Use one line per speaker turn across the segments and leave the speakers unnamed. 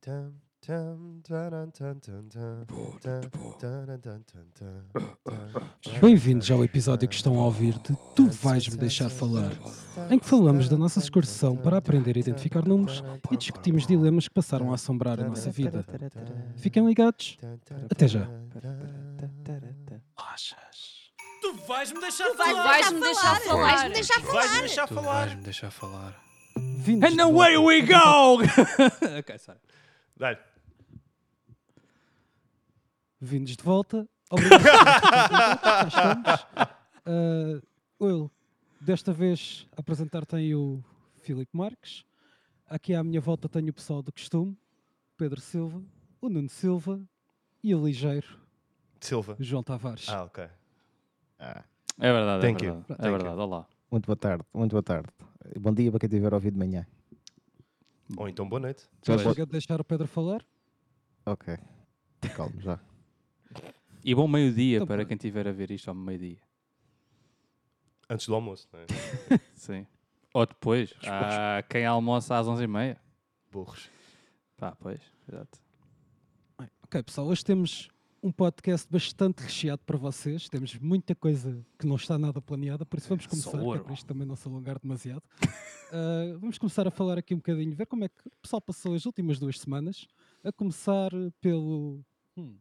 Tam, tam, taran, tam, tam, tam, tam, taran, tam, tam, tam, tam.
Bem-vindos ao episódio que estão a ouvir de Tu Vais-me Deixar Falar, em que falamos da nossa excursão para aprender a identificar números e discutimos dilemas que passaram a assombrar a nossa vida. Fiquem ligados! Até já.
Tu vais-me deixar tu
Vais- Vais-me deixar falar. Vais-me deixar falar.
Vais-me deixar falar.
me deixar falar.
Vindos de volta.
we go! ok, sorry. Dá-lhe.
Vindos de volta. Obrigado. Já estamos. Ah, Will, desta vez a apresentar tem o Filipe Marques. Aqui à minha volta tenho o pessoal do costume, Pedro Silva, o Nuno Silva e o ligeiro
Silva.
João Tavares.
Ah, ok.
É verdade,
Thank
é
you.
verdade. É
Thank you.
verdade, olá.
Muito boa tarde, muito boa tarde. Bom dia para quem tiver ouvido de manhã.
Ou então boa noite.
Já
Pois.
pode...
Chega de deixar o Pedro falar.
Ok. Calmo já.
E bom meio-dia
Então,
para
pronto.
quem estiver a ver isto ao meio-dia.
Antes do almoço, não é?
Sim. Ou depois, há quem almoça às 11h30.
Burros.
Pá, pois, exato.
Ok, pessoal, hoje temos um podcast bastante recheado para vocês. Temos muita coisa que não está nada planeada, por isso vamos começar, que é
ouro.
para isto também não se alongar demasiado. Ah, vamos começar a falar aqui um bocadinho, ver como é que o pessoal passou as últimas duas semanas, a começar pelo. Hum.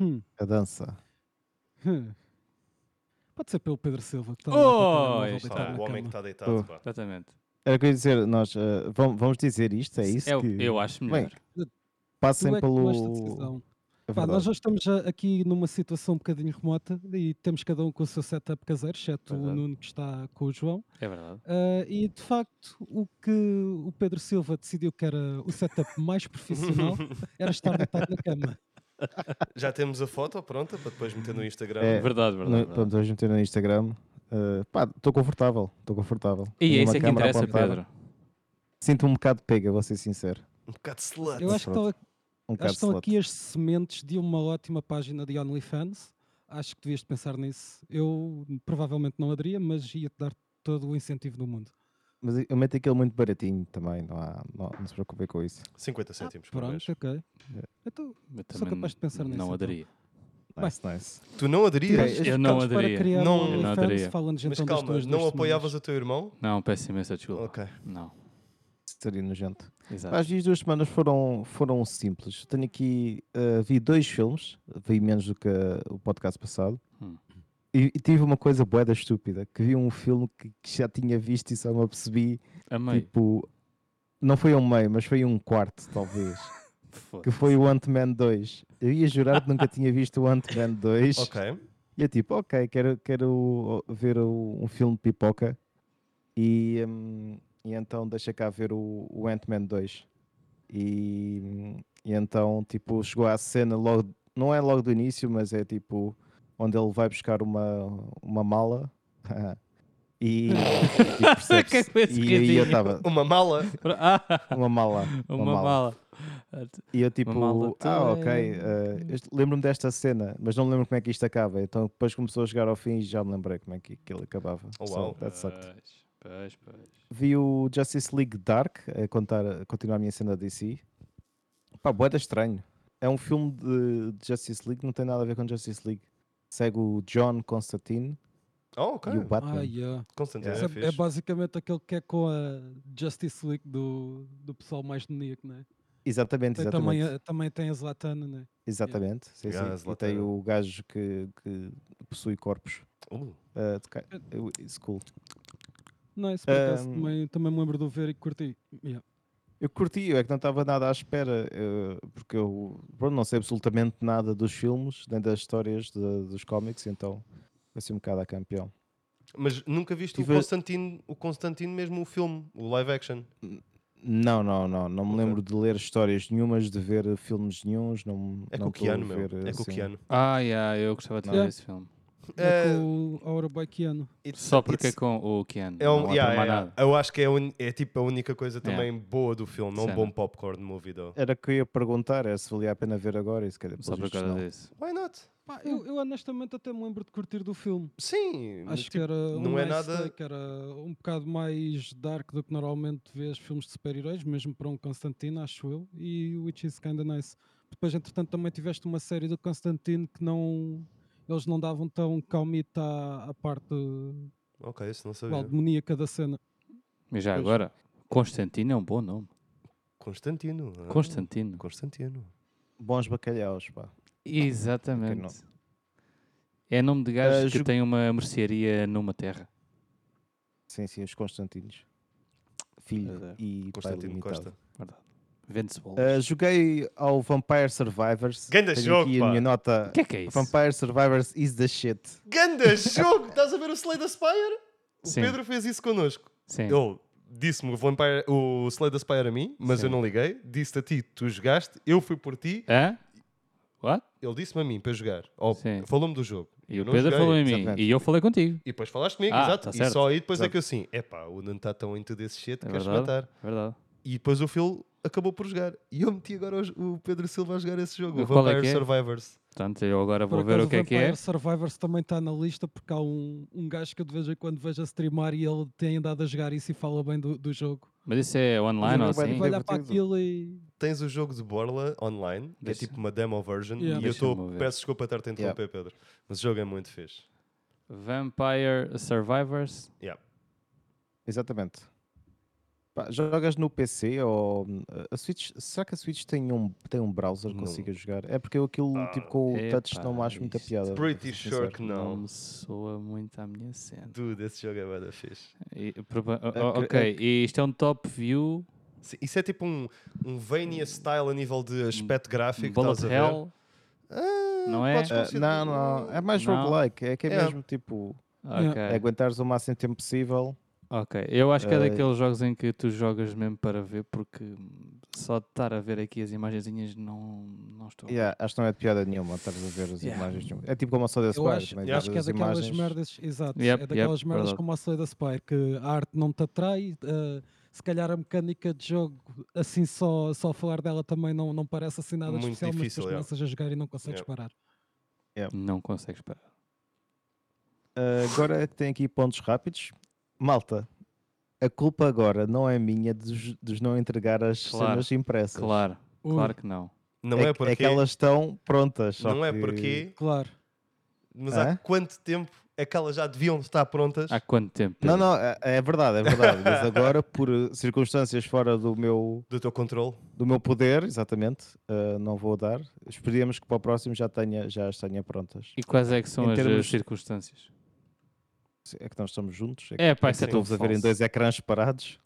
Hum,
A dança.
hum. Pode ser pelo Pedro Silva, que está
Oi,
lá com o telemóvel
está
deitado
Ah,
na
o homem
cama.
que está deitado,
Oh.
pá.
Exatamente.
Era o que eu ia dizer, nós eh, vamos, vamos dizer isto, é isso?
eu,
que...
eu acho
Bem,
melhor.
Tu é
Passem
que
pelo.
tomaste a decisão.
É
Pá,
verdade.
nós já estamos a- aqui numa situação um bocadinho remota e temos cada um com o seu setup caseiro, exceto o
Verdade.
Nuno que está com o João.
É verdade.
Ah, e de facto, o que o Pedro Silva decidiu que era o setup mais profissional era estar deitado na cama.
Já temos a foto pronta para depois meter no Instagram.
É.
Verdade,
No-
verdade. verdade.
Vamos hoje meter no Instagram. Eh, pá, estou confortável, estou confortável.
E
Tenho
é
uma
isso é que
câmara
interessa,
apontada.
Pedro.
Sinto um bocado de pega, vou ser sincero.
Um bocado de slut.
Eu acho que estão,
Um
acho que
bocado
estão
slot.
aqui as sementes de uma ótima página de OnlyFans. Acho que devias pensar nisso. Eu provavelmente não aderia, mas ia-te dar todo o incentivo do mundo.
Mas eu meto aquilo muito baratinho também, não, há, não, não se preocupem com isso.
50 cêntimos por mês.
Ah, Pronto, ok. Então,
Eu
Sou
também
capaz de pensar nisso,
Não
então.
aderia.
Bem.
Nice, nice.
Tu não aderias?
Tirei-
Eu não
ficamos para
aderia.
criar um
Não- Eu não
OnlyFans,
aderia.
falando
Mas
então das
calma,
tuas
não
duas
apoiavas
semanas.
o teu irmão?
Não, peço imensa desculpa.
Ok.
Não,
Seria nojento. Pá, As
exato.
minhas duas semanas foram, foram simples. Tenho aqui, eh, vi dois filmes, vi menos do que eh, o podcast passado.
Hum.
E, e tive uma coisa boeda estúpida, que vi um filme que, que já tinha visto e só me apercebi,
Amei.
tipo, não foi um meio, mas foi um quarto, talvez, que
Foda-se.
foi o Ant-Man 2. Eu ia jurar que nunca tinha visto o Ant-Man 2.
Ok.
E eu tipo, ok, quero, quero ver o- um filme de pipoca. E, hum, e então deixa cá ver o, o Ant-Man 2. E, hum, e então, tipo, chegou à cena logo, não é logo do início, mas é tipo, onde ele vai buscar uma, uma mala. e, e percebe-se.
Que é esse
E aí eu
risinho?
estava,
Uma mala.
Ah,
uma mala.
uma, mala.
E eu tipo,
mala
ah, ok,
também.
eh, este- lembro-me desta cena, mas não me lembro como é que isto acaba. Então depois começou a chegar ao fim e já me lembrei como é que aquilo acabava.
Oh,
So,
uau.
that sucked.
Pois, pois, pois.
Vi o Justice League Dark, a, contar, a continuar a minha cena DC. Pá, boeda estranho. É um filme de, de Justice League, não tem nada a ver com Justice League. Segue o John Constantine
Oh, ok.
e o Batman.
Ah, yeah.
Constantino
Yeah.
é
Isso É, é
fixe.
basicamente aquele que é com a Justice League do, do pessoal mais demoníaco, né?
Exatamente,
Tem
exatamente.
também, a- também tem a Zlatana, né?
Exatamente. sim,
Yeah,
sim. E tem
Zlatan.
o gajo que, que possui corpos.
Uh,
Ah, de ca- eu- It's cool.
Não, isso por acaso
Ahm.
também, também me lembro de o ver e curti. Yeah.
Eu curti, eu é que não estava nada à espera, eh, porque eu pronto, não sei absolutamente nada dos filmes, nem das histórias de- dos cómics, então vai ser um bocado a campeão.
Mas nunca viste o
Tive-
Constantino, o Constantino mesmo, o filme, o live action.
Não, não, não, não me
Ok.
lembro de ler histórias nenhumas, de ver filmes nenhums, não
É
não estou
com o
a
Keanu, meu.
ver,
É com o
assim.
Keanu.
Ah, yeah, eu gostava de ver
Yeah.
esse filme.
É
É-
com o Aura Baikiano.
It's-
Só porque é
it's-
com o Keanu.
É um,
não há
yeah,
para mais
yeah,
nada.
yeah. Eu acho que é, a un- é tipo a única coisa
Yeah.
também boa do filme, não um
Cena.
bom popcorn movie though.
Era o que eu ia perguntar, é se valia a pena ver agora, e se calhar
Só
pelos
por
vistos
causa
não.
disso.
Why not?
Pá, eu, eu honestamente até me lembro de curtir do filme.
Sim, mas
Acho que
tipo,
era um
não é
nice
nada-
day, que era um bocado mais dark do que normalmente vês filmes de super-heróis, mesmo para um Constantino, acho eu, e which is kinda nice. Depois, entretanto, também tiveste uma série do Constantino que não. Eles não davam tão calmita à, à parte do-
tipo,
ok, isso não
lá,
é.
sabia.
demoníaca da cena.
Mas já
Pois.
agora, Constantino é um bom nome.
Constantino. ah,
Constantino.
Constantino.
Bons bacalhaus, pá.
Exatamente. É nome de gajo
Ah,
que
Ju-
tem uma mercearia numa terra.
Sim, sim, os Constantinos. Filho
Pois é.
e
Constantino
pai limitado.
Costa.
Verdade. Vende-se bolas.
Ah, joguei ao Vampire Survivors.
Ganda
Tenho
jogo,
aqui
pá.
a minha nota.
O que é que é isso?
Vampire Survivors is the shit.
Ganda jogo! Estás a ver o Slay the Spire? O
Sim.
Pedro fez isso connosco.
Sim.
Ele disse-me o, Vampire- o Slay the Spire a mim, mas
Sim.
eu não liguei. Disse-te a ti, tu jogaste, eu fui por ti.
Hã? What?
Ele disse-me a mim para jogar. Ou
Sim.
Falou-me do jogo.
E
Eu
o
não
Pedro
joguei,
falou em mim.
exatamente.
E eu falei contigo.
E depois falaste comigo,
Ah,
exato.
tá
e
certo.
só aí depois é
Exato.
que eu assim, epá, o Nuno está tão into desse shit,
É
queres
verdade.
matar.
Verdade.
E depois o Phil acabou por jogar. E eu meti agora os- o Pedro Silva a jogar esse jogo, o
Qual é
Vampire
que é?
Survivors.
Portanto, eu agora
Por
vou ver
acaso,
o que é que é.
Vampire Survivors também está na lista porque há um, um gajo que eu de vez em quando vejo a streamar e ele tem andado a jogar isso e fala bem do, do jogo.
Mas isso é online ou
Mas eu não
assim?
Vai olhar para
divertido.
aquilo e.
Tens o jogo de Borla online, que é
Deixa-
tipo uma demo version.
Yeah.
E eu
Deixa-me
estou.
ver.
Peço desculpa estar-te a interromper, Pedro. Mas o jogo é muito fixe.
Vampire Survivors.
Yeah.
Exatamente. Pá, jogas no PC ou uh, a Switch? Será que a Switch tem um, tem um browser que
Não.
consiga jogar? É porque eu aquilo
Ah,
tipo com o touch
epá,
não acho muita
isto-
piada. vou ser
Pretty sure
sincero.
que
Não
não.
me soa muito à minha cena.
Dude, esse jogo é bada fixe.
E, proba- o-
É
o-
que- é
ok, e isto é um top view,
Sim, Isso é tipo um, um Vania style a nível de aspecto gráfico.
Bullet
estás a ver?
Hell.
Ah,
Não é?
podes
Ah,
considerar-
não, não, é mais
Não.
roguelike, é que é,
É.
mesmo tipo
Ok,
é aguentares o máximo tempo possível.
ok. Eu acho que é
Eh,
daqueles jogos em que tu jogas mesmo para ver, porque hum, só de estar a ver aqui as imagenzinhas não, não estou.
Yeah, acho que não é de piada nenhuma estares a ver as
Yeah.
imagens. de um- É tipo como a Soda
Eu
Squad,
acho,
também
acho
vês
que é
as
daquelas
imagens.
merdas, exato,
Yep,
é
yep,
daquelas merdas
verdade.
como a Slay the Spire, que a arte não te atrai, eh, se calhar a mecânica de jogo, assim só, só falar dela também não, não parece assim nada de
Muito
especial,
difícil, yeah.
mas depois começas a jogar e não consegues
Yeah.
parar.
Não consegues parar.
Ah, agora tem aqui pontos rápidos. Malta, a culpa agora não é minha dos, dos não entregar as
Claro,
cenas impressas.
Claro,
Ui.
claro que não.
Não
é,
é
que- é
porque.
que elas estão prontas. só
Não é
que-
porque.
Claro,
Mas
Hã?
há quanto tempo é que elas já deviam estar prontas?
Há quanto tempo?
Não,
Pedro?
não, é, é verdade, é verdade. Mas agora, por eh, circunstâncias fora do meu,
Do teu controle?
do meu poder, exatamente, eh, não vou dar. Esperemos que para o próximo já, tenha, já as tenha prontas.
E quais é que são
Em
as
termos-
as circunstâncias?
Se É que nós estamos juntos. É que
É, pá, isso é
sim.
tudo
estou-vos a ver em
falso.
dois ecrãs separados.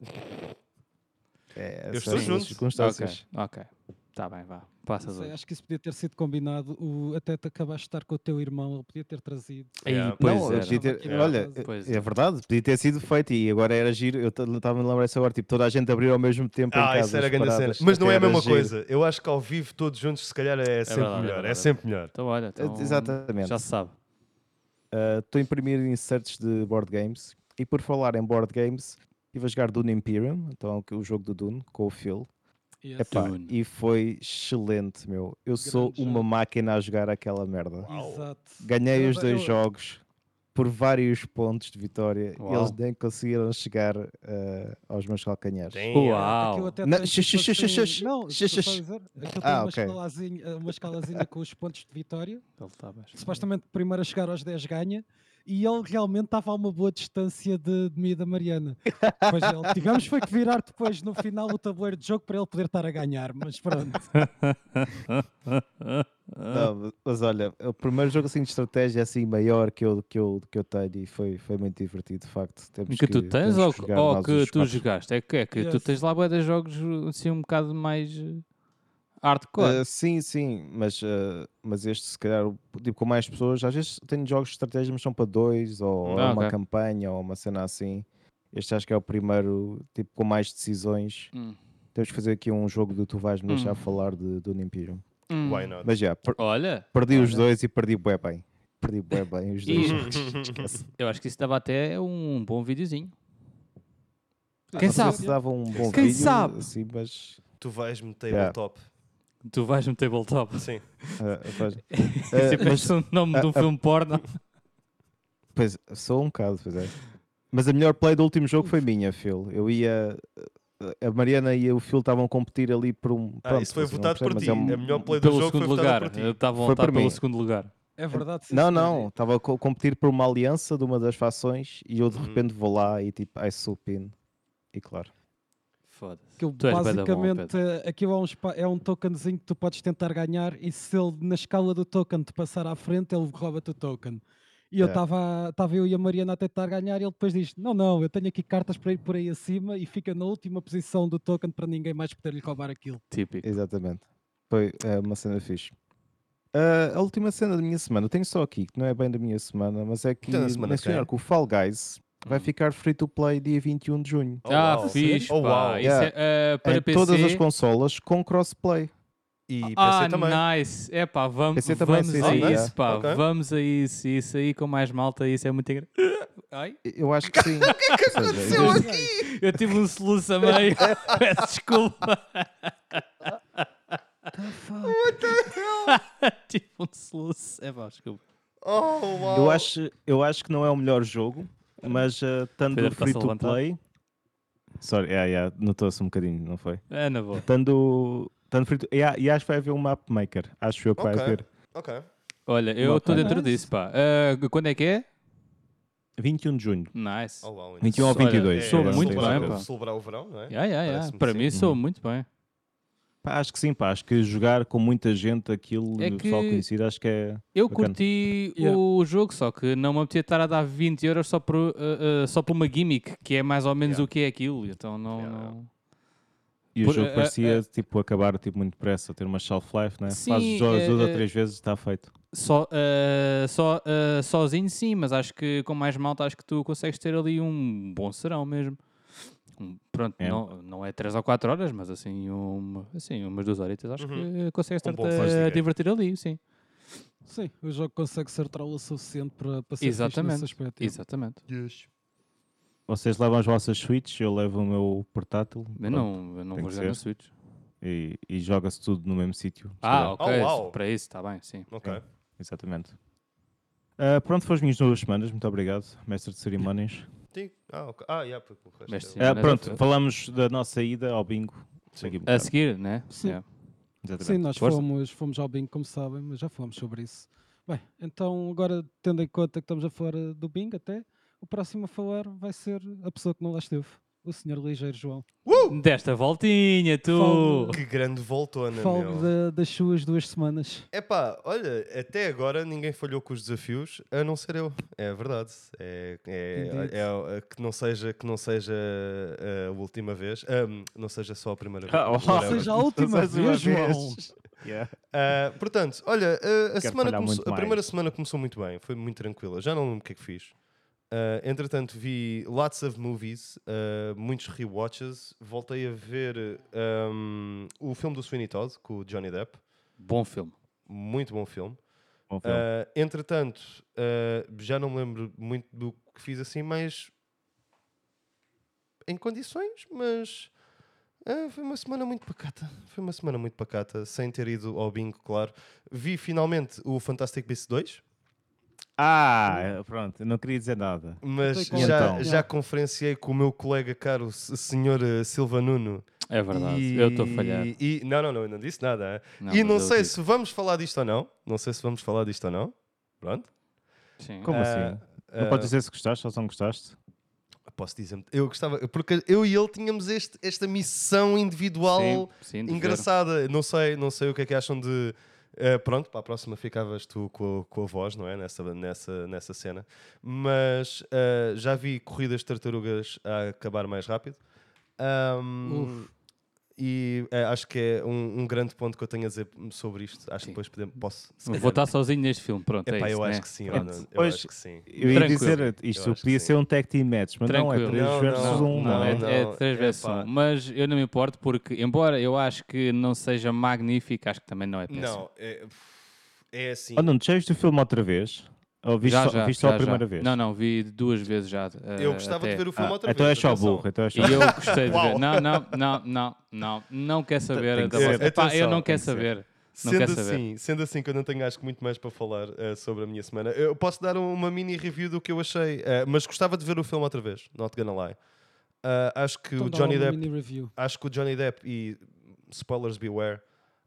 É,
Eu
essas
estou
são as
junto.
circunstâncias.
Ok, está bem, vá. Passa
sei,
dois.
acho que isso é podia ter sido combinado, o, até te acabaste de estar com o teu irmão, ele podia ter trazido.
Aí,
Yeah.
pois
não, eu
era.
podia ter,
Yeah.
olha,
Pois
é,
era.
verdade, podia ter sido feito e agora era giro. Eu estava a lembrar isso agora, tipo, toda a gente abriu ao mesmo tempo. em
Ah,
casa,
isso era
as
grande cena.
paradas,
Mas não é
até
a
era
mesma
giro.
coisa. Eu acho que ao vivo, todos juntos, se calhar é sempre
verdade, é
melhor. É,
verdade.
sempre melhor.
Então, olha, então,
Exatamente.
Já se sabe.
Ah, Estou a imprimir inserts de board games. E por falar em board games, estive a jogar Dune Imperium, então que é o jogo do Dune, com o Phil.
é
Epá,
assim,
Dune.
e foi excelente, meu. Eu sou
Grande
uma
jogo.
máquina a jogar aquela merda.
Exato.
Ganhei
Eu-
os dois
eu-
jogos por vários pontos de vitória e eles
Uau.
nem conseguiram chegar eh, aos meus calcanhares.
É que eu
Uau!
até
Não,
tenho,
shush,
tipo,
shush,
assim-
shush,
Não,
shush,
estou só a
shush.
dizer, é aquilo tem
Ah,
uma,
ok.
escalazinha- uma escalazinha com os pontos de vitória,
Ele tá baixo.
supostamente o primeiro a chegar aos 10 ganha, e ele realmente estava a uma boa distância de, de mim e da Mariana. Pois é, ele, tivemos foi que virar depois no final o tabuleiro de jogo para ele poder estar a ganhar, mas pronto.
Não, mas- mas olha, o primeiro jogo assim de estratégia assim maior que eu, que eu, que eu tenho e foi, foi muito divertido, de facto. Temos
que tu tens
temos
ou,
que jogar
ou
nós
que
os
tu
quatro.
jogaste? É que, é que tu
Yes.
tens lá bué de jogos assim um bocado mais eh, hardcore.
Ah, sim, sim, mas, ah, mas este, se calhar, o- tipo, com mais pessoas, às vezes tenho jogos de estratégia, mas são para dois, ou é
Ah,
uma
ok.
campanha, ou uma cena assim. Este acho que é o primeiro, tipo, com mais decisões.
Hum.
Temos que fazer aqui um jogo do tu vais me deixar
Hum.
falar de, do Imperium.
Hum.
Why not?
Mas já, per-
Olha,
perdi os dois e perdi bué bem. Perdi bué bem os dois. jogos. Esquece.
eu acho que isso dava até um bom videozinho. Quem
Não sei
sabe?
é,
se dava um bom
Quem
vídeo,
sabe?
assim, mas
Tu vais-me
Yeah.
tabletop.
Tu vais no tabletop.
Sim.
Ah, pois,
É,
Ah, mas-
o nome de um
ah, ah.
filme porno.
pois, sou um bocado, pois é. Mas a melhor play do último jogo foi minha, Phil. Eu ia. A Mariana e o Phil estavam a competir ali por um.
Ah,
pronto,
isso foi
assim, não
votado por
percebo, mas
ti.
é
A
um-
melhor play do
Pelo
jogo foi
segundo
votada
lugar. Ah,
por ti.
Eu Estava a
Foi
votar
por
pelo
mim.
segundo lugar.
É verdade. sim,
Não,
senhor.
não, estava a co- competir por uma aliança de uma das fações e eu de
Uhum.
repente vou lá e tipo, ai sou pin. E claro.
Foda-se.
Aquilo
Tu és bué da bom,
basicamente
Pedro.
aquilo é um, espa- é um tokenzinho que tu podes tentar ganhar e se ele na escala do token te passar à frente, ele rouba-te o token. E eu
É.
estava estava eu e a Mariana a tentar ganhar e ele depois diz: Não, não, eu tenho aqui cartas para ir por aí acima e fica na última posição do token para ninguém mais poder lhe roubar aquilo.
Típico.
Exatamente. Foi é, uma cena fixe. Ah, a última cena da minha semana, tenho só aqui, que não é bem da minha semana, mas é que
Então, da semana de
mencionar
quem?
que o Fall Guys vai ficar free to play dia 21 de junho.
Oh,
ah,
uau.
fixe.
Oh,
pá.
uau.
Isso é, ah, para
em
PC.
todas as consolas com crossplay.
E PC
ah,
também.
nice. É pá, vamos,
PC também,
vamos
sim,
a
sim, é.
isso, pá.
Ok.
Vamos a isso. Isso aí com mais malta, isso é muito engraçado. Ai,
Eu acho que sim. o que é que aconteceu
assim.
eu tive um soluço a meio. Peço desculpa. tive um soluço. É pá, desculpa.
Oh, uau.
Eu acho, eu acho que não é o melhor jogo, mas uh, estando
Pedro está-se
free
a
to
levantar.
play. Sorry, yeah, yeah, notou-se um bocadinho, não foi?
É, na boa.
Estando, estando free to yeah, E acho que vai haver um map maker. Acho eu que
Ok.
vai haver.
Ok.
Olha, eu
Uma
estou
pena.
dentro disso, pá. Ah, quando é que é?
21 de junho.
Nice.
Oh, uau.
21 ou
Olha,
22.
sou
agora não
muito
tenho
bem,
certeza.
pá.
é Celebrar o verão, não é?
Yeah, yeah,
Parece-me Uhum.
yeah. Para
que
mim,
sim.
sou muito bem.
Pá, Acho que sim, pá. Acho que jogar com muita gente aquilo,
É
é pessoal
que-
conhecido, acho que é.
Eu
Bacana.
curti
Yeah.
o jogo, só que não me apetecia estar a dar 20 euros só por, ah, ah, só por uma gimmick, que é mais ou menos
Yeah.
o que é aquilo. Então não.
Yeah, yeah.
não-
E
Por-
o jogo
é-
parecia
é-
tipo acabar tipo, muito depressa, ter uma shelf life, né?
Sim,
Fazes duas,
é-
duas
é-
ou três vezes está feito.
Só, ah, só, ah, sozinho sim, mas acho que com mais malta acho que tu consegues ter ali um bom serão mesmo. Um- pronto,
É.
Não, não é 3 ou 4 horas, mas assim, uma, assim umas duas horitas acho
Uhum.
que consegues
Um
estar
bom first
a
game.
divertir ali, sim.
Sim, o jogo consegue ser traula o suficiente para, para ser fixe
Exatamente.
nesse
Tipo,
aspecto. é.
Exatamente.
Vocês levam as vossas switches, eu levo o meu portátil.
Eu
pronto.
não, eu não
tem
vou
que
jogar na
ser.
Switch.
e, e joga-se tudo no mesmo sítio.
Ah,
Será?
ok.
Oh, uau.
Para isso, está bem, sim.
Ok.
Sim. Exatamente. Ah, pronto, foram as minhas duas semanas. Muito obrigado, mestre de cerimónias.
Sim. Ah, ok. Ah, yeah, porque o resto é-
Mestre,
Ah,
Cerimónias,
pronto,
ok.
falamos da nossa ida ao bingo. Daqui a
A
bocado.
seguir, né?
Sim.
Yeah.
Exatamente.
Sim, nós
Força.
fomos, fomos ao bingo, como sabem, mas já falamos sobre isso. Bem, então agora, tendo em conta que estamos a falar eh, do bingo até, o próximo a falar vai ser a pessoa que não lá esteve, o senhor Ligeiro João.
Desta voltinha, tu!
Fala-
Uh! Que grande voltona,
Fale
meu.
da- das suas duas semanas.
Epá, olha, até agora ninguém falhou com os desafios, a não ser eu. É verdade. É, é-
Indeed.
é- é- que não seja, que não seja eh, a última vez. Ahm, não seja só a primeira vez.
Ah, olá.
Whatever.
seja a última
Mais uma
vez, João.
vez. Yeah.
Ah, portanto, olha, ah, a,
Quero
semana
falhar
começou-
muito
a primeira
mais.
semana começou muito bem, foi muito tranquila. Já não lembro o que é que fiz. Ah, entretanto, vi lots of movies, ah, muitos rewatches. Voltei a ver ahm, o filme do Sweeney Todd com o Johnny Depp,
Bom filme.
muito bom filme.
Bom filme.
Ah, entretanto, ah, já não me lembro muito do que fiz assim, mas em condições, mas ah, foi uma semana muito pacata. Foi uma semana muito pacata, sem ter ido ao bingo, claro. Vi finalmente o Fantastic Beasts 2,
Ah, é, pronto, eu não queria dizer nada.
mas
com-
já,
Então.
já conferenciei com o meu colega caro, s- senhor ah, Silva Nuno.
É verdade.
E-
Eu estou a falhar.
E, não, não, não, eu não disse nada. hein?
Não,
e
mas
não
eu
sei
digo.
se vamos falar disto ou não. Não sei se vamos falar disto ou não. Pronto.
Sim.
Como assim? Não
Ah,
podes dizer se gostaste ou se não gostaste?
Posso dizer eu gostava, porque eu e ele tínhamos este- esta missão individual
Sim, sim, de ver.
engraçada. Não sei, não sei o que é que acham de. eh, pronto, para a próxima ficavas tu com a, com a voz, não é? Nessa, nessa, nessa cena. Mas eh, já vi corridas de tartarugas a acabar mais rápido. Ahm, e eh, acho que é um, um grande ponto que eu tenho a dizer sobre isto. Acho que
Sim.
depois podemos, posso. se
Vou
calhar-
estar sozinho neste filme, pronto. é
Epá,
isso,
eu acho
né?
que sim,
Pronto. é
Ana, eu
Pois,
acho que sim.
Eu ia
Tranquilo.
dizer,
Eu
isto
acho que
podia
sim.
ser um tag team match, mas não,
Tranquilo.
é 3
Não,
versus
um, não,
1.
Não, é,
não,
é três vezes
epá.
um. Mas eu não me importo porque, embora eu acho que não seja magnífico, acho que também não é péssimo.
Não, é, é assim.
Oh, não, tu já viste o filme outra vez? Ou viste
já,
só,
já,
viste só
já,
a
já.
primeira vez?
Não, não, vi duas vezes já. eh,
Eu gostava
até.
de ver o filme
Ah,
outra
então é
vez.
só
atenção.
burro. Então é só
E eu gostei de ver.
Uau.
Não, não, não, não, não, não quer saber.
Tem que
da
ser.
vossa- Epá, eu
Atenção,
não
tem
quero
que ser.
saber. Não
Sendo
quer saber.
assim, sendo assim que eu não tenho acho que muito mais para falar eh, sobre a minha semana, eu posso dar um, uma mini review do que eu achei, eh, mas gostava de ver o filme outra vez, not gonna lie. Ah, acho que o
Então dá
Johnny
uma
Depp,
mini review.
acho que o Johnny Depp e spoilers beware,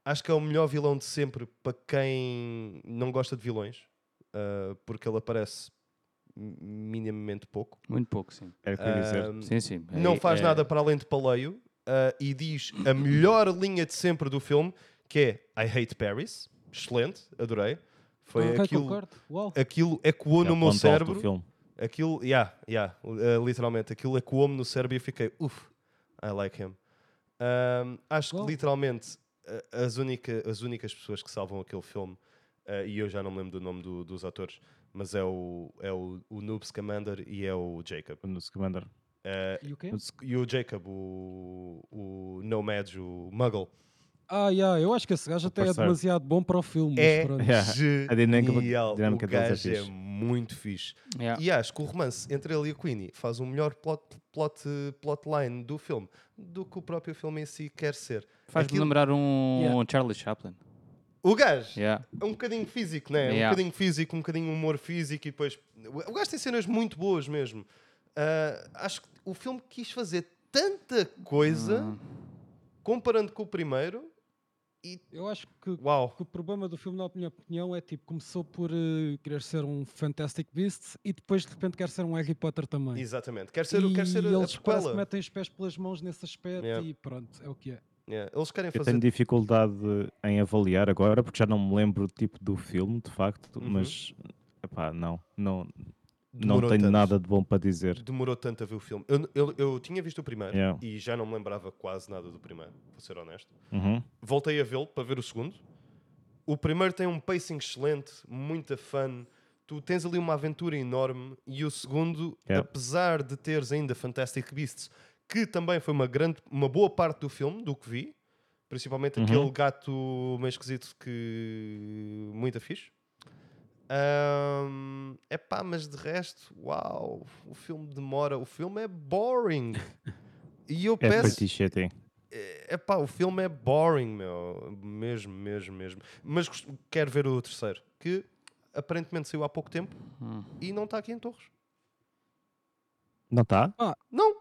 acho que é o melhor vilão de sempre para quem não gosta de vilões, ah, porque ele aparece mi- minimamente pouco.
Muito pouco, sim.
Era é o que eu ia dizer.
Ah,
Sim, sim. É-
não faz
é-
nada para além de paleio ah, e diz a melhor linha de sempre do filme, que é I Hate Paris. Excelente, adorei. Foi
Ok,
aquilo,
concordo. Uau.
aquilo ecoou
É
no
o
meu
ponto alto do
cérebro.
filme.
Aquilo, yeah, yeah, uh, literalmente, aquilo ecoou-me no cérebro e eu fiquei, uff, I like him. Um, acho
Uau.
que literalmente a- as, única, as únicas pessoas que salvam aquele filme, uh, e eu já não me lembro do nome do- dos atores, mas é o, é o, o Noob Scamander e é o Jacob.
No Scamander.
Uh,
E o quê?
e o Jacob, o, o Nomad, o Muggle,
Ah, yeah, eu acho que esse gajo até é
parceiro.
demasiado bom para o filme. mas
é
pronto.
Yeah. A dinâmica-
genial.
a dinâmica
o
deles é
gajo é,
fixe.
muito fixe.
Yeah.
E acho que o romance entre ele e a Queenie faz o melhor plot, plot, plotline do filme do que o próprio filme em si quer ser.
Faz-me
Aquilo-
lembrar um
Yeah.
Charlie Chaplin.
O gajo
Yeah.
é um bocadinho físico, né?
Yeah.
Um bocadinho físico, um bocadinho humor físico e depois. O gajo tem cenas muito boas mesmo. Ah, acho que o filme quis fazer tanta coisa
Ah.
comparando com o primeiro.
Eu acho que,
Uau!
que o problema do filme, na minha opinião, é tipo, começou por eh, querer ser um Fantastic Beasts e depois de repente quer ser um Harry Potter também.
Exatamente. Quer ser,
e
quer ser a- a
eles parece que
sequela.
metem os pés pelas mãos nesse aspecto
Yeah.
e pronto, é o que é.
Yeah, Eles querem
Eu
fazer.
tenho dificuldade em avaliar agora, porque já não me lembro tipo do filme, de facto,
Uhum.
mas epá, não, não, não
Demorou
tenho
tanto.
nada de bom para dizer.
Demorou tanto a ver o filme. Eu, eu, eu tinha visto o primeiro
Yeah.
e já não me lembrava quase nada do primeiro, vou ser honesto.
Uhum.
Voltei a vê-lo para ver o segundo. O primeiro tem um pacing excelente, muita fun. Tu tens ali uma aventura enorme. E o segundo,
Yeah.
apesar de teres ainda Fantastic Beasts, que também foi uma, grande, uma boa parte do filme, do que vi, principalmente
Uhum.
aquele gato meio esquisito que. muito fixe. Ahm, epá, mas de resto, uau, o filme demora, o filme é boring. E eu
É
peço,
pretty shitty.
é pá, o filme é boring, meu. Mesmo, mesmo, mesmo. Mas gost- quero ver o terceiro, que aparentemente saiu há pouco tempo
Hum.
e não está aqui em Torres.
Não tá? está?
Não!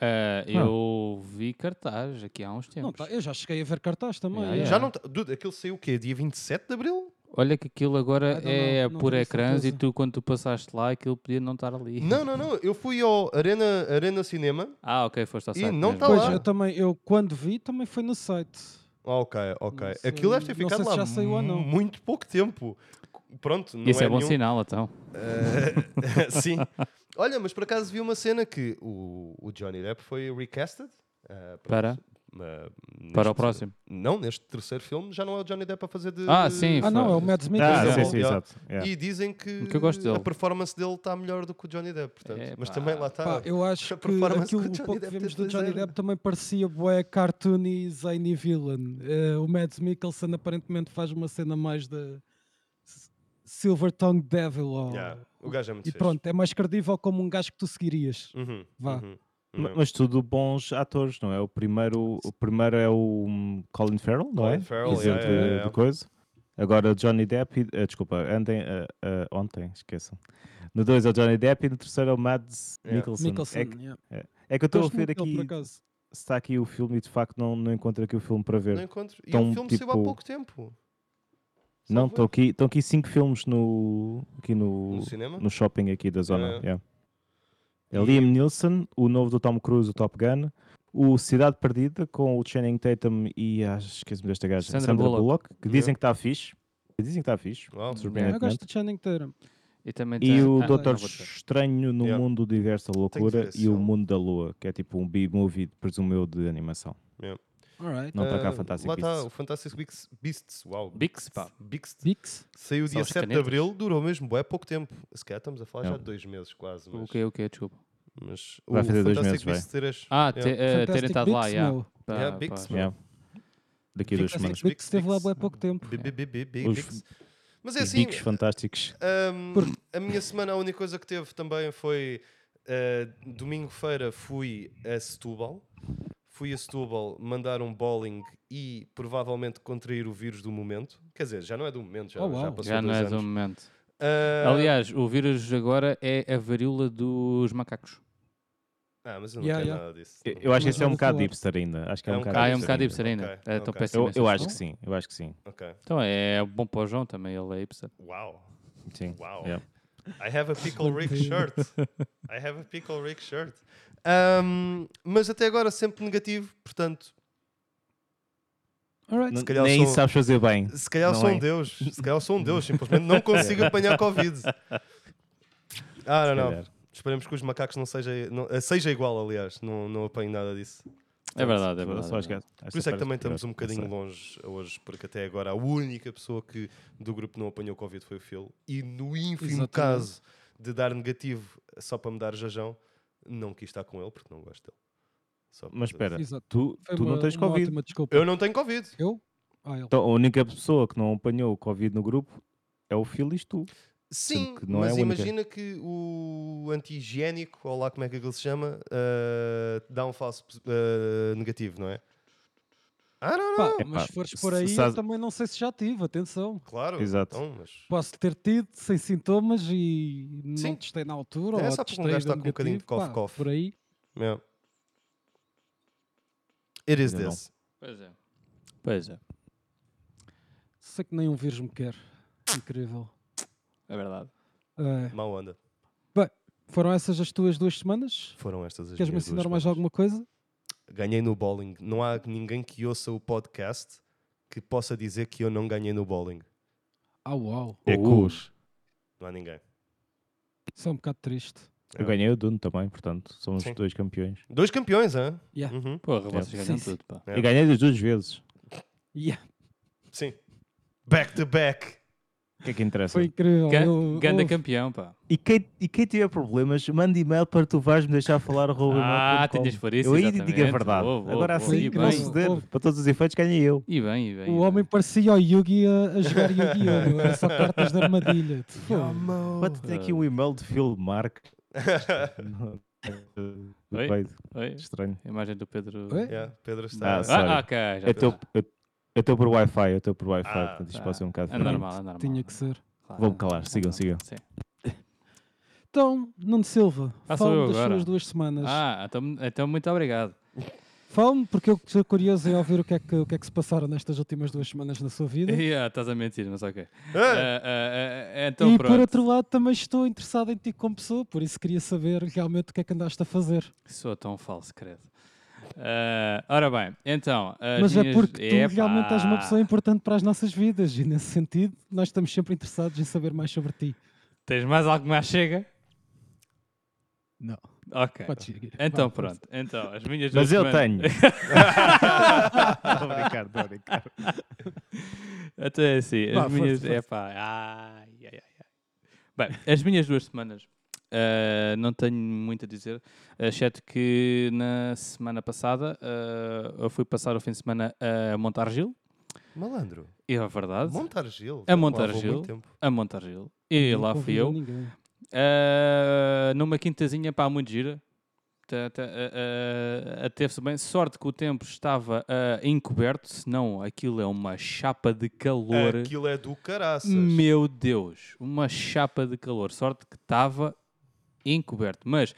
Eh, eu vi cartaz aqui há
É,
uns
Não,
tempos.
tá, eu já cheguei a ver cartaz também.
Yeah,
é.
yeah.
Já não tá. Dude, aquilo saiu o quê? Dia 27 de Abril?
Olha que aquilo agora
Ah,
I don't
é
know, não
por
tenho
ecrãs e
certeza.
tu, quando tu passaste lá, aquilo podia não estar ali.
Não, não, não. Eu fui ao Arena, Arena Cinema.
Ah, ok, foste ao
E
site
não
mesmo.
tá
Pois,
lá.
eu também, eu quando vi também foi no site.
Ah, ok, ok.
Não sei-
Aquilo deve ter
não sei
ficado
se
lá
já saiu ou não.
muito pouco tempo. Pronto, não
Isso é,
é
bom
nenhum-
sinal, então.
Eh, sim. Olha, mas por acaso vi uma cena que o, o Johnny Depp foi recasted. eh,
Para,
eh,
para o
neste-
próximo.
Não, neste terceiro filme já não é o Johnny Depp a fazer de.
Ah, sim,
Ah não, é o Mads
Ah,
Pois é.
sim,
Mikkelsen.
sim,
Yeah.
exato. Yeah.
E dizem que,
Que eu gosto dele.
a performance dele está melhor do que o Johnny Depp, portanto.
É,
Mas
pá.
também lá está.
Pá, eu acho
A
que
performance
aquilo
que o
um
Johnny
pouco que
Depp
vimos do
teve de
Johnny
zero.
Depp também parecia bué cartoon e zany villain. Eh, o Mads Mikkelsen aparentemente faz uma cena mais da S- Silver Tongue Devil. Ou...
Yeah, O gajo é muito
E
fixe.
pronto, é mais credível como um gajo que tu seguirias.
Uhum,
Vá.
uhum,
Ma-
uhum.
Mas tudo bons atores, não é? O primeiro, o primeiro é o hum, Colin Farrell, não é?
Colin Farrell,
Exemplo
yeah, yeah,
de-
yeah.
de coisa. Agora o Johnny Depp, e- eh, desculpa, andem, eh, eh, ontem, esqueçam. No 2 é o Johnny Depp e no terceiro é o Mads
Yeah.
Mikkelsen.
Mikkelsen,
É, que-
yeah.
é que eu estou a
Gosto
ver
muito dele, por
aqui
acaso.
se está aqui o filme e de facto não, não encontro aqui o filme para
Não
ver.
encontro. E
Tão,
o filme saiu há
tipo,
pouco tempo. Salvo
Não, estão
erro.
aqui, estão aqui cinco filmes no, aqui no,
No cinema?
no shopping aqui da zona.
É.
yeah. É Liam Neeson, o novo do Tom Cruise, o Top Gun, o Cidade Perdida com o Channing Tatum e ah, esqueço-me desta gaja,
Sandra
Sandra,
Bullock.
Bullock, que dizem que está fixe. Que dizem que está fixe.
Uau.
Eu gosto
surpreendentemente.
do Channing Tatum.
E, também
E
tem-
o
Ah,
Doutor
não vou dizer.
Estranho no
Yeah.
Mundo Diverso da
que ver
Loucura
esse
e o
filme.
Mundo da Lua, que é tipo um B-movie, presumo eu, de animação.
Alright.
Não está cá
Ah,
Fantastic
Lá está,
Beasts.
o Fantastic Beasts. Beasts. Uau.
Bix, pá.
Beasts.
Bix?
Saiu
São
dia
as
7 de
canetas.
Abril, durou mesmo, é pouco tempo. Se calhar estamos a falar já
Yeah.
de dois meses quase.
O
Mas,
que é o que Desculpa.
mas
Vai
o
fazer dois
Fantastic
meses, vai.
Beasts três-
Ah,
Yeah.
te- eh, terem
Fantastic
estado lá,
Beasts,
já.
meu.
Pá,
Yeah,
pá.
Bix,
Yeah. Daqui a
Fantastic
duas semanas.
Beasts.
Bix esteve lá
Bix.
há pouco tempo.
Bi- bi- bi- bi-
Os-
Bix. Mas é
Os
assim,
bicos fantásticos.
Ahm, A minha semana, a única coisa que teve também foi ah, domingo-feira fui a Setúbal. Fui a Setúbal mandar um bowling e provavelmente contrair o vírus do momento. Quer dizer, já não é do momento, já,
Oh,
já
uau.
passou
Já não
dois
é
anos.
do momento.
Ah,
Aliás, o vírus agora é a varíola dos macacos.
ah, mas eu não
Yeah,
quero
yeah.
nada disso.
Eu, eu acho que
Mas
isso é um
vamos
bocado
falar.
hipster ainda. Acho que é, um, bocado
Ah, é um bocado
hipster
hipster ainda.
Ok,
Estou
ok.
péssimo.
ainda. Eu, eu
nesta
acho que
questão.
sim, eu acho que sim.
Ok.
Então é bom para o João também, ele é hipster.
Uau.
sim.
Wow.
Yeah.
I have a pickle Rick
Manteiga.
shirt. I have a pickle Rick shirt. Ahm, mas até agora sempre negativo, portanto,
Alright.
calhar
Nem isso
sou-
sabes fazer bem.
Se calhar
Não
sou um
é?
Deus. Se calhar sou um Deus. Simplesmente não consigo apanhar Covid. Ah, não, não.
calhar.
Esperemos que os macacos não seja, não- eh, seja igual, aliás. Não, não apanho nada disso.
É verdade, é
Foda-se,
verdade.
só
é
acho que-
verdade.
acho
Por isso é que
parece
também
pior.
estamos um
Não
bocadinho
sei.
longe hoje, porque até agora a única pessoa que do grupo não apanhou Covid foi o Phil. E no ínfimo
Exatamente.
caso de dar negativo só para me dar jajão, não quis estar com ele porque não gosto dele. Só por
Mas
causa
espera,
disso.
Exato.
tu,
Foi
tu
uma,
não tens
uma
Covid.
ótima desculpa.
Eu não tenho Covid.
Eu? Ah, ele.
Então, a única pessoa que não apanhou o Covid no grupo é o Phil e tu.
Sim,
que não é
mas
a única.
imagina que o anti-higiênico, ou lá como é que ele se chama, eh, dá um falso eh, negativo, não é? Ah, não, não,
Pá,
Epá,
mas se fores por
se-
aí,
se
eu
has-
também não sei se já tive, atenção.
claro.
Exato.
Então, mas
Posso ter tido sem sintomas e
Sim.
não testei na altura.
É
ou
só porque um
testei
gajo
e
está
deu
com um bocadinho de
negativo, pá,
cough-cough.
Por aí.
yeah. It is
Ainda não.
this.
Pois é. Pois é.
Sei que nenhum vírus me quer. Incrível.
É verdade.
É.
Mal anda.
Foram essas as tuas duas semanas?
Foram estas as
Queres-me
minhas duas
ensinar mais
semanas.
alguma coisa?
Ganhei no bowling. Não há ninguém que ouça o podcast que possa dizer que eu não ganhei no bowling.
Ah, uau.
É cus.
Não há ninguém.
Isso é um bocado triste.
Eu ganhei o Duno também, portanto, somos
Sim.
os dois campeões.
Dois campeões, hã?
Yeah.
Uhum.
Porra,
Yeah.
vocês
Sim,
ganham
sim.
tudo, pá.
É.
E ganhei das duas vezes.
Yeah,
Sim. Back to back.
O que é que interessa?
Foi incrível.
Ga-
Eu-
Ganda
eu-
campeão, pá.
E, quem, e quem tiver problemas, manda e-mail para tu vais-me deixar falar arroba
Ah,
gmail ponto com.
tinhas por isso,
Eu aí
exatamente.
digo a verdade.
Boa, boa,
Agora
boa.
assim,
E
que não
bem.
se der, para todos os efeitos, ganhei eu.
E bem, e bem. e
O homem
bem.
parecia o Yugi a, a jogar Yu-Gi-Oh! meu. Era só cartas de armadilha. De fogo.
Pode ter aqui um e-mail de Phil Mark.
Oi?
Vai,
Oi?
Estranho.
A imagem do Pedro.
Oi? É
Yeah, Pedro está.
Ah, sim.
Ah, ah, ok. já
Eu
É
estou
tá.
eu- eu estou por Wi-Fi, eu estou por Wi-Fi,
Ah,
portanto isto
tá.
pode ser um bocado
É
diferente.
normal, é normal.
Tinha que ser.
Claro.
Vou-me calar, sigam, sigam.
Sim.
Então, Nuno Silva,
Ah, sou eu
fala-me das
agora.
suas duas semanas.
Ah, então, então muito obrigado.
Fala-me, porque eu estou curioso em ouvir o que, é que, o que é que se passaram nestas últimas duas semanas na sua vida.
Yeah, estás a mentir, mas ok.
Ah,
Ah, ah, ah, então
É. e por
pronto.
outro lado, também estou interessado em ti como pessoa, por isso queria saber realmente o que é que andaste a fazer.
Sou tão falso, credo. Ah, ora bem, então. as
Mas é
minhas-
porque tu realmente és uma
Epá,
pessoa importante para as nossas vidas e, nesse sentido, nós estamos sempre interessados em saber mais sobre ti.
Tens mais algo que mais chega?
Não.
Ok.
Podes seguir.
Então
Vá, força.
pronto. Então, as minhas duas
Mas eu
semanas-
tenho. Estou a brincar, estou a brincar.
Até assim, as
Vá, força,
minhas.
força.
Epá, ai, ai, ai, ai. Bem, as minhas duas semanas ah, não tenho muito a dizer, exceto que na semana passada ah, eu fui passar o fim de semana a Montargil,
Malandro.
e é verdade,
Montar Gil.
É
Não
Montar
há vou
Gil.
muito tempo.
a Montargil, e
Não
lá fui
convidou
eu,
ninguém.
ah, numa quintazinha, pá, muito gira. Tá- tá- ah, ah, ah, Teve-se bem. Sorte que o tempo estava ah, encoberto, senão aquilo é uma chapa de calor.
Aquilo é do caraças.
Meu Deus, uma chapa de calor. Sorte que estava encoberto. Mas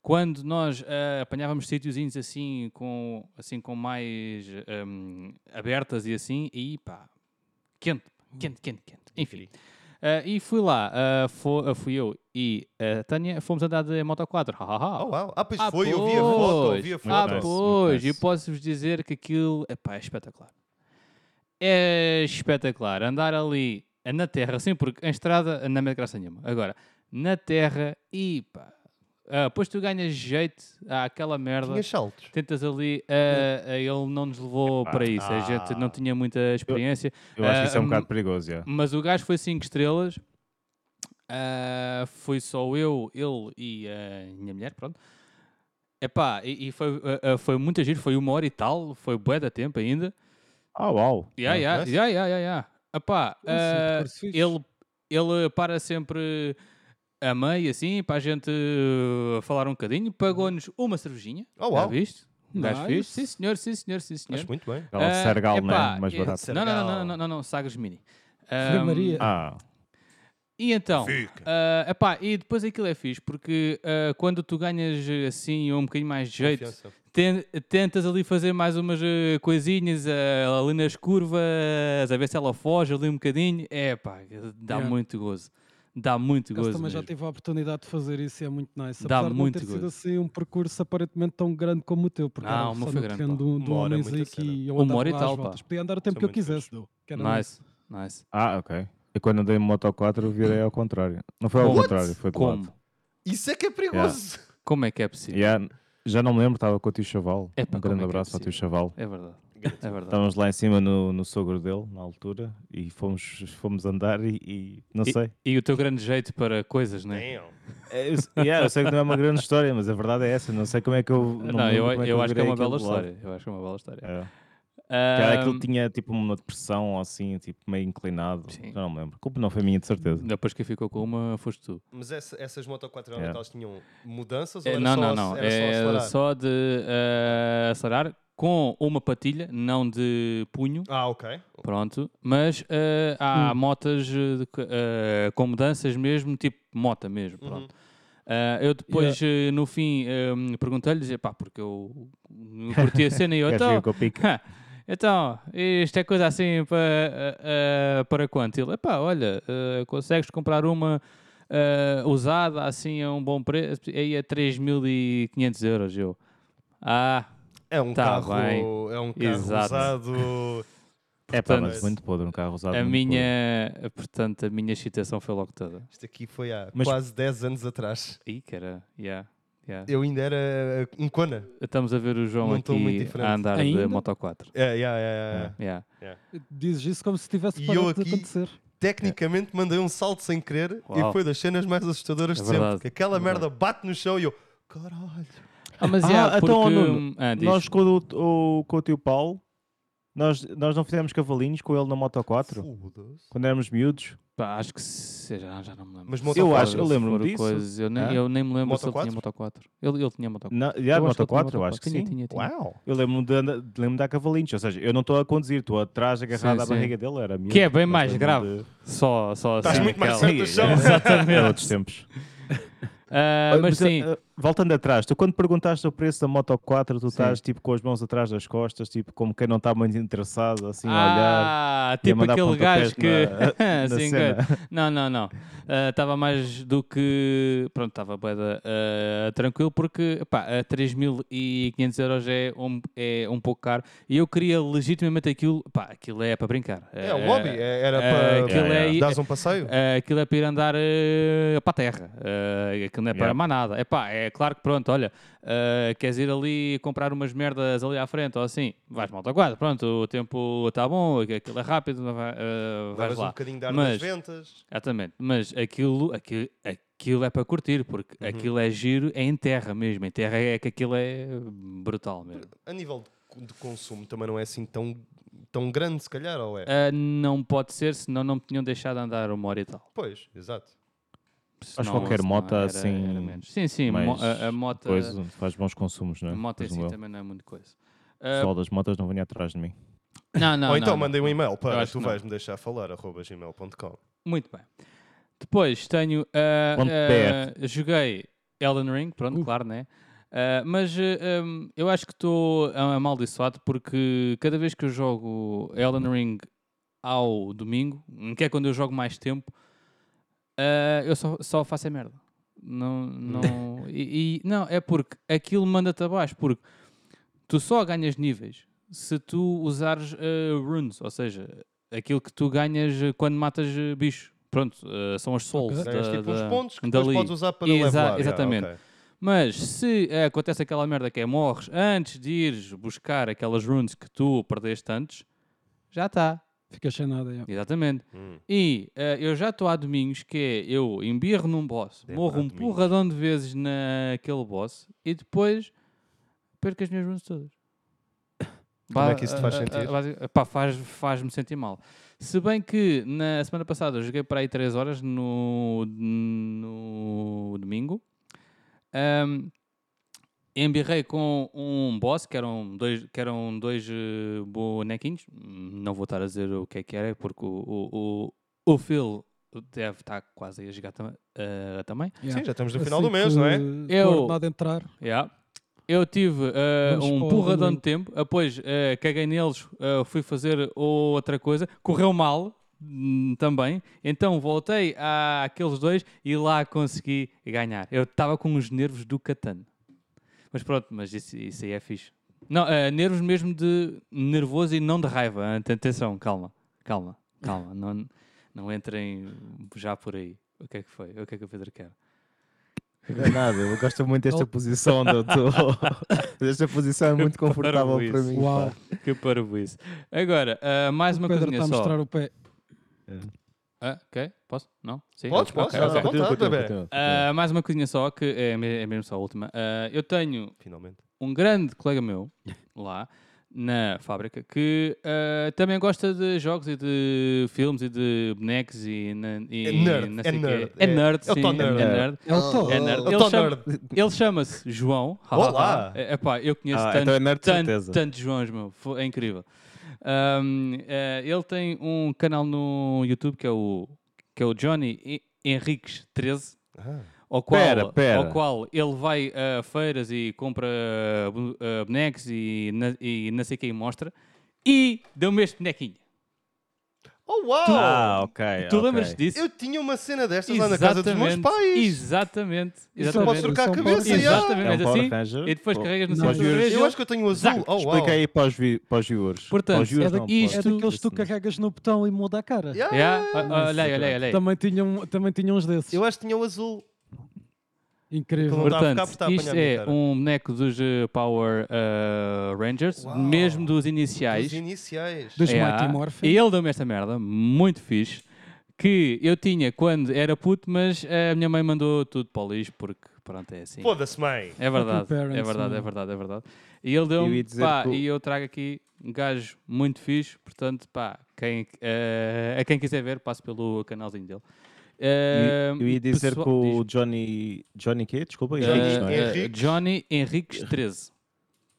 quando nós ah, apanhávamos sítiozinhos assim com, assim com mais ahm, abertas e assim, e pá, quente, quente, quente, quente. Enfim. Ah, e fui lá, ah, fo- ah, fui eu e a Tânia, fomos andar de motoquadro. Ha, ha, ha.
Oh, uau. Ah, pois
Ah,
foi. Eu vi a foto. Eu vi a
pois. Ah,
foto.
Muito
pois. E
nice.
posso-vos dizer que aquilo epá, é espetacular. É espetacular. Andar ali eh, na terra, sim, porque em estrada não é de graça nenhuma. Agora, na terra e pá. ah, pois tu ganhas jeito àquela merda.
Tinha saltos.
Tentas ali, ah, ah, ele não nos levou para isso. A gente
ah.
não tinha muita experiência.
Eu acho que isso é um
Ah,
bocado perigoso, já.
Mas o gajo foi 5 estrelas. Ah, foi só eu, ele e a minha mulher, pronto. Epá, e, e foi, ah, ah, foi muito giro, foi uma hora e tal, foi bué da tempo ainda.
Ah, uau.
Yeah, yeah,
nice.
yeah, yeah, yeah, yeah. Epá,
Isso, um
ah,
percurso fixe.
ele, ele para sempre a meio, assim, para a gente uh, falar um bocadinho. Pagou-nos uma cervejinha.
Oh,
Já
uau.
viste? Um gajo
Nice.
fixe. Sim, senhor, sim, senhor, sim, senhor.
Acho muito bem.
Ela
Ah,
Sergal, né?
epá,
Mais
é-
barato.
Não, não, não, não,
Sergal.
não, não, não, Sagres Mini.
Ave
Ahm,
Maria.
Ah,
E então,
Fica.
ah, epá, e depois aquilo é fixe, porque ah, quando tu ganhas eh, assim um bocadinho mais de jeito,
Confiança.
ten- tentas ali fazer mais umas eh, coisinhas ah, ali nas curvas, a ver se ela foge ali um bocadinho. É pá, dá
Yeah.
muito gozo. Dá muito
Por acaso
gozo.
também já
é?
mesmo.
tive a oportunidade de fazer isso e é muito nice.
Dá
Apesar de não ter
muito
sido
gozo.
assim um percurso aparentemente tão grande como o teu, porque
Não,
era
o meu
só no
foi grande,
terreno
pá.
de um, de um
Uma hora é
homenzinho
muita cena.
e eu
Uma
andava
hora e
lá
tal,
às
pá.
voltas. Podia andar o tempo
São
que eu
muito fixe.
quisesse. meu, que era
Nice, nice.
ah, ok. Eu quando andei em Moto 4 virei ao contrário. Não foi ao
What?
contrário, foi do
Como?
lado.
Isso é que é perigoso.
Como é que é possível?
Yeah, já não me lembro, estava com o tio Chaval.
Epá,
um
como é
grande
que é
abraço ao tio
possível?
Chaval.
É verdade. É verdade.
Estávamos lá em cima no, no sogro dele, na altura, e fomos, fomos andar e, e não sei.
E o teu grande jeito para coisas, não é?
Damn.
É, Eu, yeah, eu sei que não é uma grande história, mas a verdade é essa. Não sei como é que eu. Não, me
Não,
lembro
eu,
como
eu acho que é
virei
uma bela
aquilo de lado.
história. Eu acho que é uma bela história.
É. Cara, aquilo
Ahm,
tinha tipo uma depressão assim, tipo meio inclinado.
Sim.
Já não me lembro. A culpa não foi minha, de certeza.
Depois que ficou com uma, foste tu.
Mas essa, essas Moto 4
Yeah.
elas tinham mudanças?
É,
ou era
não,
só,
não,
ac-
não.
Era
É
só
só,
acelerar?
de eh, acelerar com uma patilha, não de punho.
Ah, ok.
Pronto. Mas eh,
Hum.
há motas eh, de que- eh, com mudanças mesmo, tipo mota mesmo. Pronto. Ah, eu depois, eh, no fim, eh, perguntei-lhes, epá, porque eu não curti a cena e eu,
Queres
então,
vir com o pico?
"Ha, então, isto é coisa assim para, ah, ah, para quanto? Ele, epá, olha, ah, consegues comprar uma ah, usada assim a um bom preço, aí é 3.500 euros, eu. Ah,
É um
Tá
carro,
bem.
é um carro
Exato.
usado.
É pá, mas
Portanto,
muito podre, um carro usado.
a
muito
minha, portanto, a minha excitação foi logo toda.
Isto aqui foi há
Mas-
quase 10 anos atrás.
Ih, cara, yeah, yeah.
Eu ainda era eh, um Kona.
Estamos a ver o João
Não estou muito
aqui
diferente.
a andar de
Ainda?
Moto 4.
É, yeah, yeah, yeah, yeah.
Yeah.
nice. Dizes isso como se tivesse
E
parado
eu
de
aqui-
acontecer.
Tecnicamente mandei um salto sem querer
Uau.
e foi das cenas mais assustadoras
É
de sempre.
verdade,
Que aquela
é
merda bate no chão e eu, caralho.
Ah, mas
Ah,
yeah,
então,
porque...
Nuno,
ah,
podre.
diz.
Nós com o, o- com o tio Paulo, nós, nós não fizemos cavalinhos com ele na Moto 4
Foda-se.
quando éramos miúdos.
Pá, acho que se, já, já não me lembro.
Mas Moto
Eu
4,
acho, eu
Se
lembro-me
for
disso.
coisas, eu, nem,
Hã?
eu nem me lembro
é? Moto
se ele tinha
4?
Moto 4. Ele, ele tinha Moto 4.
Na, já,
Eu acho que
Moto
ele tinha
4, eu
Moto
acho que
Tinha,
sim.
tinha, tinha.
Uau.
Eu lembro-me de, andar- de- lembro-me de dar cavalinhos, ou seja, eu não estou a conduzir, estou atrás agarrado
Sim,
à
sim.
barriga dele, era miúdo,
Que é bem
mas
mais
lembro-me
grave.
de-
Só, só
Estás
assim.
Tá muito mais
aquela-
certo do
Sim,
chão.
Era
Exatamente.
É outros tempos.
Ah,
Olha,
mas sim,
ah, voltando atrás, tu quando perguntaste o preço da Moto 4, tu estás tipo com as mãos atrás das costas, tipo como quem não está muito interessado, assim a olhar.
Ah,
e a
tipo
mandar
aquele
pontapés
gajo que.
na- na
Sim,
cena.
gajo. Não, não, não. Estava mais do que. Pronto, estava bem ah, tranquilo porque pá, ah, 3.500 euros é um, é um pouco caro e eu queria legitimamente aquilo. Pá, aquilo é para brincar.
É um hobby,
é.
é- era
é,
para
aquilo
para
é-
dares um passeio.
Ah, aquilo é para ir andar ah, para a terra, Ah, aquilo não é para
Yeah.
mais nada. É pá, é claro que pronto, olha, ah, queres ir ali comprar umas merdas ali à frente ou assim, vais mal quadro, pronto, o tempo está bom, aquilo é rápido, não vai- ah, vais
Davas um
lá.
bocadinho de ar
Mas-
nas ventas.
Exatamente, mas aquilo, aquilo, aquilo é para curtir, porque
Uhum.
aquilo é giro, é em terra mesmo, em terra é que aquilo é brutal mesmo.
A nível de, de consumo também não é assim tão, tão grande, se calhar, ou é?
Ah, não pode ser, senão não me tinham deixado andar uma hora e tal.
Pois, exato.
Senão-
qualquer
senão
moto
era-
assim,
era menos. Sim, sim, mo-
mais
a, a moto.
Pois, um, faz bons consumos, não é?
A moto em
Presumo
si
eu.
também não é muito coisa.
O pessoal das motas não venha atrás de mim.
Não, não.
ou então
não, não.
mandei um e-mail para
acho que
tu
não.
vais me deixar falar, arroba gmail.com.
Muito bem. Depois tenho. ah,
Ponto
ah, joguei Elden Ring, pronto,
Uh.
claro, né? Ah, mas ah, hum, eu acho que estou ah, amaldiçoado porque cada vez que eu jogo Elden Ring ao domingo, que é quando eu jogo mais tempo, ah, eu só, só faço a merda. Não, não, e, e- não, é porque aquilo manda-te abaixo, porque tu só ganhas níveis se tu usares ah, runes, ou seja, aquilo que tu ganhas eh, quando matas eh, bicho. Pronto, eh, são as souls.
Ganhas
da-
tipo uns
da-
pontos que
dali.
depois podes usar para
Exa-
levelar. já,
exatamente.
ok.
Mas se eh, acontece aquela merda que é morres antes de ires buscar aquelas runes que tu perdeste antes, já está.
Ficas sem nada. é.
Exatamente.
Hum.
E eh, eu já estou há domingos que é eu embirro num boss,
É,
morro
há
um
domingos.
porradão de vezes naquele boss e depois perco as minhas runes todas.
Como é que isso te faz
ah, ah,
sentir?
ah, basi- pá, faz, faz-me sentir mal. Se bem que na semana passada eu joguei para aí 3 horas no, no domingo. Ahm, Embirrei com um boss que eram dois, que eram dois eh, bonequinhos. Não vou estar a dizer o que é que era, porque o, o, o, o Phil deve estar quase aí a jogar tam- eh, também.
Sim, já estamos no final
Assim
do mês, não é?
Eu-
Eu. Ordenado entrar.
Yeah. Eu tive eh,
Vamos para
um
o
porradão de
domingo.
tempo, depois eh, caguei neles, eh, fui fazer outra coisa, correu mal hum, também, então voltei à- àqueles dois e lá consegui ganhar. Eu estava com os nervos do Catano. Mas pronto, mas isso, isso aí é fixe. Não, eh, nervos mesmo de nervoso e não de raiva. eh, Atenção, calma, calma, calma. não, não entrem já por aí. O que é que foi? O que é que o Pedro quer?
Não é nada, eu gosto muito desta posição onde eu estou. Esta posição é muito confortável
Oh. Para
para
isso.
mim. pá.
Uau.
Que parvo isso. Agora, ah, mais
o
uma
Pedro
coisinha
está a
só.
mostrar o pé.
Ah, ok, posso? Não? Sim?
Podes, podes,
Ok,
estás
ok.
à vontade, bebê.
Ah, mais uma coisinha só, que é, me- é mesmo só a última. Ah, eu tenho
Finalmente.
um grande colega meu lá na fábrica que ah, também gosta de jogos e de filmes e de bonecos e, na- e
É nerd,
não
é
sei o quê.
nerd.
É
É-
nerd,
é o
sim,
Tom Nerd.
é nerd.
É
Ah,
o Thor.
É nerd.
Eu
Ele
tô
chama-
nerd.
Ele chama-se João.
Olá.
É, epá, eu conheço
Ah,
tanto,
então é nerd de
tanto,
certeza.
tanto Joões, meu. Fo- É incrível. Ahm, eh, ele tem um canal no YouTube que é o, que é o Johnny Hen- Henriques 13.
Ah.
Ao qual,
Pera, pera.
ao qual ele vai a feiras e compra ah, bo- ah, bonecos e, na, e não sei quem mostra. E deu-me este bonequinho.
Oh, uau!
Ah, ok.
É,
tu
ok.
lembras disso?
Eu tinha uma cena destas lá na casa dos meus pais. é um
Exatamente.
Isso
Só podes
Exatamente.
trocar a
São
cabeça.
Paulo.
já.
É
Exatamente.
um
mas
Power
assim,
Ranger.
e depois
Pô,
carregas no
Não.
centro
Mas
da
Eu acho que eu tenho o azul. Oh, uau!
Explica aí para os, vi para os viewers.
Portanto,
para os viewers
é
não,
daqui-
para
É
os-
Isto-
daqueles que tu carregas no botão e muda a cara.
Yeah.
Yeah, o- olha aí, olha aí, olha aí.
Também tinham, também tinham uns desses.
Eu acho que tinha o azul.
Incrível.
Aquele- Não dá, porque há por estar a
Portanto, isto
apanhar a minha
é
cara.
um boneco dos eh, Power eh, Rangers,
Uau.
mesmo dos iniciais.
Os iniciais.
Dos
É,
Mighty
E
Morphin.
ele deu-me esta merda, muito fixe, que eu tinha quando era puto, mas eh, a minha mãe mandou tudo para o lixo, porque pronto, é assim.
Foda-se, mãe.
É verdade,
Fucking parents,
é verdade, é
mano.
verdade, é verdade. E ele
Eu
deu-me,
ia dizer
pá,
que o-
e eu trago aqui um gajo muito fixe, portanto, pá, quem, eh, a quem quiser ver, passe pelo canalzinho dele. Eh,
Eu ia dizer
pessoal-
que o
diz.
Johnny. Johnny quê? Desculpa,
Johnny
Henriques, não é?
Henrique.
Eh,
Henriques.
Johnny Henriques 13.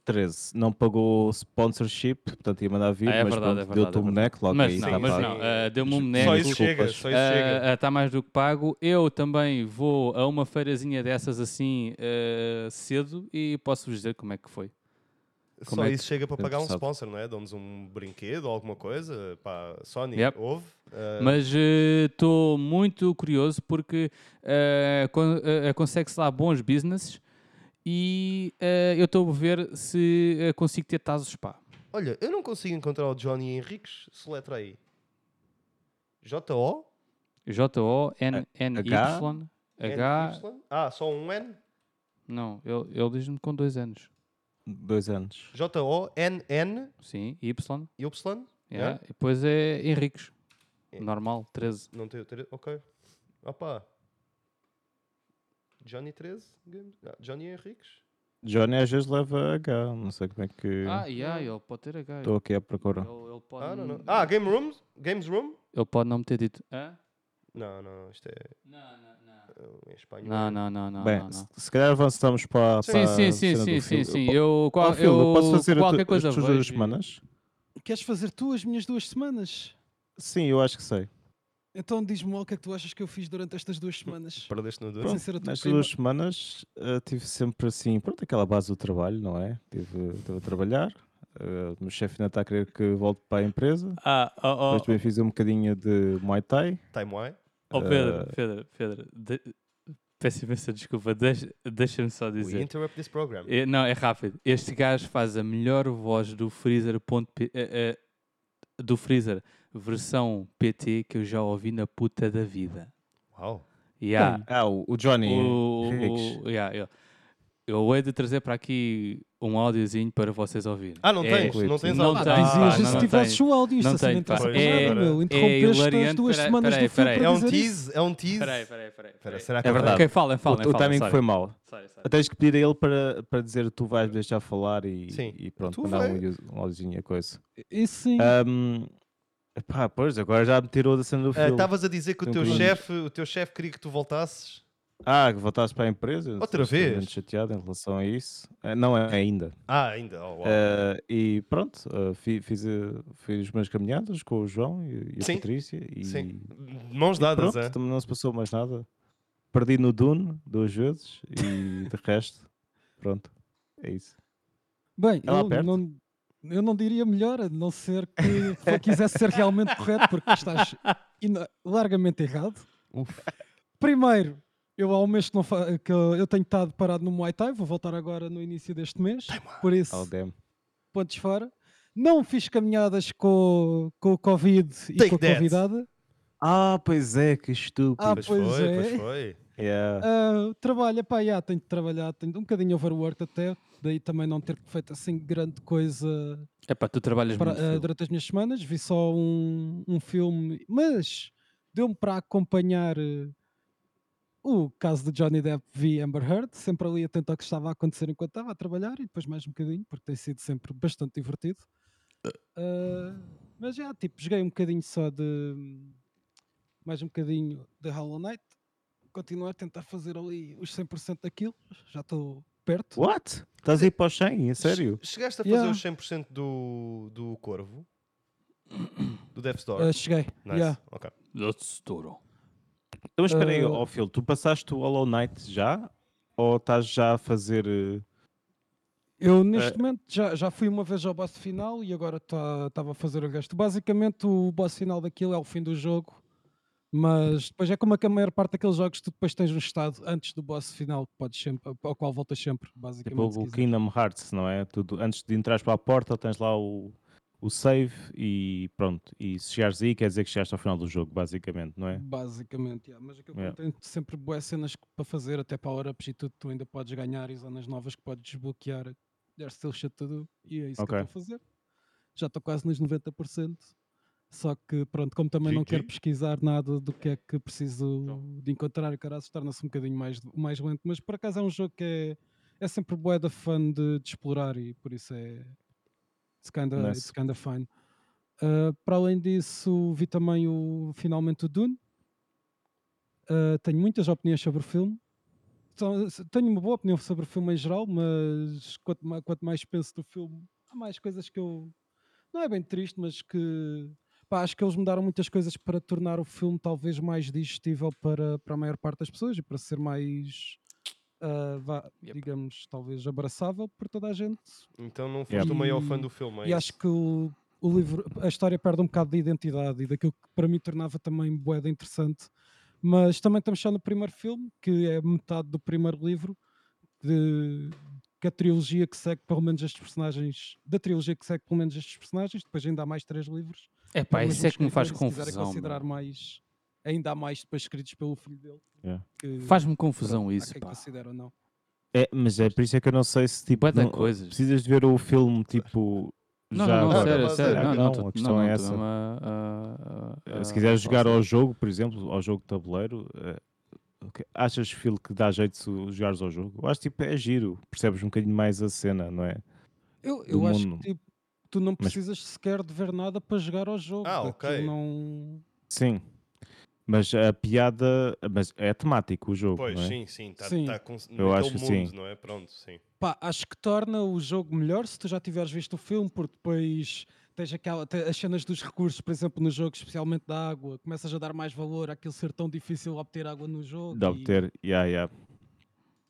13. Não pagou sponsorship, portanto ia mandar vir,
Ah, é
mas
verdade,
pronto,
é verdade,
deu-te
é
um boneco logo
Mas
aí.
não,
tá
mas
pago.
não. eh, Deu-me um
Só
boneco.
isso chega, só isso chega.
Está mais do que pago. Eu também vou a uma feirazinha dessas assim eh, cedo e posso-vos dizer como é que foi. como
Só
é que-
isso chega para pagar um
sabe?
sponsor, não é? Damos um brinquedo ou alguma coisa. Pá, Sony,
Yep.
houve. Ah,
Mas estou muito curioso porque eh, con- eh, consegue-se lá bons businesses e eh, eu estou a ver se eh, consigo ter tazos pá.
Olha, eu não consigo encontrar o Johnny Henriques. Soletra aí. J-O?
J-O-N-N-Y H.
N-Y? Ah, só um N?
Não, ele, ele diz-me com dois anos.
Dois anos.
J-O-N-N-Y?
Sim, Y. Yeah. E depois é Henriques.
É.
Normal, 13.
Não tem o 13? Ok. Opa. Johnny 13? Game- ah, Johnny Henriques?
Johnny às vezes leva H, não sei como é que.
Ah, yeah, ele pode ter H.
Estou aqui à procura.
Ele, ele pode
Ah, não, não.
n-
Ah, Game Room? Games Room?
ele pode não me ter dito. Hã?
Não, não, isto é
Não, não, não.
é em espanhol.
Não, não, não, não.
Bem,
não, não.
se- se calhar avançamos para.
Sim,
para
sim,
a
sim,
cena do
sim, sim,
filme.
sim.
Eu,
Eu, qual,
Ó, Phil, eu posso fazer a
qualquer
tu,
coisa
as tuas duas
vejo e-
semanas?
Queres fazer tu as minhas duas semanas?
Sim, eu acho que sei.
Então diz-me lá o que é que tu achas que eu fiz durante estas duas semanas.
Perdeste no
Sem
duro?
ser a tua
Nestas
prima.
duas semanas eh, tive sempre assim, pronto, aquela base do trabalho, não é? Estive estive a trabalhar, eh, o meu chefe ainda está a querer que volte para a empresa.
Ah, ó,
Depois também fiz um bocadinho de Muay Thai.
Time Y?
oh, Pedro,
eh,
Pedro, Pedro. de- Peço imensa desculpa. deixa- Deixa-me só
We
dizer.
interrupt this program.
É, não, é rápido. Este gajo faz a melhor voz do Freezer. ponto P- eh, eh, do Freezer versão PT que eu já ouvi na puta da vida.
Uau.
Yeah.
Ah, o, o Johnny.
O,
Henriques.
o- yeah, eu, eu hei de trazer para aqui um áudiozinho para vocês ouvirem.
Ah, não
É-
tens? Não tens
Então,
não
áudio?
tenho,
Ah,
pá,
Dizias isso
não
se tivesses
tenho.
o áudio, isto
Não
assim
tenho,
nem está
pá.
É-
meu.
é
Interrompeste as
hilariante.
duas
Peraí,
semanas
peraí,
do filme
peraí.
para
É um
dizer isso.
tease, é um tease.
Peraí, peraí, peraí.
Espera,
peraí.
será que
É
eu
verdade.
tenho?
Ok, falem,
O,
falem.
o
falem,
timing
sorry.
foi mau.
Sorry, sorry.
Tens que pedir a ele para, para dizer tu vais me deixar falar e,
Sim.
e pronto,
Tu
mandar um
vai.
áudio- um áudiozinho a coisa.
Isso sim.
Ah,
Ahm, pá, pois, agora já me tirou da cena do
Ah,
filme.
Estavas a dizer que o
Não
teu
conheço.
chefe, o teu chefe queria que tu voltasses.
Ah, que voltaste para a empresa?
Outra
Estou
vez?
Muito chateado em relação a isso. Ah, Não é ainda.
Ah, ainda. Oh, uau.
Ah, e pronto, ah, fi- fiz, ah, fiz as minhas caminhadas com o João e, e
Sim.
a Patrícia. E,
Sim.
e
De Mãos dadas,
pronto,
é?
também não se passou mais nada. Perdi no Dune duas vezes e de resto, pronto, é isso.
Bem,
é lá
eu
perto?
não, eu não diria melhor, a não ser que se eu quisesse ser realmente correto, porque estás ina- largamente errado. Primeiro, eu há um mês que, não fa- que eu eu tenho estado parado no Muay Thai, vou voltar agora no início deste mês, por isso
Oh, damn.
pontos fora. Não fiz caminhadas com, com o Covid e
Take
com a
that.
convidada.
Ah, pois é, que estúpido.
Ah,
Pois
pois
foi,
é.
pois foi.
Yeah.
Ah, trabalho, pá, já, tenho de trabalhar, tenho um bocadinho overworked até, daí também não ter feito assim grande coisa
Epá, tu trabalhas
para-
muito.
eh,
Phil.
durante as minhas semanas, vi só um, um filme, mas deu-me para acompanhar eh, o caso de Johnny Depp vi Amber Heard, sempre ali atento ao que estava a acontecer enquanto estava a trabalhar e depois mais um bocadinho, porque tem sido sempre bastante divertido. Ah, mas já, tipo, joguei um bocadinho só de. mais um bocadinho de Hollow Knight, continuar a tentar fazer ali os 100% daquilo, já estou perto.
What? Estás aí para o 100? É sério?
Che- Chegaste a fazer
Yeah.
os 100% do, do Corvo? Do Death Store?
Ah, cheguei.
nice.
yeah.
Ok.
Let's touro.
Então, mas espera aí,
Eh,
ó Phil, tu passaste o Hollow Knight já? Ou estás já a fazer. eh,
Eu, neste momento, já, já fui uma vez ao boss final e agora estava a fazer o resto. Basicamente, o boss final daquilo é o fim do jogo, mas depois é como é que a maior parte daqueles jogos tu depois tens um estado antes do boss final que podes sempre, ao qual voltas sempre,
Tipo
basicamente. se
o
quiser.
Kingdom Hearts, não é? Tudo, antes de entrares para a porta, tens lá o, o save e pronto. E se chegares aí, quer dizer que chegaste ao final do jogo, basicamente, não é?
Basicamente, yeah. mas aquilo
Yeah.
tem sempre boas cenas que- para fazer, até para a hora e tudo, tu ainda podes ganhar e zonas novas que podes desbloquear. There's still shit to do, e é isso
Ok.
que eu estou a fazer. Já estou quase nos 90%. Só que, pronto, como também não quero pesquisar nada do que é que preciso
Então.
de encontrar, e caraças, torna-se um bocadinho mais, mais lento. Mas por acaso é um jogo que é, é sempre bué da fun de, de explorar e por isso é. It's kinda,
Nice.
it's kinda fun. Ah, para além disso, vi também o, finalmente o Dune. Ah, tenho muitas opiniões sobre o filme. Então, se- Tenho uma boa opinião sobre o filme em geral, mas quanto ma- quanto mais penso do filme, há mais coisas que eu não é bem triste, mas que pá, acho que eles mudaram muitas coisas para tornar o filme talvez mais digestível para, para a maior parte das pessoas e para ser mais, ah, vá,
Yep.
digamos, talvez abraçável por toda a gente.
Então não foste
Yeah.
o maior fã
E-
do filme, é
e
isso?
acho que o, o livro, a história perde um bocado de identidade e daquilo que para mim tornava também boeda interessante. Mas também estamos só no primeiro filme, que é metade do primeiro livro, de, que a trilogia que segue pelo menos estes personagens, da trilogia que segue pelo menos estes personagens, depois ainda há mais três livros
Epá,
pelo
isso é
mesmo
que me faz
escritor, e se quiserem
confusão.
considerar
meu.
mais, ainda há mais depois escritos pelo filho dele.
Yeah.
que-
Faz-me
pronto,
confusão
há
isso,
quem
pá.
considera ou não.
É, mas é por isso é que eu não sei se tipo.
Bué da
não-
coisas.
Precisas de ver o filme tipo.
Não,
já
não, não,
agora.
sério,
Não,
sério.
não,
Não,
não,
não, tu-
a questão
não,
é
não, tu
essa. Eh,
dá-me a- a- a-
se quiseres
a-
jogar ao jogo, por exemplo, ao jogo de tabuleiro, eh, o que- achas, Phil, que dá jeito se jogares ao jogo? Eu acho tipo é giro, percebes um bocadinho mais a cena, não é?
Eu,
do
eu acho
mundo.
que tipo, tu não
Mas-
precisas sequer de ver nada para jogar ao jogo.
Ah,
aquilo
ok.
Não...
Sim. Mas a piada, mas é temático o jogo,
Pois,
não é?
sim, sim. Está
Sim.
tá com naquele
acho que
mundo,
sim.
não é? Pronto, sim.
Pá, acho que torna o jogo melhor se tu já tiveres visto o filme, porque depois tens aquela, te- as cenas dos recursos, por exemplo, no jogo, especialmente da água, começas a dar mais valor àquilo ser tão difícil obter água no jogo.
De
e-
obter, yeah, yeah.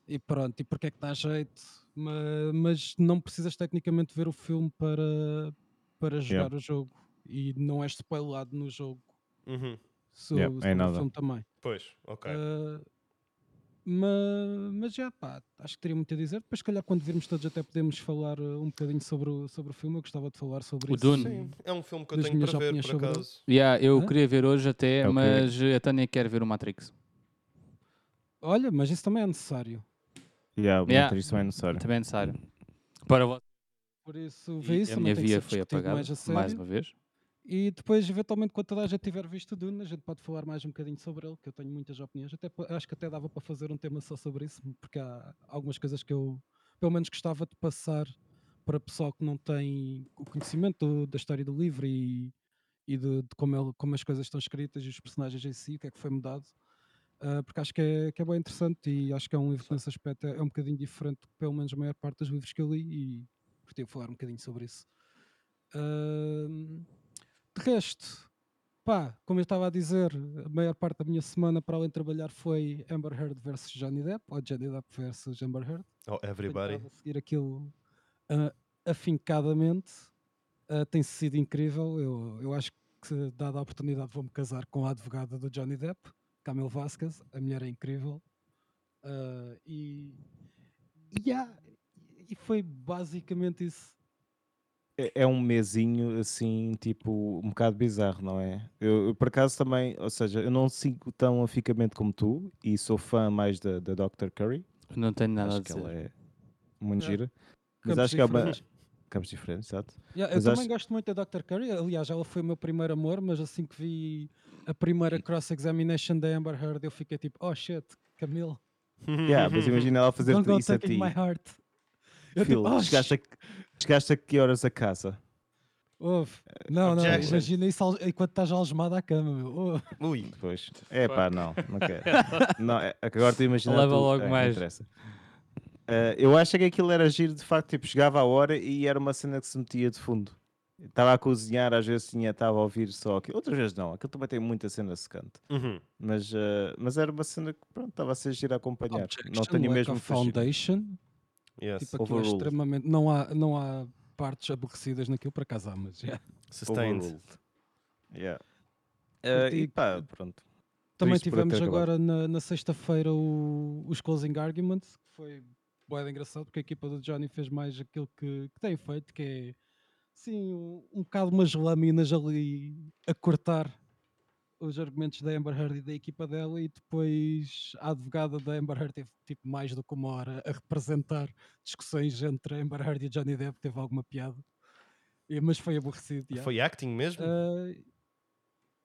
E pronto, e porque é que dá jeito? Ma- Mas, não precisas tecnicamente ver o filme para, para jogar
Yeah.
o jogo. E não és spoilado no jogo.
Uhum.
Se,
Yeah,
o-
em
se não ver o
nada.
filme também.
Pois, ok.
Ah, ma- mas já pá, acho que teria muito a dizer. Depois, se calhar, quando virmos todos, até podemos falar ah, um bocadinho sobre o, sobre o filme. Eu gostava de falar sobre
O
isso.
Dune.
Sim, é um filme que eu
das
tenho
minhas
para ver,
opiniões
por
sobre ele.
acaso.
Yeah, eu
Hã?
queria ver hoje até,
É o quê?
mas a Tânia quer ver o Matrix.
Olha, mas isso também é necessário.
Yeah, o
Yeah.
Matrix também é necessário.
Também é necessário. para vocês.
Por isso, vê isso.
a
não
minha
tem que
via
ser
foi
discutido
apagada,
Mais, a
mais,
sério.
uma vez.
E depois, eventualmente, quando toda a gente tiver visto o Dune, a gente pode falar mais um bocadinho sobre ele, que eu tenho muitas opiniões. Até, po- acho que até dava para fazer um tema só sobre isso, porque há algumas coisas que eu, pelo menos, gostava de passar para pessoal que não tem o conhecimento do- da história do livro e, e de, de como, ele- como as coisas estão escritas e os personagens em si, o que é que foi mudado. Ah, porque acho que é, que é bem interessante e acho que é um livro que, nesse aspecto, é, é um bocadinho diferente, pelo menos, a maior parte dos livros que eu li e gostaria de falar um bocadinho sobre isso. Ahm, de resto, pá, como eu estava a dizer, a maior parte da minha semana para além de trabalhar foi Amber Heard versus Johnny Depp, ou Johnny Depp versus Amber Heard.
Oh,
Tenho
everybody.
estado a seguir aquilo ah, afincadamente. Ah, tem sido incrível. Eu, eu acho que, dada a oportunidade, vou-me casar com a advogada do Johnny Depp, Camille Vasquez. A mulher é incrível. Ah, e, e, há- e foi basicamente isso.
É- É um mesinho assim, tipo, um bocado bizarro, não é? Eu, eu, por acaso também, ou seja, eu não sigo tão aficamente como tu e sou fã mais da, da Dr. Curry.
Não tenho nada a
acho que
dizer.
ela é muito
É.
gira. Mas
Campos
acho que é uma.
diferentes.
Campos diferentes, exato.
Yeah, eu
Mas
também
acho-
gosto muito da Dr. Curry. Aliás, ela foi o meu primeiro amor, mas assim que vi a primeira cross-examination da Amber Heard, eu fiquei tipo, oh shit, Camille,
Yeah, mas imagina ela fazer
don't go
isso a
taking
ti.
my heart. Eu
Phil,
tipo, oh,
chegaste,
shit,
a, chegaste a que horas a casa?
ouve. Não, não,
Objection.
imagina isso al- enquanto estás algemado à cama, meu. ouve.
Ui.
Pois. É pá, não, não quero. não, é, é que agora tu imaginas.
Leva
tu-
logo
é, não
mais.
interessa. Eh, eu acho que aquilo era giro, de facto, tipo, chegava à hora e era uma cena que se metia de fundo. Estava a cozinhar, às vezes tinha, estava a ouvir só aquilo. Outras vezes não, aquilo também tem muita cena secante.
Uhum.
Mas, eh, mas era uma cena que, pronto, estava a ser giro a acompanhar. não
Objection,
tenho
é um lack
mesmo
of
que fugir.
foundation.
Yes.
Tipo, aquilo é
Overruled.
extremamente. Não há, não há partes aborrecidas naquilo para casar, mas. yeah.
Sustained.
Overruled. Yeah. Eh, e
digo-
pá, pronto.
Também
Triste por ele
tivemos
ter acabado.
agora na, na sexta-feira o- os closing arguments, que foi bué de engraçado, porque a equipa do Johnny fez mais aquilo que, que tem feito, que é, sim, um, um bocado umas lâminas ali a cortar os argumentos da Amber Heard e da equipa dela, e depois a advogada da Amber Heard teve tipo mais do que uma hora a representar discussões entre a Amber Heard e Johnny Depp, teve alguma piada, E- mas foi aborrecido. yeah.
Foi acting mesmo?
Ah,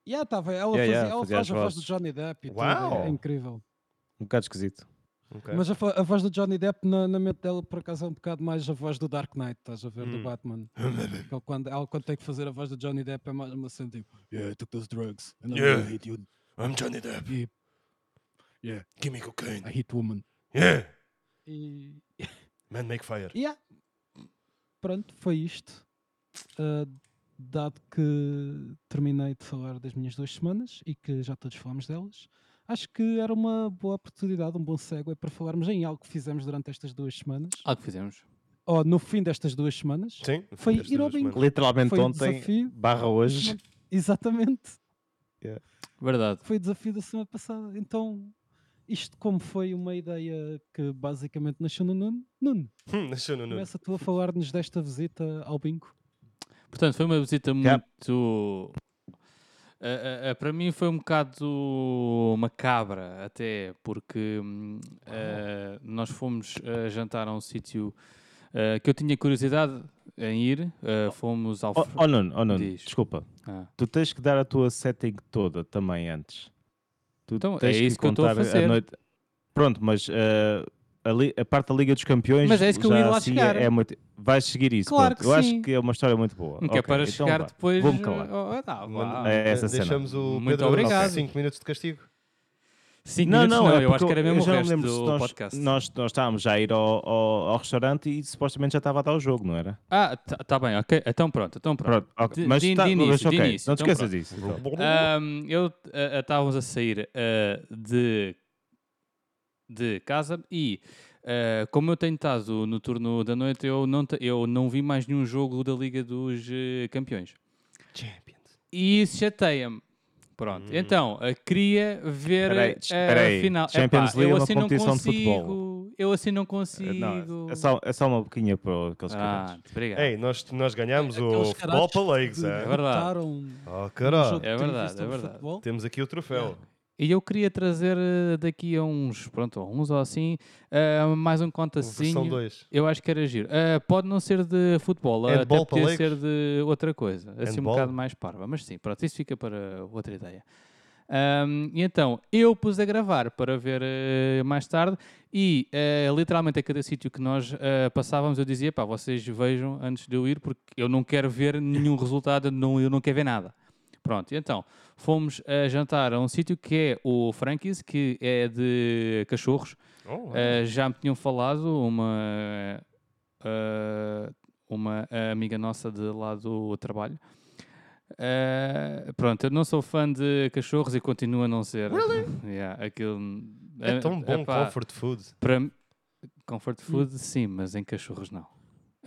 yeah, tava, ela,
Yeah,
fazia,
yeah,
ela
fazia
faz
as
a voz do
vozes.
Johnny Depp e tudo,
Uau!
é, é incrível.
Um bocado esquisito.
Ok.
Ah, Mas a, fo- a voz do Johnny Depp na, na mente dela por acaso é um bocado mais a voz do Dark Knight, estás a ver,
Hum.
do Batman. Ele quando, ela quando tem que fazer a voz do Johnny Depp é mais uma cena tipo Yeah, I took those drugs and I
Yeah.
really hit you.
I'm Johnny Depp.
Yeah,
Give me cocaine.
I hit woman.
Yeah.
E,
Man make fire.
Yeah. Pronto, foi isto. Ah, dado que terminei de falar das minhas duas semanas e que já todos falámos delas, acho que era uma boa oportunidade, um bom segue para falarmos em algo que fizemos durante estas duas semanas,
Ah.
Algo Ah, que fizemos.
ou no fim destas duas semanas.
Sim.
Foi
estas
ir ao
duas
bingo.
semanas.
Literalmente
Foi um
ontem,
desafio.
barra hoje.
Exatamente,
Verdade.
foi o desafio da semana passada. Então, isto como foi uma ideia que basicamente nasceu no Nuno, Nuno,
Hum, Nasceu no Nuno.
começa tu a falar-nos desta visita ao bingo.
Portanto, foi uma visita
Yeah.
muito. a- a- a- para mim foi um bocado macabra, até, porque hum, a- nós fomos a jantar a um sítio a, que eu tinha curiosidade em ir. a, fomos ao.
Oh,
Fr-
oh Nuno, oh, Nuno,
Diz.
desculpa.
Ah.
Tu tens que dar a tua setting toda também antes. Tu
Então, é
tens
isso que eu estou a
contar
fazer.
noite- Pronto, mas eh, a, li- a parte da Liga dos Campeões.
Mas é isso que eu
já
ia lá
assim
chegar.
É, é muito... Vais seguir isso.
Claro
pronto.
que
eu
sim.
acho que é uma história muito boa.
Que é
Ok,
para
então
chegar
vá.
depois.
Vou-me calar.
Oh, oh,
Ah,
tá, vá.
Manda-
É essa cena.
Deixamos o
Muito
Pedro
obrigado.
5 minutos de castigo.
Cinco minutos, não, eu
porque
acho que era mesmo o
já É. não
resto
lembro se
do
nós,
podcast.
Nós, nós estávamos já a ir ao, ao- ao restaurante e supostamente já estava a dar o jogo, não era?
Ah, tá, tá bem, ok. Então pronto, então pronto.
Pronto, ok.
De-
mas,
de-
tá-
de
mas
início, de
ok,
início,
não te
então
esqueças
pronto.
disso. então.
Ahm, eu ah, ah, estávamos a sair ah, de, de casa e ah, como eu tenho estado no turno da noite, eu não, te- eu não vi mais nenhum jogo da Liga dos eh, Campeões.
Champions.
E isso chateia-me. Pronto, então, ah, queria ver
Hum. Espera aí,
ah,
espera
a
aí.
final.
Champions
Epá,
League
eu
é uma
assim não
competição de
consigo.
futebol.
Eu assim não consigo.
Não, é, só, é só uma boquinha para aqueles
ah,
ah.
obrigado.
Ei, nós, nós ganhámos o
É, Aqueles
futebol
caralhos
para leigos,
que
é?
verdade.
botaram um
Oh,
jogo
caralho.
de
É
tênis
verdade, é
sobre
verdade.
futebol.
Temos aqui o troféu.
E eu queria trazer eh, daqui a uns, pronto, a uns ou assim, eh, mais um
Versão
contacinho.
2.
Eu acho que era giro. Eh, pode não ser de futebol, eh,
Handball
até podia
palecos?
ser de outra coisa. Assim um
Handball?
bocado mais parva. Mas sim, pronto, isso fica para outra ideia. Ahm, e então, eu pus a gravar para ver eh, mais tarde e eh, literalmente a cada sítio que nós eh, passávamos eu dizia, pá, vocês vejam antes de eu ir porque eu não quero ver nenhum resultado, não, eu não quero ver nada. Pronto, e então, fomos a jantar a um sítio que é o Frankie's, que é de cachorros.
É,
Eh, já me tinham falado uma, eh, uma amiga nossa de lá do trabalho. Eh, pronto, eu não sou fã de cachorros e continuo a não ser. Yeah, aquilo, eh,
É tão bom
epá,
comfort Hum. food.
Para, m- comfort food, sim, mas em cachorros não.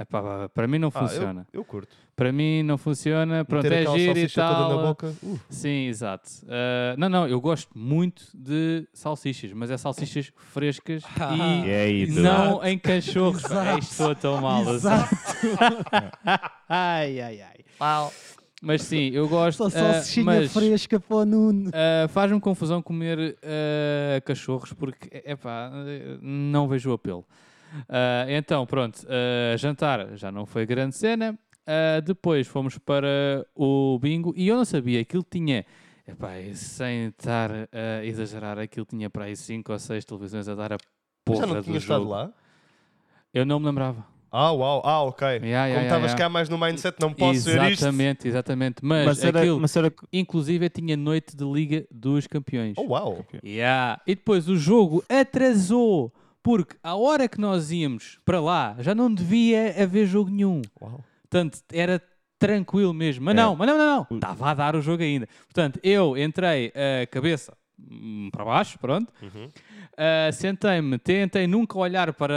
Epá, para mim não
Ah, eu-
funciona.
eu, curto.
Para mim não funciona. Pronto,
Meter
é
aquela
giro e
salsicha toda
tal.
na boca. Uh,
Sim, exato. Ah, não, não, eu gosto muito de salsichas, mas é salsichas frescas
Ah, é
e
é
aí,
não em cachorros. Ai, Estou tão mal. assim.
Exato.
ai, ai, ai. Mas sim, eu gosto.
Só
ah,
salsichinha
mas,
fresca para o Nuno.
ah, Faz-me confusão comer ah, cachorros porque, epá, eh, não vejo o apelo. Ah, então, pronto, ah, jantar já não foi grande cena. Ah, depois fomos para o bingo e eu não sabia que ele tinha, epá, e sem estar a exagerar, aquilo tinha para aí 5 ou 6 televisões a dar a
mas já
porra
não
do
tinha estado
jogo.
lá?
Eu não me lembrava.
Ah, uau. Ah, ok.
Yeah, yeah,
Como
yeah,
estavas
yeah.
cá mais no mindset, não posso ser isto.
exatamente, exatamente. Mas,
Mas era,
aquilo,
mas era
inclusive, eu tinha noite de Liga dos Campeões.
Oh, uau.
Yeah. E depois o jogo atrasou, porque à hora que nós íamos para lá já não devia haver jogo nenhum.
Uau.
Portanto, era tranquilo mesmo. Mas não, mas não, não, não. Estava a dar o jogo ainda. Portanto, eu entrei a cabeça hum, para baixo, pronto. Ah, Sentei-me, tentei nunca olhar para.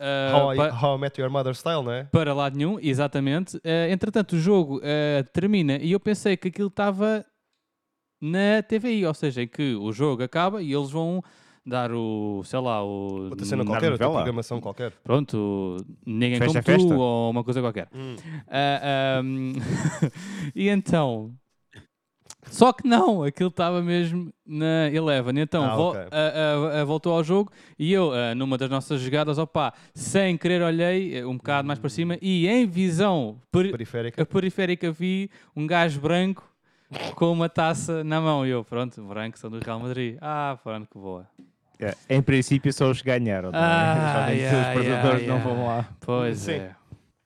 ah,
How, I,
pa-
how I Met Your Mother Style, não é?
para lado nenhum, exatamente. Eh, entretanto, o jogo eh, termina e eu pensei que aquilo estava na TVI, ou seja, em que o jogo acaba e eles vão dar o, sei lá, o.
Outra cena
na-
qualquer, outra
novela.
programação qualquer.
Pronto, ninguém
Festa,
como
festa.
tu ou uma coisa qualquer. Ah, ahm, e então. Só que não, aquilo estava mesmo na Eleven. Então
Ah,
vo-
ok.
ah, ah, ah, voltou ao jogo e eu, ah, numa das nossas jogadas, opá, sem querer olhei eh, um bocado mais para cima e em visão per-
Periférica.
a periférica vi um gajo branco com uma taça na mão. E eu, pronto, branco, são do Real Madrid. Ah, pronto, que boa.
É, em princípio só os que ganharam. não é?
Ah,
Geralmente
yeah,
os perdedores
yeah,
não
yeah.
vão lá.
Pois
Sim.
é,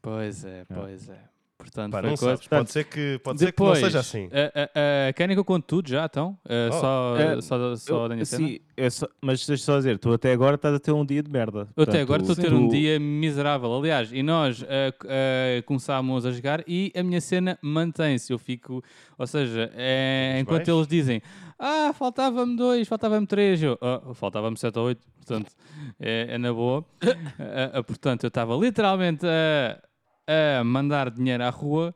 pois é, pois é. Portanto,
Pá,
foi
não
coisa.
sabes. Pode ser que, pode ser que não
Depois,
seja assim.
ah, ah, ah, querem que eu conte tudo já, então? Ah,
Oh.
só,
Eh,
só, só da minha cena?
sim, é só- mas deixa só dizer, tu até agora estás a ter um dia de merda.
Eu até agora estou a
Portanto,
ter um
tu-
dia miserável. Aliás, e nós ah, c- ah, começámos a jogar e a minha cena mantém-se. Eu fico, ou seja, é,
Mas
enquanto
vais?
eles dizem ah, faltava-me dois, faltava-me três, eu, "Ah, faltava-me sete ou oito, portanto, é, é na boa. Ah, ah, portanto, eu estava literalmente a, a mandar dinheiro à rua.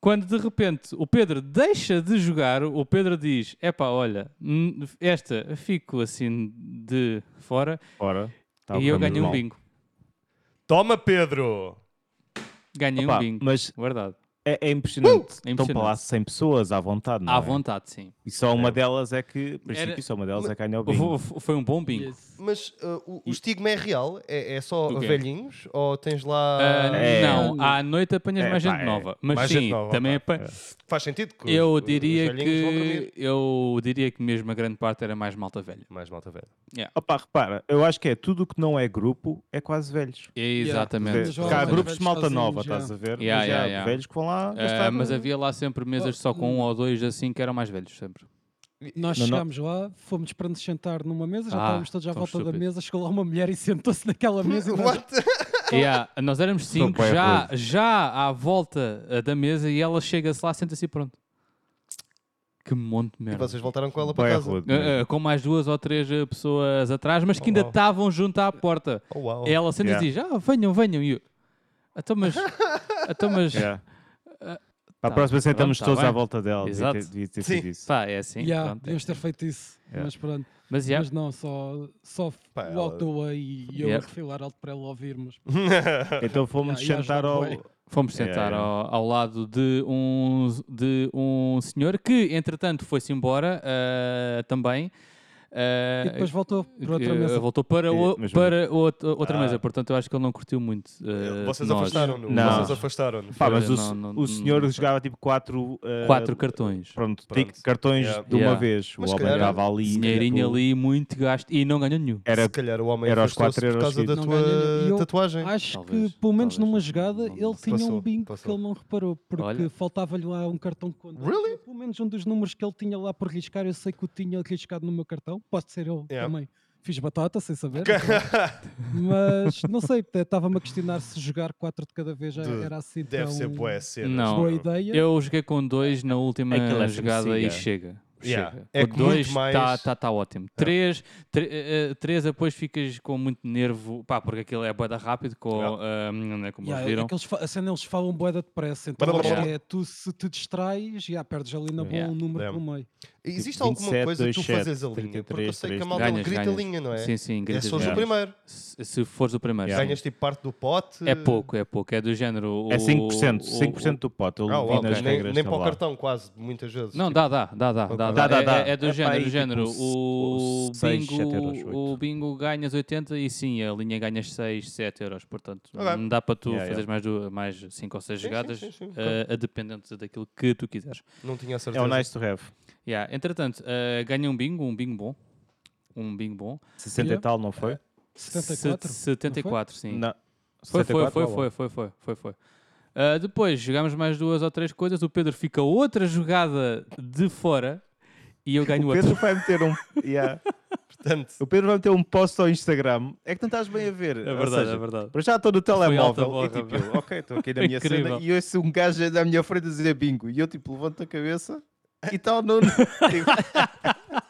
Quando de repente o Pedro deixa de jogar, o Pedro diz: Epá, olha, n- esta fico assim de fora
Ora, tá
e eu
correndo
ganhei um
mal.
bingo.
Toma, Pedro!
Ganhei
Pá,
um bingo.
mas
Verdade.
é, é impressionante.
É
Estão para lá
impressionante.
100 pessoas à vontade, não
À
é?
vontade, sim.
E só uma delas é que, em princípio,
Era-
só uma delas é que ganha o bingo.
Fo- fo- Foi um bom bingo.
Mas uh, o, o estigma é real? É, é só
Do quê?
velhinhos? Ou tens lá.
Ah,
É.
Não, à noite apanhas
É,
mais
pá,
gente
é.
nova. Mas
Mais
sim,
gente nova,
também
pá.
apa-
Faz sentido? que os-
eu
os
diria
velhinhos vão dormir?
que eu diria que mesmo a grande parte era mais malta velha.
Mais malta velha.
Opa, repara, eu acho que é tudo o que não é grupo é quase velhos.
Exatamente.
Jovens,
Cá há
velhos
grupos de malta
sozinhos,
nova,
já.
estás a ver?
Yeah,
mas
yeah,
há
yeah.
velhos que vão lá
Ah,
gastar.
mas havia lá sempre mesas só com um ou dois assim que eram mais velhos sempre.
Nós
Não, não.
chegámos lá, fomos para nos sentar numa mesa, já
Ah,
estávamos todos à
tão
volta da
estúpido.
mesa, chegou lá uma mulher e sentou-se naquela mesa e nós-
Yeah, nós éramos cinco
bem
já, já à volta ah, da mesa e ela chega-se lá, senta-se e pronto. Que monte de
E
merda.
vocês voltaram com ela para
Bué
casa.
rude, mesmo.
Ah, ah, com mais duas ou três ah, pessoas atrás, mas que ainda
é? Oh, wow.
estavam junto à porta.
Oh, uau.
Ela senta
Yeah.
e diz: Ah, venham, venham. E eu, então, mas. Então, mas.
Yeah.
Ah,
Para
tá,
a próxima sentamos
pronto, tá
todos
bem.
à volta dela. devia
Exato.
ter- devia ter
Sim.
sido isso.
Pá, é assim.
Yeah,
pronto, é
devíamos ter
assim.
feito isso.
Yeah.
Mas pronto.
Mas, yeah,
Mas não, só, só
Pá, ela-
walked away e eu
Yeah.
a refilar alto para ela ouvirmos.
Então fomos
Yeah, e às
sentar
vezes
ao.
vai.
Fomos
Yeah,
sentar
yeah.
Ao, ao lado de um, de um senhor que, entretanto, foi-se embora ah, também. Ah,
E depois voltou para outra
eh,
mesa.
Voltou para, o-
mas-
para outra, outra
Ah.
mesa, portanto eu acho que ele não curtiu muito. eh,
Vocês
nós.
afastaram-no.
Não.
Vocês afastaram-no.
Pá,
Olha,
mas o,
não-
se-
não-
o senhor
não sei.
jogava tipo quatro, eh,
Quatro cartões.
Ah,
pronto,
Pronto.
tic- cartões
Yeah.
de uma
Yeah.
vez.
Mas
o homem
calhar-
jogava ali.
Dinheirinho
tipo,
ali, muito gasto e não ganhou nenhum.
Era,
Se calhar o homem
era aos
afastou-se
quatro
por
euros
causa da
seguidos.
tua
Não ganha- e eu-
tatuagem.
Acho
Talvez,
que, pelo menos
talvez,
numa
não-
jogada,
não-
ele tinha
Passou,
um bingo
passou.
que ele não reparou, porque
Olha.
faltava-lhe lá um cartão contra.
Really?
Pelo menos um dos números que ele tinha lá por riscar, eu sei que o tinha riscado no meu cartão. Pode ser eu
Yeah.
também. Fiz batata, sem saber. então. mas não sei, t- estava-me a questionar se jogar quatro de cada vez já
Dude,
era assim
Deve
tão
ser boa cena.
Não.
boa ideia.
Eu joguei com dois na última
Aquilo é
jogada
formiga.
e chega.
Yeah.
Chega.
É
Com
que
dois
muito mais-
tá, tá, tá ótimo. Três, tre- eh, eh, três depois ficas com muito nervo, pá, porque aquilo é boeda rápido, com, ah, não é como
Yeah,
viram.
é que eles fa- a cena eles falam boeda depressa, então
Blá, blá,
acho
blá.
que é tu se te distrais, já perdes ali na boa
Yeah.
um número
Damn.
pelo meio.
Existe
Tipo,
alguma
27,
coisa que tu
27,
fazes a linha? Porque eu
33,
sei que a
33.
malta
Ganhas,
grita
ganhas.
linha, não é?
Sim, sim,
É
gritas
só o
ganhas.
primeiro.
Se se fores o primeiro. sim.
Ganhas tipo parte do pote.
É pouco, é pouco, é do género.
é
o-
5%,
o-
5% do pote. Eu
Ah,
vi
uau,
nas
ok. nem
regras.
nem
tava
para o
lá.
cartão, quase, muitas vezes.
Não, dá, dá, dá, dá, dá,
dá,
dá,
dá,
É-
dá.
É, é do
Tipo, É pá,
género,
aí
do género.
tipo
O,
s- seis,
bingo,
sete euros, oito.
o bingo ganhas 80 e sim, a linha ganhas 6, 7 euros. Portanto,
Ok.
não dá para tu
Yeah,
fazeres mais do- mais 5 ou 6
Sim, sim,
jogadas,
sim, sim,
eh, a dependente daquilo que tu quiseres.
Não tinha a
É
certeza.
o nice to have.
Yeah, Entretanto, eh, ganha um bingo, um bingo bom. Um bingo bom.
60 e
Yeah.
tal, não foi?
74?
Se- 74, sim.
Não.
Foi,
74
foi,
ou
foi, foi, foi, foi, foi, foi. Ah, depois jogámos mais duas ou três coisas. O Pedro fica outra jogada de fora e eu ganho
O
outra.
Pedro vai meter um. Yeah.
Portanto,
O Pedro vai meter um post ao Instagram. É que não estás bem a ver.
É verdade, é verdade.
Para já estou no
alta
telemóvel.
borra,
e tipo,
velho.
eu, ok, estou aqui na minha
Incrível.
cena e ouço um gajo na minha frente a dizer bingo. E eu tipo, levanto a cabeça e tal, Nuno. Tipo,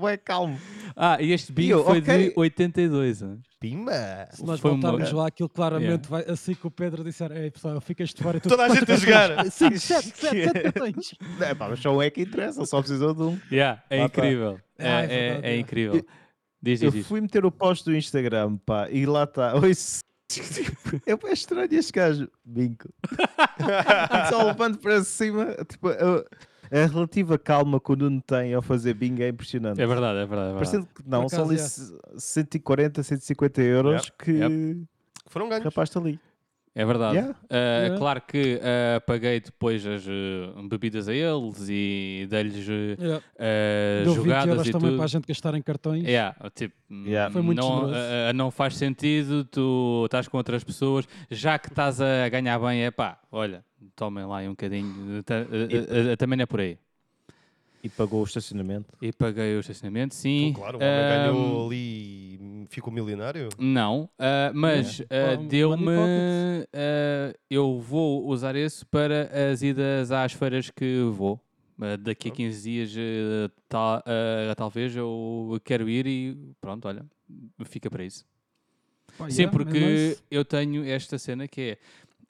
Ué, calmo.
Ah, e este bingo
eu,
foi
ok.
de 82. hein?
pima!
Se nós
Foi uma-
voltarmos lá, aquilo claramente vai. Assim que o Pedro disser, ei pessoal, fica este fora e Ah, tu.
Toda a gente a jogar!
5, 7, 7, 7 cartões.
É, pá, mas só um é que interessa, só precisou de um.
Yeah, é
Ah, pá.
incrível. É,
Ah, é
é-
verdade,
é
é.
incrível. Diz,
Eu
diz, diz.
fui meter o post do Instagram, pá, e lá está. Ouço- É, é estranho este gajo. Bingo. E Só levando para cima, tipo, a, a relativa calma que o Nuno tem ao fazer bingo é impressionante.
É verdade, é verdade. É verdade.
Parecendo que não, só
acaso,
ali
é.
c- 140, 150 euros que
Foram
o
ganhos.
rapaz está ali.
É verdade.
Yeah,
Ah,
yeah.
Claro que ah, paguei depois as ah, bebidas a eles e dei-lhes ah,
Yeah.
ah,
Deu 20
jogadas
euros
e
também
tudo.
para a gente gastar em cartões.
Yeah, tipo,
Yeah.
Foi muito
não,
generoso.
eh, eh, não faz sentido, tu estás com outras pessoas, já que estás a ganhar bem, é pá, olha, tomem lá aí um bocadinho, ta- eh, eh, eh, também é por aí.
E pagou o estacionamento.
E paguei o estacionamento, sim. Ah,
Claro, o homem ganhou
Ahm,
ali e ficou milionário.
Não, ah,
É.
mas ah,
Money
deu-me.
pocket.
ah, eu vou usar esse para as idas às feiras que vou. Ah, daqui a 15 dias, eh, tal- ah, talvez eu quero ir e pronto, olha, fica para isso.
Pá,
Sim,
yeah,
porque
é nice.
eu tenho esta cena que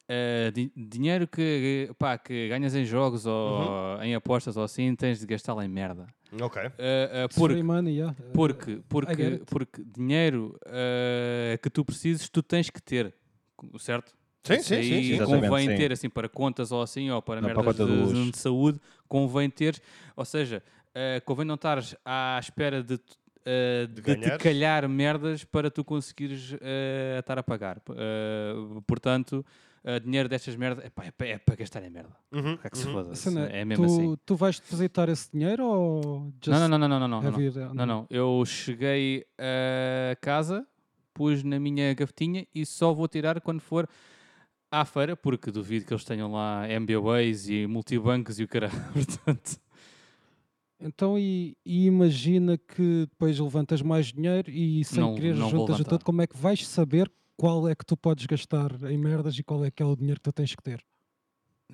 é uh, di- dinheiro que, pá, que ganhas em jogos ou
Uhum.
em apostas ou assim, tens de gastá-lo em merda.
Ok.
Uh, uh,
It's free
porque,
money, yeah.
porque,
I get
porque,
it.
porque dinheiro uh, que tu precises, tu tens que ter, co- certo?
Sim,
Isso
sim, sim,
aí
sim.
Exatamente,
Convém
sim.
ter, assim, para contas ou assim, ou para
Não, para
merdas
a conta do
de,
luxo.
de saúde, convém ter, ou seja, eh, convém não estares à espera de, tu- eh, de, te
ganhares.
calhar merdas para tu conseguires eh, estar a pagar. P- eh, portanto, eh, dinheiro destas merdas epá, é, pa- é para gastar em merda.
Uhum,
É que se
uhum.
foda.
A cena
É mesmo
tu,
assim.
Tu vais depositar esse dinheiro ou. Just
Não, não, não, não, não, não, não,
have
não.
it on-
Não, não. Eu cheguei a casa, pus na minha gavetinha e só vou tirar quando for à feira, porque duvido que eles tenham lá MBAs e multibancos e o caralho. Portanto,
Então, e, e imagina que depois levantas mais dinheiro e sem
Não-
querer
não vou
juntas o
levantar.
todo, como é que vais saber qual é que tu podes gastar em merdas e qual é que é o dinheiro que tu tens que ter?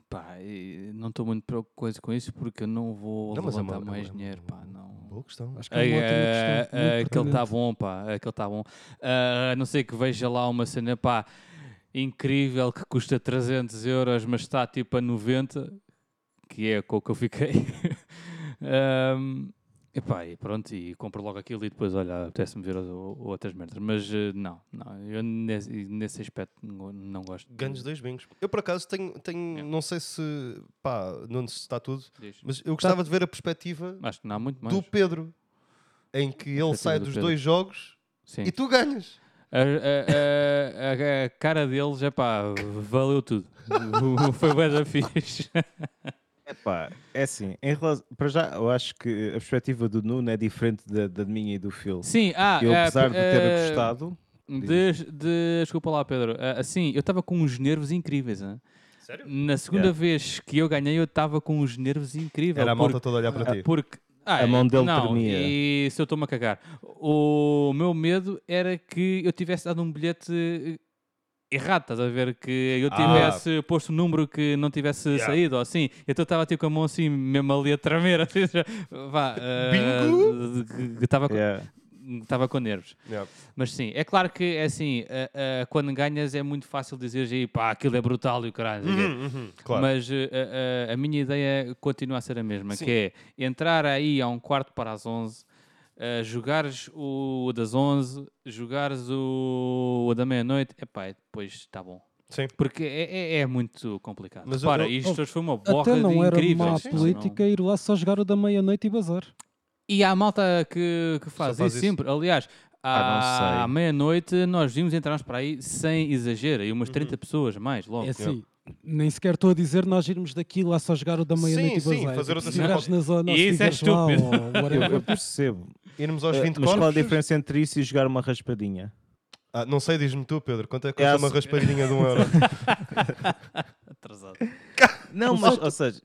pá, e não estou muito preocupado com isso porque eu não vou
Não, mas é uma-
levantar
é uma-
mais
é uma-
dinheiro, pá, não.
Boa questão.
Acho que é uma
É,
ótima questão. muito
aquele está
pertinente.
bom, pá. é Aquele está bom. Ah, a não ser que veja lá uma cena, pá, incrível que custa 300 euros, mas está tipo a 90, que é com o que eu fiquei. Ahm, Epá, e pronto, e compro logo aquilo e depois, olha, apetece-me ver o- o- outras merdas. Mas eh, não, não, eu nesse, nesse aspecto não, não gosto.
Ganhos dois bingos. Eu, por acaso, tenho. tenho
Hum. É.
Não sei se. Pá, não se está tudo.
Diz.
Mas eu gostava de ver a perspectiva
Acho que não há muito mais.
do Pedro. Em que ele
Perspectiva
sai
do
dos
Pedro.
dois jogos
Sim.
e tu ganhas.
A, a- a- a- a cara deles, epá, valeu tudo. Foi bem da fixe.
Epá, é assim, em relação, para já, eu acho que a perspectiva do Nuno é diferente da, da minha e do Phil.
Sim, ah,
Eu,
eh,
apesar de ter
eh,
gostado,
De, de- desculpa lá, Pedro. Ah, assim, eu estava com uns nervos incríveis. Hein?
Sério?
Na segunda
Yeah.
vez que eu ganhei, eu estava com uns nervos incríveis.
Era a
porque-
malta toda a olhar para ti.
Porque ah,
A mão dele
não,
tremia.
E se eu estou-me a cagar. O meu medo era que eu tivesse dado um bilhete eh, errado, estás a ver? Que eu
Ah.
tivesse posto um número que não tivesse saído, ou assim. Então eu estava tipo com a mão assim, mesmo ali a tremer. Assim, já- vá, eh, que- que Estava com,
é,
yeah,
estava com nervos.
Yeah.
Mas sim, é claro que é assim, a- a- quando ganhas é muito fácil dizeres aí, pá, aquilo é brutal e o caralho. não sei o quê.
Uhum, uhum, claro.
Mas eh, a, a- a minha ideia continua a ser a mesma,
Sim.
que é entrar aí a um quarto para as 11, eh, jogares o das 11, jogares o, o da meia-noite, epá, e depois está bom.
Sim.
Porque é, é- é muito complicado.
Mas eu-
Para,
eu-
isto hoje foi uma borra
Até
de
não era
incrível.
má
Sim,
política
não-
ir lá só jogar o da meia-noite e bazar.
E há malta que, que
faz
faz, isso
isso.
sempre. Aliás,
Ah, não sei.
à, à meia-noite nós vimos entrarmos para aí sem exagero, e umas 30 pessoas mais logo.
É assim, nem sequer estou a dizer nós irmos daqui lá só jogar o da meia-noite
Sim,
e
sim,
bazar.
fazer
É
outra
tipo,
cena
se jogares na zona, ou se
Isso é
fizeres lá,
estúpido.
ou
eu, eu
whatever.
percebo.
Irmos aos
Eh,
20
mas qual a
corpos?
diferença entre isso e jogar uma raspadinha?
Ah, não sei, diz-me tu, Pedro. Quanto é que custa
a
uma
se-
raspadinha de um euro?
Atrasado.
Não, mas, ou seja,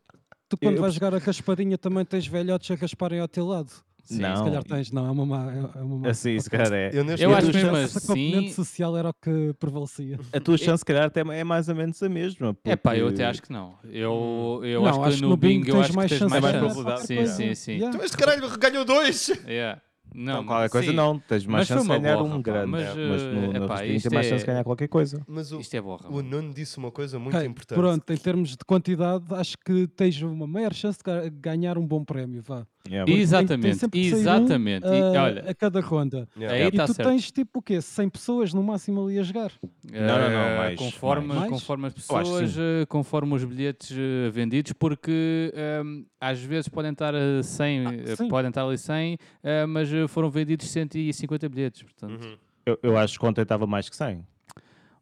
Tu quando
eu
vais jogar a caspadinha também tens velhotes a casparem ao teu lado.
Sim,
Não.
Se calhar tens, não, é uma má. É é uma má.
assim, se calhar é.
Eu neste
Eu acho
momento.
Essa-
mesmo
essa
assim.
componente social era o que prevalecia.
A tua chance, se calhar, até é mais ou menos a mesma.
É pá, eu
porque- Hum.
até acho que não. Eu, eu
Não,
acho, que no Bing, eu
tens
acho
mais
que tens
chance
mais
de
É mais
chance.
ganhar
probabilidade.
Sim,
qualquer
sim,
coisa.
sim.
Yeah.
Então este caralho ganhou dois!
Yeah. Não, é
Então, qualquer coisa
sim.
não, tens mais
Mas foi
chance
uma
de ganhar
borra,
um
pá,
grande.
mas,
Mas, no,
eh,
no
epá,
raspadinho
isto
tem mais chance de
é-
ganhar qualquer coisa.
Mas o,
Isto é borra.
o Nuno disse uma coisa muito
Ok,
importante.
Pronto, em termos de quantidade, acho que tens uma maior chance de ga- ganhar um bom prémio. Vá.
Yeah,
tem- tem
Exatamente,
sempre que sair um,
exatamente. E,
Ah,
olha,
a cada ronda.
Yeah.
aí
E
está
tu
certo.
tens tipo o quê? 100 pessoas no máximo ali a jogar.
Não, não, não,
Eh,
mais,
conforme,
mais.
conforme as
Eu acho que
pessoas, eh, conforme os bilhetes eh, vendidos, porque ehm, às vezes podem estar a 100, eh,
Ah, sim.
podem estar ali 100, eh, mas eh, foram vendidos 150 bilhetes. Portanto,
Eu, eu acho que ontem estava mais que 100.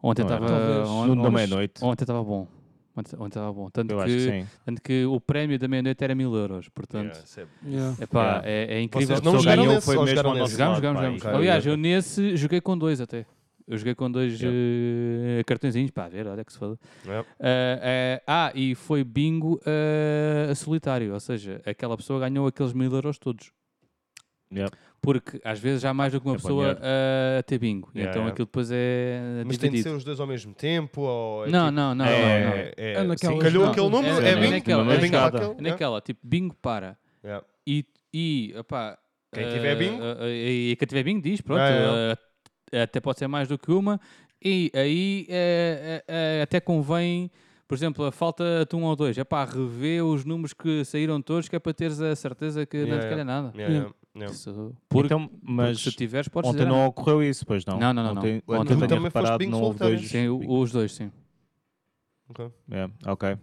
ontem
Uhum. Não é?
estava
Talvez.
on-
No- da
on-
meia-noite.
Ontem estava bom. Ontem ontem estava bom. Tanto
Eu acho que
que,
sim.
tanto que o prémio da meia-noite era 1000 euros. Portanto,
Yeah, isso é-
Epá,
Yeah.
é, é incrível.
Vocês não
Só
jogaram
ganhou-
nesse,
foi
ou
mesmo
jogaram
ao
nesse?
nosso lado,
Jogamos, jogamos,
pá,
jogamos.
cara,
Aliás,
eu-
eu nesse joguei com dois até. Eu joguei com dois
Yeah.
eh, cartõezinhos, pá, a ver, olha que se foda.
Yeah.
Eh, eh, ah, e foi bingo eh, a solitário, ou seja, aquela pessoa ganhou aqueles mil euros todos.
Yeah.
Porque às vezes já há mais do que uma
É
pessoa
banheiro.
eh, a ter bingo.
Yeah,
então
yeah.
aquilo depois é
Mas tem de ser
dividido.
os dois ao mesmo tempo? Ou é
Não,
tipo-
não, não,
é,
não, não.
É,
É naquelas-
sim, calhou
não.
aquele número,
É,
é,
é
bingo,
naquela-
é bingo para
é
naquela.
aquele, né?
Naquela, tipo, bingo para.
Yeah.
E, e opá,
Quem
eh,
tiver bingo?
eh, eh, e quem tiver bingo diz, pronto.
Ah, é.
eh, até pode ser mais do que uma. E aí eh, eh, eh, até convém, por exemplo, a falta de um ou dois. É pá, rever os números que saíram todos, que é para teres a certeza que não
Yeah,
te calha nada.
Yeah, yeah, yeah.
Isso, porque,
então,
mas
mas
se tiveres, podes
ontem
dizer,
não
"Ah,
ocorreu isso, pois não?
Não, não, não, não.
Ontem,
Ontem
ontem
também
tenho
foste
reparado,
bingo
não houve
solitário.
dois.
Sim, o- os dois, sim.
Ok.
É, ok.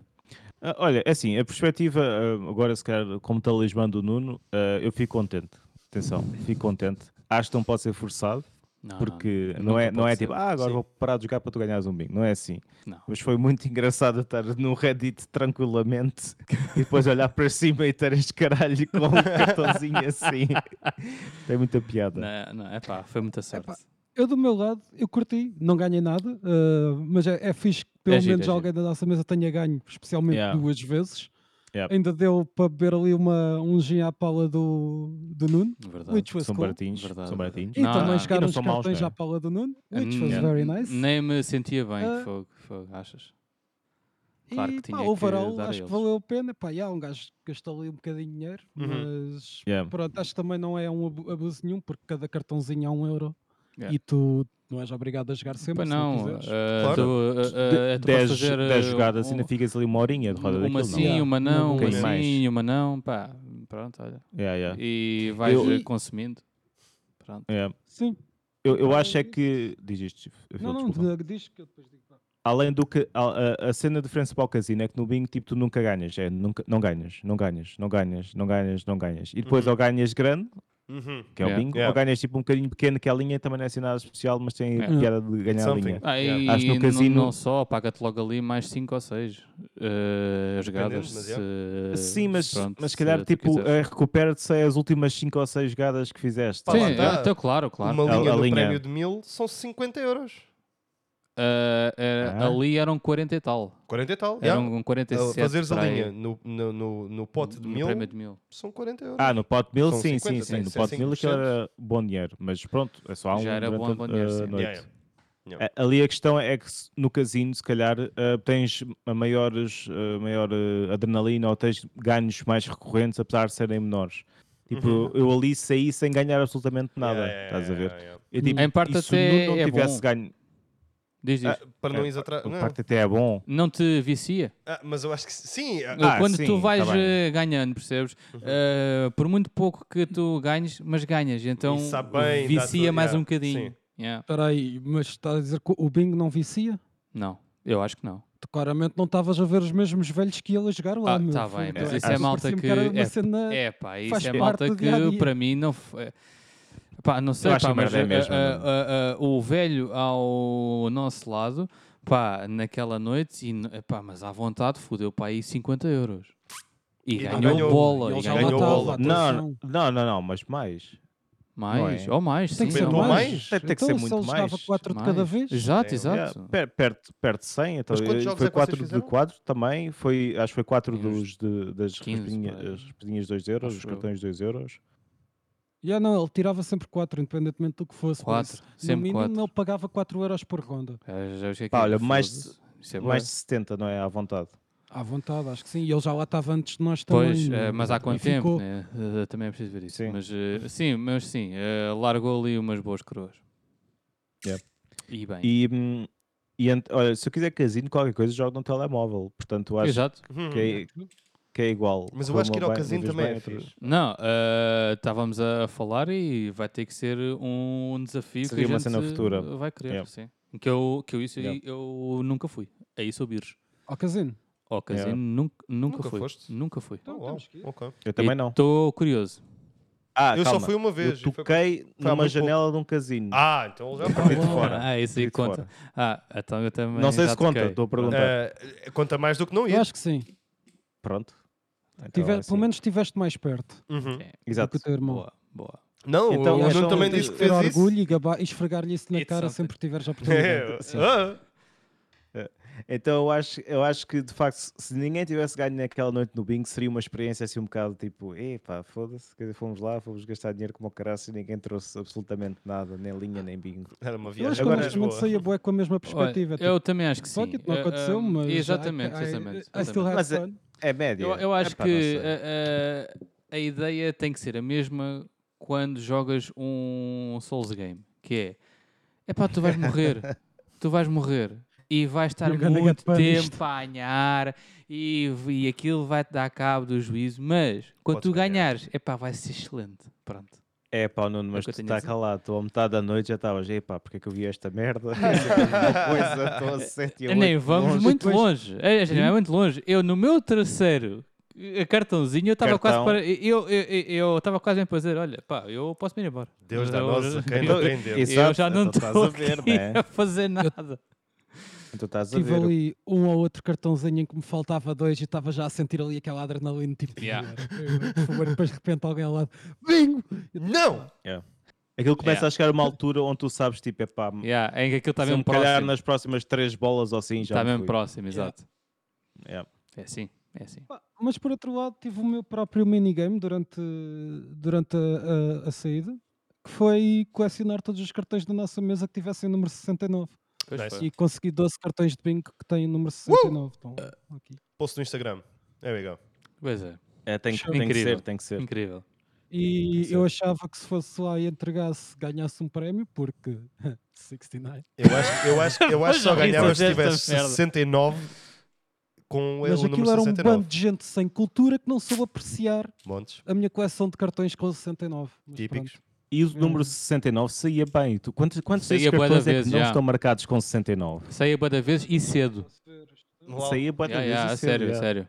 Ah, olha, é assim, a perspectiva, ah, agora se calhar, como talismã do Nuno, ah, eu fico contente. Atenção, fico contente. Acho que não pode ser forçado,
Não, não,
porque
não.
não, é,
Ah, Nunca
não é
pode
tipo,
ser.
ah, agora
Sim.
vou parar de jogar para tu ganhares um bingo. Não é assim.
Não.
Mas foi muito engraçado estar no Reddit tranquilamente e depois olhar para cima e ter este caralho com um cartãozinho assim. Tem muita piada.
Não, não, é pá, foi muita sorte.
Epá, Eu, do meu lado, eu curti, não ganhei nada, ah, mas é, é fixe que pelo
É giro,
menos
é
alguém da nossa mesa tenha ganho, especialmente
Yeah.
duas vezes.
Yep.
Ainda deu para beber ali uma, um gin à pala do, do Nuno,
Verdade.
which was
São
cool.
baratinhos.
Verdade,
são
verdade.
baratinhos.
E
Não,
também
não.
E
chegaram
não
os
são maus,
cartões
não
à
é?
pala do Nuno, which
Hum,
was
yeah.
very nice.
Nem me sentia bem,
Ah.
fogo, fogo, achas? claro
e
que tinha
pá,
que
overall,
dar a
acho que
eles.
valeu a pena. Pá, yeah, um gajo gastou ali um bocadinho de dinheiro,
Uhum.
mas
Yeah.
pronto, acho que também não é um abu- abuso nenhum, porque cada cartãozinho é um euro
Yeah.
e tu não és obrigado a jogar sempre.
É. Pois
se
não,
quiseres.
eh,
Claro.
tu, eh, eh, tu podes
10
fazer, eh,
jogadas
um-
ainda ficas ali uma horinha de roda
uma
daquilo, é?
sim,
não.
uma
Não,
não,
não
uma
tem mais.
sim, uma não, pá, Pronto, olha.
Yeah, yeah.
E vais
Eu-
eh, consumindo. Pronto.
yeah.
Sim.
Eu, eu acho é que. Diz isto, Phil,
Não, não,
desculpa.
de- diz que eu depois digo. pá.
Além do que a, a- a cena de para o casino é que no bingo tipo tu nunca ganhas, é nunca não ganhas, não ganhas, não ganhas, não ganhas, não ganhas. E depois ou ganhas grande,
Uhum.
que é o
Yeah.
bingo, ou
Yeah.
ganhas tipo um bocadinho pequeno que a linha também não é assim nada especial, mas tem
Yeah.
a piada de ganhar a
Something.
linha.
Ah,
Yeah.
e
Acho que no
n-
casino-
não só, paga-te logo ali mais 5 ou 6 jogadas.
mas,
Se,
Sim, mas,
Eh, pronto,
mas se calhar
tu quiseres.
tipo eh, recupera-te as últimas 5 ou 6 jogadas que fizeste.
Pá,
Sim,
lá está.
é, então, claro, claro.
tá? Uma
A-
linha
a
do
linha.
prémio de 1000 são 50 euros.
Ah, era-
Ah.
Ali eram 40 e tal.
40 e tal. já.
Eram um 47.
Fazeres a
para aí,
linha no, no, no, no pote de
no
1000
prémio de mil.
são 40 euros.
Ah, no pote mil,
São
sim,
50,
sim, sim.
tem
No pote mil aquilo
65%.
era bom dinheiro, mas pronto, é só há um
Já era
durante
bom-
a-
bom dinheiro,
a
sim.
noite.
Yeah, yeah.
A- Ali a questão é que se- no casino, se calhar, eh, tens a maiores, eh, maior eh, adrenalina ou tens ganhos mais recorrentes, apesar de serem menores. Tipo, eu, eu ali saí sem ganhar absolutamente nada,
Uhum. Yeah, yeah,
estás a ver?
yeah, yeah.
E, tipo,
Em parte
e se o
até
Nuno não
é
tivesse
bom.
ganho,
Diz, diz.
Ah, para não
É,
ir atrás.
em
não.
parte até é bom.
Não te vicia?
Ah, mas eu acho que sim. ah,
Ah,
Quando
sim,
tu vais
tá bem.
eh, ganhando, percebes? Eh, por muito pouco que tu ganhes, mas ganhas. Então
E sabe bem, dá
vicia
tudo,
mais
yeah,
um bocadinho.
sim.
Yeah.
Espera aí, mas estás a dizer que o bingo não vicia?
Não, eu acho que não.
Tu claramente não estavas a ver os mesmos velhos que ele a jogar lá.
Ah,
meu.
tá
Foi-
bem, mas
então,
isso é malta
parecia-me
que
era uma
é-
cena-
É pá, isso
Eh, Faz
é
parte
malta
do
que
dia-a-dia.
para mim não foi. Pá, não sei,
Eu acho
pá,
que merda
mas eh,
é
a-
mesmo,
a-
não é?
a- a- o velho ao nosso lado, pá, naquela noite, e, n- pá, mas à vontade, fodeu para aí 50 euros. E,
E não
Ah,
ganhou,
ganhou.
bola,
E
e
ele já
ganhou
ganhou
bola.
bola.
Não,
atenção.
não, não, não, mas mais.
Mais,
Não é?
ou mais,
Tem que
sim,
ser
ou
mais.
Tem- tem que
Então,
ser
se
muito
ele jogava
mais.
4 de cada
Mais.
vez,
Exato,
Sim.
exato.
É, Yeah, per- perto, perto de 100, então
quantos jogos
eh,
é
foi
que vocês
4 de
fizeram?
4 também, foi, acho que foi 4
Tem
dos,
uns
de, das
15
raspadinha-
por aí.
as raspadinhas de 2 euros, os
Acho eu.
cartões de 2 euros.
já não, ele tirava sempre 4, independentemente do que fosse. por
Quatro,
isso,
sempre
no mínimo,
quatro.
ele pagava 4 euros por ronda.
Ah, já sei que
Pá,
é,
olha, mais
foda-se. Isso é bué.
Mais de 70, não é? À vontade.
À vontade, acho que sim. E ele já lá estava antes de nós também.
Pois, eh,
não-
mas há quanto
e ficou-
tempo? né? Eh, também é preciso ver isso.
Sim.
Mas, eh, sim, mas sim, eh, largou ali umas boas coroas.
Yep.
E bem.
E, hum, e ent- olha, se eu quiser casino, qualquer coisa, jogo no telemóvel. Portanto, eu acho
Exato.
hum.
que é, que é igual.
Mas eu
Correu
acho que ir ao
bem- uma
casino
vez
também
bem,
é
outra-
fixe.
Não, eh, estávamos a falar e vai ter que ser um desafio
Seria
que a
uma
gente
cena futura.
vai querer,
Yep.
sim. Que eu, que eu, isso, aí
Yep.
eu nunca fui. É isso, Bires.
Ao Oh, casino.
Ao casino,
Yep.
nunca, nunca,
Nunca
fui.
foste?
Nunca fui.
Oh, uau,
temos que ir.
ok.
Eu também não.
Estou curioso.
Ah,
Eu só
calma,
fui uma vez. e
Eu
foi-
toquei
há
numa
muito
janela de um casino.
Ah, então já
Fui de fora.
Ah, isso
Fui
aí
de
conta.
fora.
Ah, então eu também.
Não sei
já
se conta,
toquei.
estou a perguntar.
Eh, conta mais do que não
Eu
ir.
acho que sim.
Pronto. Então,
Tive-
é assim.
Pelo menos estiveste mais perto
Uhum.
do
Exato.
que o teu irmão.
Boa, boa.
Não,
Então,
o
eu
Nuno
sou-
também
eu
diz que
ter
fez isso.
orgulho e, gabar- e esfregar-lhe isso na
It's
cara
something.
sempre que tiveres a oportunidade.
É,
Sim.
ah,
Então eu acho, eu acho que de facto, se- se ninguém tivesse ganho naquela noite no bingo, seria uma experiência assim um bocado tipo, epá, foda-se, quer dizer, fomos lá, fomos gastar dinheiro como o caraço e ninguém trouxe absolutamente nada, nem linha, nem bingo.
Era uma
Eu
viagem.
acho que
Agora-
honestamente saía bué com a mesma
Olha,
perspectiva. tipo,
eu também acho que sim.
Fuck it, não
Eh,
aconteceu,
eh,
mas. I-
Exatamente,
I-
exatamente.
I still
exatamente.
have
Mas é-
fun.
É média.
Eu, eu acho
Epá, não
que
sei.
eh, eh, a, ideia tem que ser a mesma quando jogas um Souls game, que é epá, tu vais morrer, tu vais morrer e vais estar
You're gonna
muito
get punished.
tempo a apanhar e, e aquilo vai-te dar cabo do juízo, mas quando
Podes
tu
ganhar.
ganhares, epá, vai ser excelente. Pronto.
É pá, Nuno,
o
mas
eh, que eu
tu
tenho
está
a dizer.
calado, tu à metade da noite já estavas, epá, porque é que eu vi esta merda? é coisa, estou a 7 e a
É, Nem
8
vamos
longe.
muito
Depois-
longe. É, é, não é muito longe. Eu, no meu terceiro eh, cartãozinho, eu estava quase
Cartão.
para. Eu eu estava quase a fazer, olha, pá, eu posso me ir embora.
Deus
Mas
da
eu-
nossa, quem não
eu-
tem Deus.
Exato,
eu já não
então
estou a,
estás a ver,
aqui
né?
a fazer nada.
Tu estás a
Tive
ver.
ali um ou outro cartãozinho em que me faltava dois e estava já a sentir ali aquela adrenalina tipo.
Yeah.
"Agora, por favor", depois de repente alguém ao lado. Bingo!
Não!
Aquilo começa
Yeah.
a chegar a uma altura onde tu sabes, tipo, epá,
Yeah, em que aquilo está
se eu
mesmo
me calhar
próximo. Tá
nas próximas 3 bolas ou assim já
Está
me
mesmo
fui.
próximo,
Yeah.
exato.
Yeah.
É assim, é assim.
Pá, Mas por outro lado, tive o meu próprio minigame durante, durante a, a- a saída, que foi colecionar todos os cartões da nossa mesa que tivessem número 69.
Pois
Nice.
foi.
E consegui 12 cartões de bingo que têm o número 69. Então,
Uh,
aqui.
Posto no Instagram. There we go.
Pois é,
É, tem, que-
Show.
tem que
Incrível.
ser, tem que ser.
incrível.
E eu achava que se fosse lá e entregasse, ganhasse um prémio, porque 69.
Eu acho, eu acho, eu acho que só
Já vi
ganhavas se
todas
tivesse
estas merdas.
69 com é,
Mas
o número
aquilo era um
69.
bando de gente sem cultura que não soube apreciar
Montes,
a minha coleção de cartões com 69. Mas
típicos.
E o
Hum.
número 69 saía bem. Tu, quantos quantos
Saía
desses
bué da
cartões é que
vez,
não
já.
estão marcados com 69?
Saía boa da vez e cedo.
Uau.
Saía bué da
Yeah,
vez.
yeah,
e
a
cedo,
sério, a
já.
sério.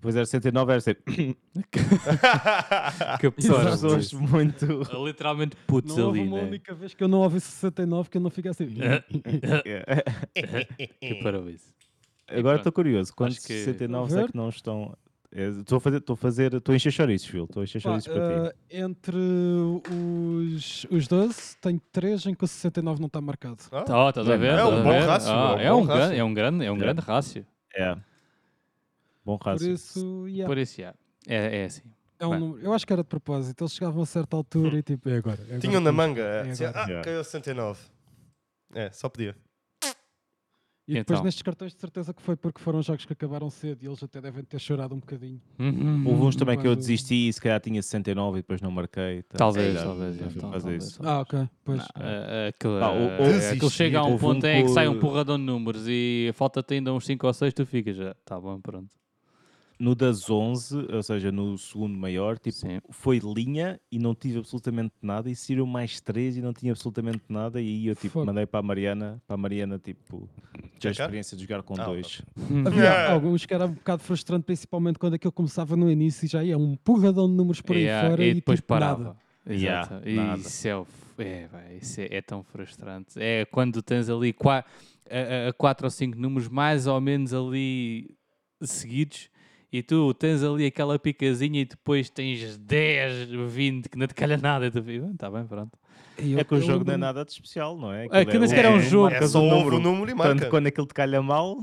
Pois é, era 69, era sério.
Ah,
Que
São
pessoas.
pessoas muito...
Literalmente putos
Não houve
ali,
uma
né?
única vez que eu não ouvi 69 que eu não fiquei assim.
Que parabéns.
Agora
pronto.
estou curioso. Quantos
que-
69
Vou
é
ver.
que não estão... É, Estou a fazer, estou a fazer, estou a encher chouriços, Phil. Estou a encher
Pá,
chouriços para ti.
eh, entre os, os 12, tenho 3 em que o 69 não está marcado.
Tá, ó, estás a ver?
É um
Estás a
bom
ver?
rácio,
Ah,
é um
É
bom
um grande-
rácio.
é um grande- é um grande rácio.
É. Bom
eh, Por
raço.
isso, yeah,
Por isso, yeah. é, é assim.
é um
bem. Hum.
número- eu acho que era de propósito. Eles chegavam a certa altura e tipo, é agora. é agora
Tinham na
que-
manga.
É
É. Dizia,
agora.
ah,
Yeah.
caiu 69. É, só podia.
E depois
Então.
nestes cartões de certeza que foi porque foram jogos que acabaram cedo e eles até devem ter chorado um bocadinho.
Uhum.
Houve uns também que eu
Quando-
desisti e se calhar tinha 69 e depois não marquei.
É,
Tá,
Talvez,
se calhar,
talvez,
já fui
então,
fazer
talvez,
isso.
talvez.
Ah, ok. Pois.
Ah, ah, Aquilo,
Pá, o-
ah,
houve-
aquilo chega a um
houve um
ponto em que
co-
sai um porradão de números e falta-te ainda uns 5 ou 6, tu ficas já. Tá bom, pronto.
No das 11, ou seja, no segundo maior, tipo,
Sim.
foi linha e não tive absolutamente nada. E saíram mais 3 e não tinha absolutamente nada. E aí eu tipo,
Fuck.
mandei para a Mariana, para a Mariana, tipo, já a
Checar?
experiência de jogar com
Ah,
dois.
Havia alguns que era um bocado frustrante, principalmente quando aquilo começava no início e já ia um porradão de números por aí
Yeah,
fora
É, e
e,
depois
tipo,
parava.
nada.
Exato.
Yeah,
E
nada.
isso, é, o f- é, vai, isso é, é tão frustrante. É quando tens ali 4 a, a quatro ou 5 números mais ou menos ali seguidos e tu tens ali aquela picazinha e depois tens 10, 20 que não te calha nada. E tu fica, "Ah, tá bem, pronto.
E eu-
É que o
eu
jogo não é
lembro-me-
nada de especial, não é?
Aquilo nem sequer é um
é,
jogo.
É
marcas
só
um
ouve o
número.
número e
Portanto,
marca.
quando aquilo te calha mal,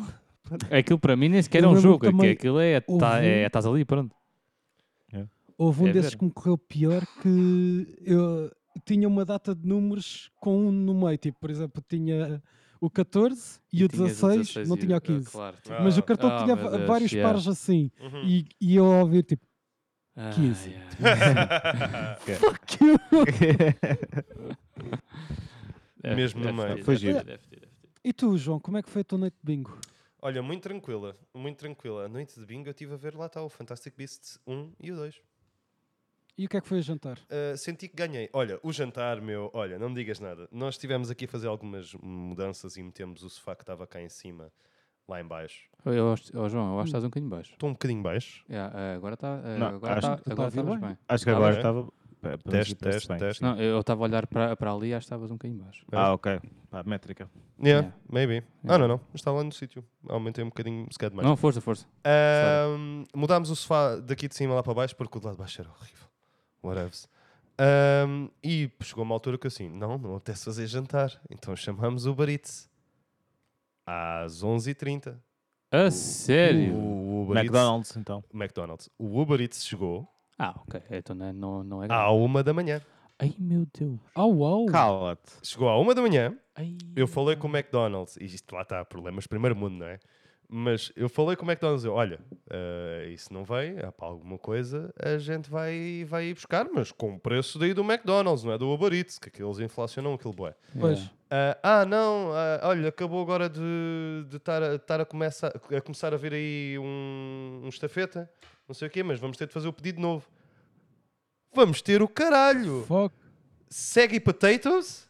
Aquilo para mim nem sequer
Eu
é um
lembro-me
jogo. é que
também-
Aquilo é, tá,
houve
é,
um-
estás ali pronto.
Houve um
É
desses
ver.
que me correu pior que eu tinha uma data de números com um no meio. Tipo, por exemplo, tinha o 14 e, o,
Tinhas
16, não
e-
tinha
ah,
o 15.
claro,
Ah.
Mas o cartão
Ah,
tinha
meu
va-
Deus,
vários
yeah.
pares assim.
Uhum.
E, e eu ouvi tipo,
Ah,
15.
yeah.
fuck you.
Deve-
Mesmo no
deve
meio.
ter,
Foi
deve ter,
giro.
deve ter, deve ter.
E tu, João, como é que foi a tua noite de bingo?
Olha, muito tranquila, muito tranquila. A noite de bingo eu estive a ver lá está o Fantastic Beasts 1 e o 2.
E o que é que foi a jantar?
Uh, senti que ganhei. Olha, o jantar, meu, olha, não me digas nada. Nós estivemos aqui a fazer algumas mudanças e metemos o sofá que estava cá em cima, lá em baixo.
Eu acho- ó, João, eu acho que estás um bocadinho baixo.
Estou um bocadinho baixo.
Yeah, eh, agora está.
Não,
agora
acho
tá,
que tá
agora
a ouvir
estavas
bem.
bem.
acho que
Ah,
agora
bem.
estava. Pera, pera,
é? Teste,
parece
teste,
bem.
teste.
Não, eu estava a olhar para para ali e acho que estavas um bocadinho baixo.
Ah, ok. Pá, métrica.
Yeah,
Yeah.
maybe. Ah, não, não. Está lá no sítio. Aumentei um bocadinho, se calhar demais.
Não, força, força.
Ahm, mudámos o sofá daqui de cima lá para baixo porque o de lá de baixo era horrível. Whatevs. Ahm, e chegou uma altura que eu assim, não, não apetece fazer jantar. Então chamámos o Uber Eats. Às 11h30. Uh.
A sério?
O Uber Eats-
McDonald's, então.
McDonald's. O Uber Eats chegou
Ah, ok. Então não é, não, não é grave.
à uma da manhã.
Ai meu Deus.
Oh,
Uh.
uau!
Cala-te.
Chegou à uma da manhã.
Ai.
Eu falei com o McDonald's, e isto lá está, problemas de primeiro mundo, não é? Mas eu falei com o McDonald's, eu, olha, eh, isso não vem, há para alguma coisa, a gente vai, vai ir buscar, mas com o preço daí do McDonald's, não é do Uber Eats, que aqueles inflacionam aquilo bué.
Pois.
Ah, ah, não, ah, olha, acabou agora de de estar a, estar a, começa- a começar a vir aí um, um estafeta, não sei o quê, mas vamos ter de fazer o pedido novo. Vamos ter o caralho!
Fuck.
Seggy potatoes,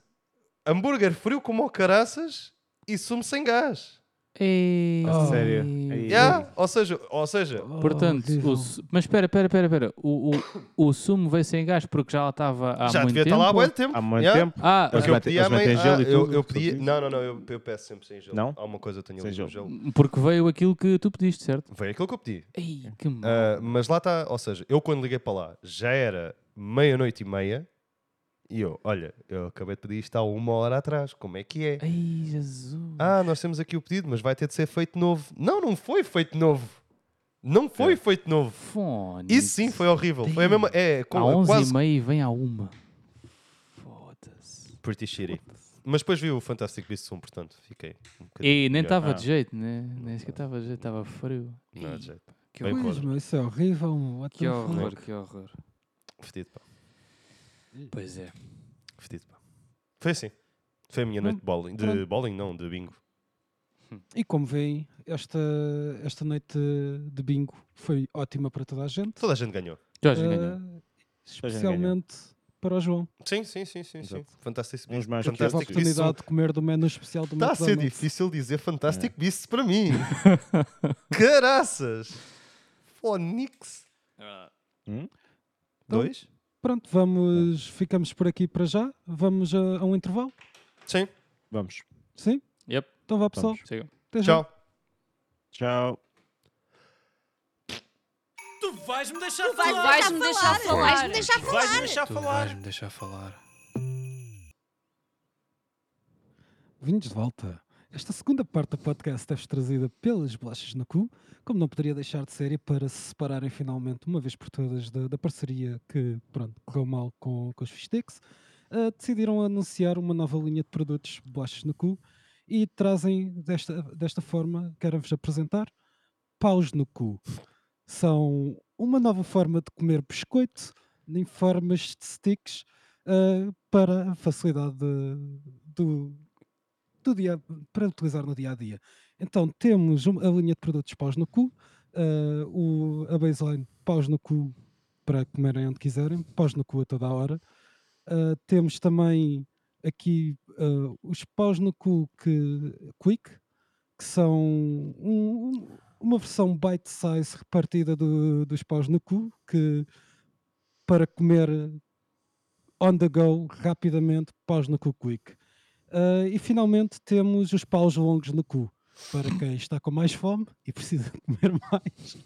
hambúrguer frio como o caraças e sumo sem gás.
Ei.
A
sério?
Ei.
Yeah? Ou seja, ou seja,
Portanto,
oh, horrível.
o su- mas espera, espera, espera, espera. O, o, o sumo veio sem gás porque já lá estava há
já
muito
devia
tempo.
estar lá há bué de tempo.
Há muito
Yeah.
tempo.
Ah,
Porque
Eles
eu
metem-
pedi à
eles
mãe,
metem gelo
ah,
e
eu,
tudo,
eu
tudo
pedi,
isso.
não, não, não, eu, eu peço sempre sem gelo.
Não?
Há uma coisa que tenho
Sem
ali com
gelo.
gelo.
porque veio aquilo que tu pediste, certo?
Foi aquilo que eu pedi.
Ei, que mal.
Ah, mas lá está, ou seja, eu quando liguei para lá já era meia-noite e meia e eu, olha, eu acabei de pedir isto há uma hora atrás, como é que é?
Ai, Jesus.
Ah, nós temos aqui o pedido, mas vai ter de ser feito novo. Não, não foi feito novo. Não
É.
foi feito novo.
Fone.
Isso sim foi horrível. Foi a mesma. É, com,
Há 11
quase
e meia e vem à uma. Foda-se.
pretty shitty. Mas depois vi o Fantastic Beasts 1, portanto, fiquei um bocadinho.
E nem
melhor.
estava de jeito, né? Nem sequer estava de jeito, estava frio.
Não, tá.
Ih,
de jeito.
que
Bem
horror.
Pois, meu, isso é horrível, meu. What
Que
the fuck?
horror, que horror.
Fedido, pá.
Pois é.
Fedido, pá. Foi assim. Foi a minha noite de bowling. De
pronto.
bowling, não, de bingo.
E como veem, esta, esta noite de bingo foi ótima para toda a gente.
Toda a gente ganhou.
Jorge
Eh,
ganhou.
Tá
especialmente para o João.
Sim, sim, sim, sim. sim. Fantástico.
Uns mais
Teve a
Fantástico.
oportunidade de comer do menu especial do
Está Tá a ser
McDonald's.
difícil dizer Fantastic
É.
Beasts para mim. Caraças! Fonix.
Então,
Dois?
Pronto, vamos, ficamos por aqui para já. Vamos a, a um intervalo.
Sim.
Uhum.
Vamos.
Sim?
Yep,
Então vá pessoal.
siga.
Até já.
Tchau.
Tchau.
Tu vais-me deixar
Vai-
falar.
Vais-me deixar falar. Vais-me deixar
Tu vais-me deixar falar.
me deixar falar.
Vindos de volta. Esta segunda parte do podcast é trazida pelas bolachas no cu, como não poderia deixar de ser, e para se separarem finalmente, uma vez por todas, da, da parceria que, pronto, correu mal com, com os Fistex, decidiram anunciar uma nova linha de produtos bolachas no cu e trazem desta, desta forma, quero-vos apresentar, paus no cu. São uma nova forma de comer biscoito em formas de sticks ah, para a facilidade de- do, do dia, para utilizar no dia a dia. Então temos um- a linha de produtos paus no cu, eh, o, a baseline paus no cu para comerem onde quiserem, paus no cu a toda a hora. Eh, temos também aqui eh, os paus no cu que, quick, que são um- um- uma versão bite size repartida do- dos paus no cu, que para comer on the go rapidamente, paus no cu quick. Ah, e finalmente temos os paus longos no cu. Para quem está com mais fome e precisa comer mais.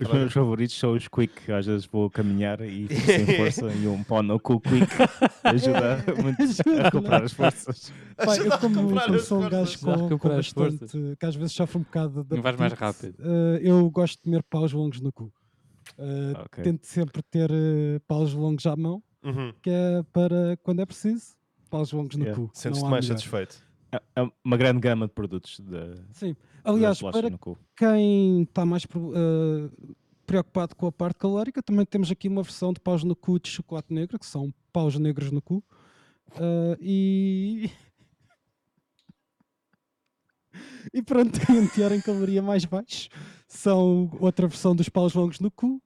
Os meus favoritos são os quick. Às vezes vou caminhar e fico sem força e um pau no cu quick ajuda muito a recuperar as forças.
Pá, eu como,
recuperar
como
as
sou um
forças.
gajo
Ajudar a
com, com
recuperar as forças.
bastante, que às vezes sofre um bocado de
Não vais mais
apetite,
rápido.
ah, eu gosto de comer paus longos no cu. Ah,
Ok.
Tento sempre ter ah, paus longos à mão,
Uhum.
que é para quando é preciso, paus longos no
Yeah.
cu.
Sentes-te
não há
mais
melhor.
satisfeito.
É- É uma grande gama de produtos da
Sim. Aliás,
da bolacha
para
no cu.
quem está mais pro- eh, preocupado com a parte calórica, também temos aqui uma versão de paus no cu de chocolate negro, que são paus negros no cu. Eh, e. e pronto, quem tiverem caloria mais baixo, são outra versão dos paus longos no cu,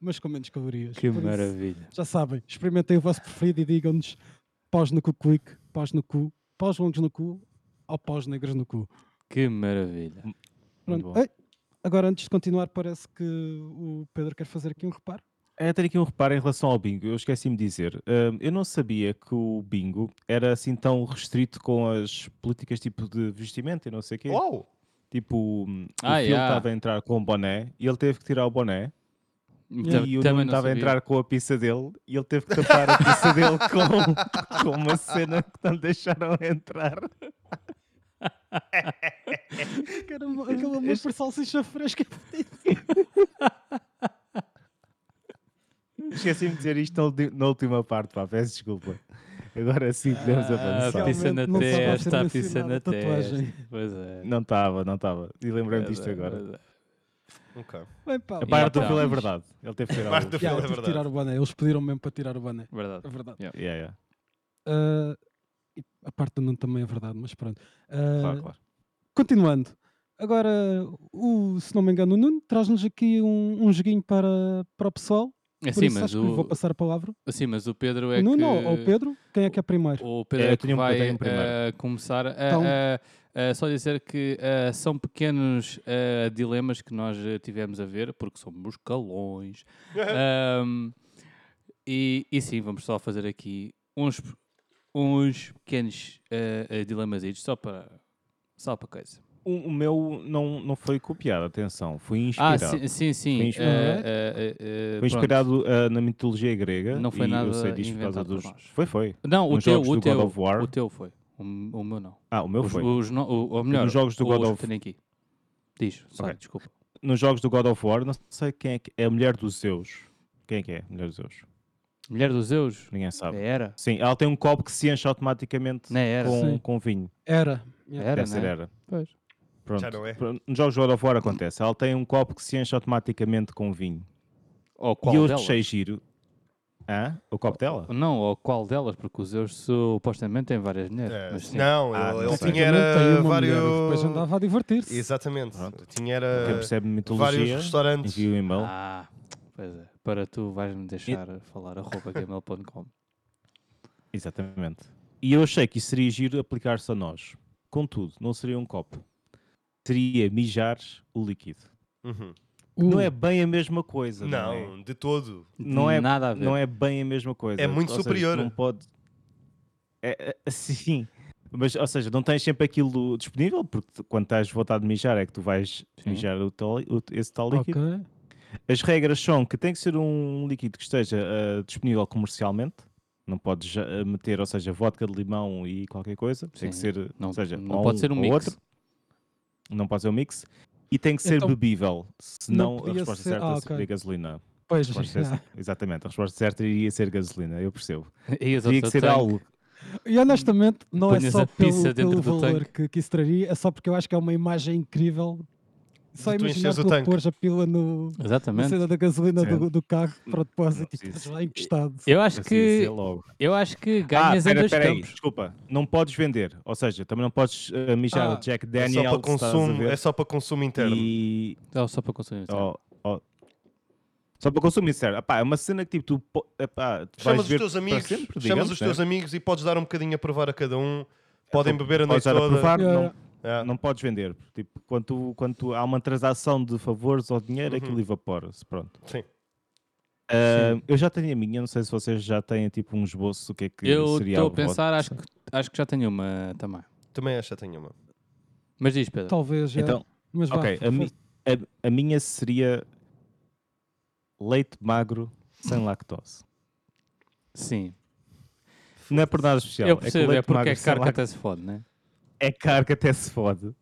mas com menos calorias.
Que
Por isso,
maravilha.
já sabem, experimentem o vosso preferido e digam-nos paus no cu quick, paus no cu, paus longos no cu ou paus negros no cu.
Que maravilha.
Muito
Pronto.
bom.
Ei, agora, antes de continuar, parece que o Pedro quer fazer aqui um reparo.
É ter aqui um reparo em relação ao bingo. Eu esqueci-me de dizer. Hum, eu não sabia que o bingo era assim tão restrito com as políticas tipo de vestimento e não sei o quê.
Uau!
Tipo, hum,
Ah,
o filme
yeah.
estava a entrar com um boné e ele teve que tirar o boné. e o Nuno
Também não
estava a
sabia.
entrar com a pizza dele e ele teve que tapar a pizza dele com, com uma cena que não deixaram entrar.
Caramba, aquele amor por salsicha fresca.
Esqueci-me de dizer isto na ulti- na última parte, pá. Peço desculpa. Agora sim podemos
Ah,
avançar.
a pizza na
Realmente não se pode
testa, a
ser
pizza na
mencionada a tatuagem.
testa. Pois é.
Não estava, não estava. E lembrei-me disto agora.
Ok.
Bem, pá,
A parte do
Então.
filme é verdade. Ele teve que tirar o
Parte do
já,
filme é
tive que
verdade.
tirar o boné. Eles pediram mesmo para tirar o boné.
Verdade.
É verdade.
Yeah, yeah.
Ah, e a parte do Nuno também é verdade, mas pronto. Ah,
Eh,
Claro, claro.
Continuando. Agora, o, se não me engano, o Nuno traz-nos aqui um, um joguinho para, para o pessoal.
É
Por
sim,
isso
mas
acho que lhe
o,
vou passar a palavra.
sim, mas o Pedro é
O Nuno ou-
que...
ou o Pedro? Quem é que é primeiro?
O Pedro
É,
é
eu
que
tenho um- eu
vai
tenho um primeiro.
eh, começar a,
Então-
a- a só dizer que eh, são pequenos eh, dilemas que nós eh, tivemos a ver, porque somos calões. Ahm, e, e sim, vamos só fazer aqui uns, uns pequenos uh, dilemas só para, só para coisa.
O, o meu não, não foi copiado, atenção. Foi
Ah,
inspirado.
sim, sim. sim.
Foi inspirado.
eh, eh, eh,
Foi
pronto.
inspirado ah, na mitologia grega.
Não foi
e
nada
eu sei disto por causa
inventado por
dos.
nós.
Foi, foi.
Não, o
nos
teu,
jogos
o
do
teu,
God of War.
o teu foi. O, m- o meu não.
Ah, o meu
Os-
foi.
os no- o, ou melhor,
Nos jogos do
os
God
que
of-
tenho aqui. Diz, só,
Ok.
desculpa.
Nos jogos do God of War, não sei quem é que é a mulher dos Zeus. Quem é que é a mulher dos Zeus?
Mulher dos Zeus? É
Ninguém sabe.
Era?
Sim, ela tem um copo que se enche automaticamente
Não é era?
com,
Sim.
com vinho.
Era.
Era,
Deve ser
não é?
era.
Pois.
Pronto.
Já não é.
Pronto, Nos jogos do God of War acontece. Ela tem um copo que se enche automaticamente com vinho.
Ou qual
e eu
delas?
achei giro. Hã? O copo dela?
Não, ou qual delas, porque o Zeus supostamente tem várias mulheres.
É,
mas sim.
não,
Ah,
ele,
não
ele
sei.
tinha
Também tem
era
uma mulher e Depois
vários.
andava a divertir-se.
Exatamente.
Pronto.
Tinha
Quem
era
percebe
Eh, vários
mitologia,
restaurantes.
envia o e-mail.
Ah, pois é. Para tu vais-me deixar falar arroba gmail.com.
Exatamente. E eu achei que isso seria giro aplicar-se a nós. Contudo, não seria um copo. Seria mijar o líquido.
Uhum.
Uh,
Não é bem a mesma coisa. Não, é?
Não, de todo.
não é
nada a ver.
não é bem a mesma coisa.
É muito
Ou seja,
superior.
não pode. É, é, sim. Mas, ou seja, não tens sempre aquilo disponível, porque tu- quando estás voltado a mijar é que tu vais
Sim.
mijar o tal, o- esse tal
ok.
líquido. As regras são que tem que ser um líquido que esteja ah, disponível comercialmente. Não podes já, ah, meter, ou seja, vodka de limão e qualquer coisa. Tem que
Sim.
ser,
Não-
ou seja,
não
ou
pode
um
ser um
ou
mix.
outro. Não pode ser um mix. E tem que ser
Então,
bebível.
não
Senão a
podia
resposta
ser-
certa
ah,
seria
ok.
gasolina.
Pois,
A resposta certa-
já.
Exatamente, a resposta certa iria ser gasolina, eu percebo.
E as
Teria que
outras
ser
têm-
algo.
E honestamente, não é
Punhas
só
a pizza
pelo,
dentro
pelo
do
valor
tanque.
que, que isso traria, é só porque eu acho que é uma imagem incrível. Só
De tu
imaginar
encheres o
tu
tanque.
pôres a pila no, na
é
Exatamente.
cena da gasolina
Sim.
do, do carro para o
Não
depósito e
precisa.
estás lá encostado.
Eu acho
Assim, dizer
que,
logo.
eu acho que
Ah,
ganhas em
pera,
dois
pera aí,
campos.
desculpa, não podes vender, ou seja, também não podes eh, mijar
Ah,
o Jack
É
Daniel.
só, para
se estás a
consumo,
ver,
é só para consumo interno.
e-
Oh, só para consumir.
ó, ó. Só para consumo interno. Epá, é uma cena que tipo, tu, po- epá, tu vais
Chamas os
ver
teus
para
amigos,
sempre,
chamas
digamos,
os teus
né?
amigos e podes dar um bocadinho a provar a cada um. Podem beber a noite
Podes dar a
toda.
provar,
Yeah,
não-
yeah.
É.
não podes vender. Tipo, quando, tu- quando tu- há uma transação de favores ou dinheiro, aquilo evapora-se. Pronto.
Uhum. Sim.
Ah, eu já tenho a minha, não sei se vocês já têm tipo um esboço do que é que
Eu
seria
estou a
algo vosso.
pensar, acho que, acho que já tenho uma também.
Também esta tenho uma.
Mas diz, Pedro.
Talvez, já.
Então,
mas vá,
ok, a,
fa-
mi- a- a minha seria leite magro sem lactose. Então-
Sim.
Não é por nada especial.
Eu
que o
percebo, é,
leite
porque
magro
é
sem
caro que
lact-
até se fode, né?
é caro que até se fode.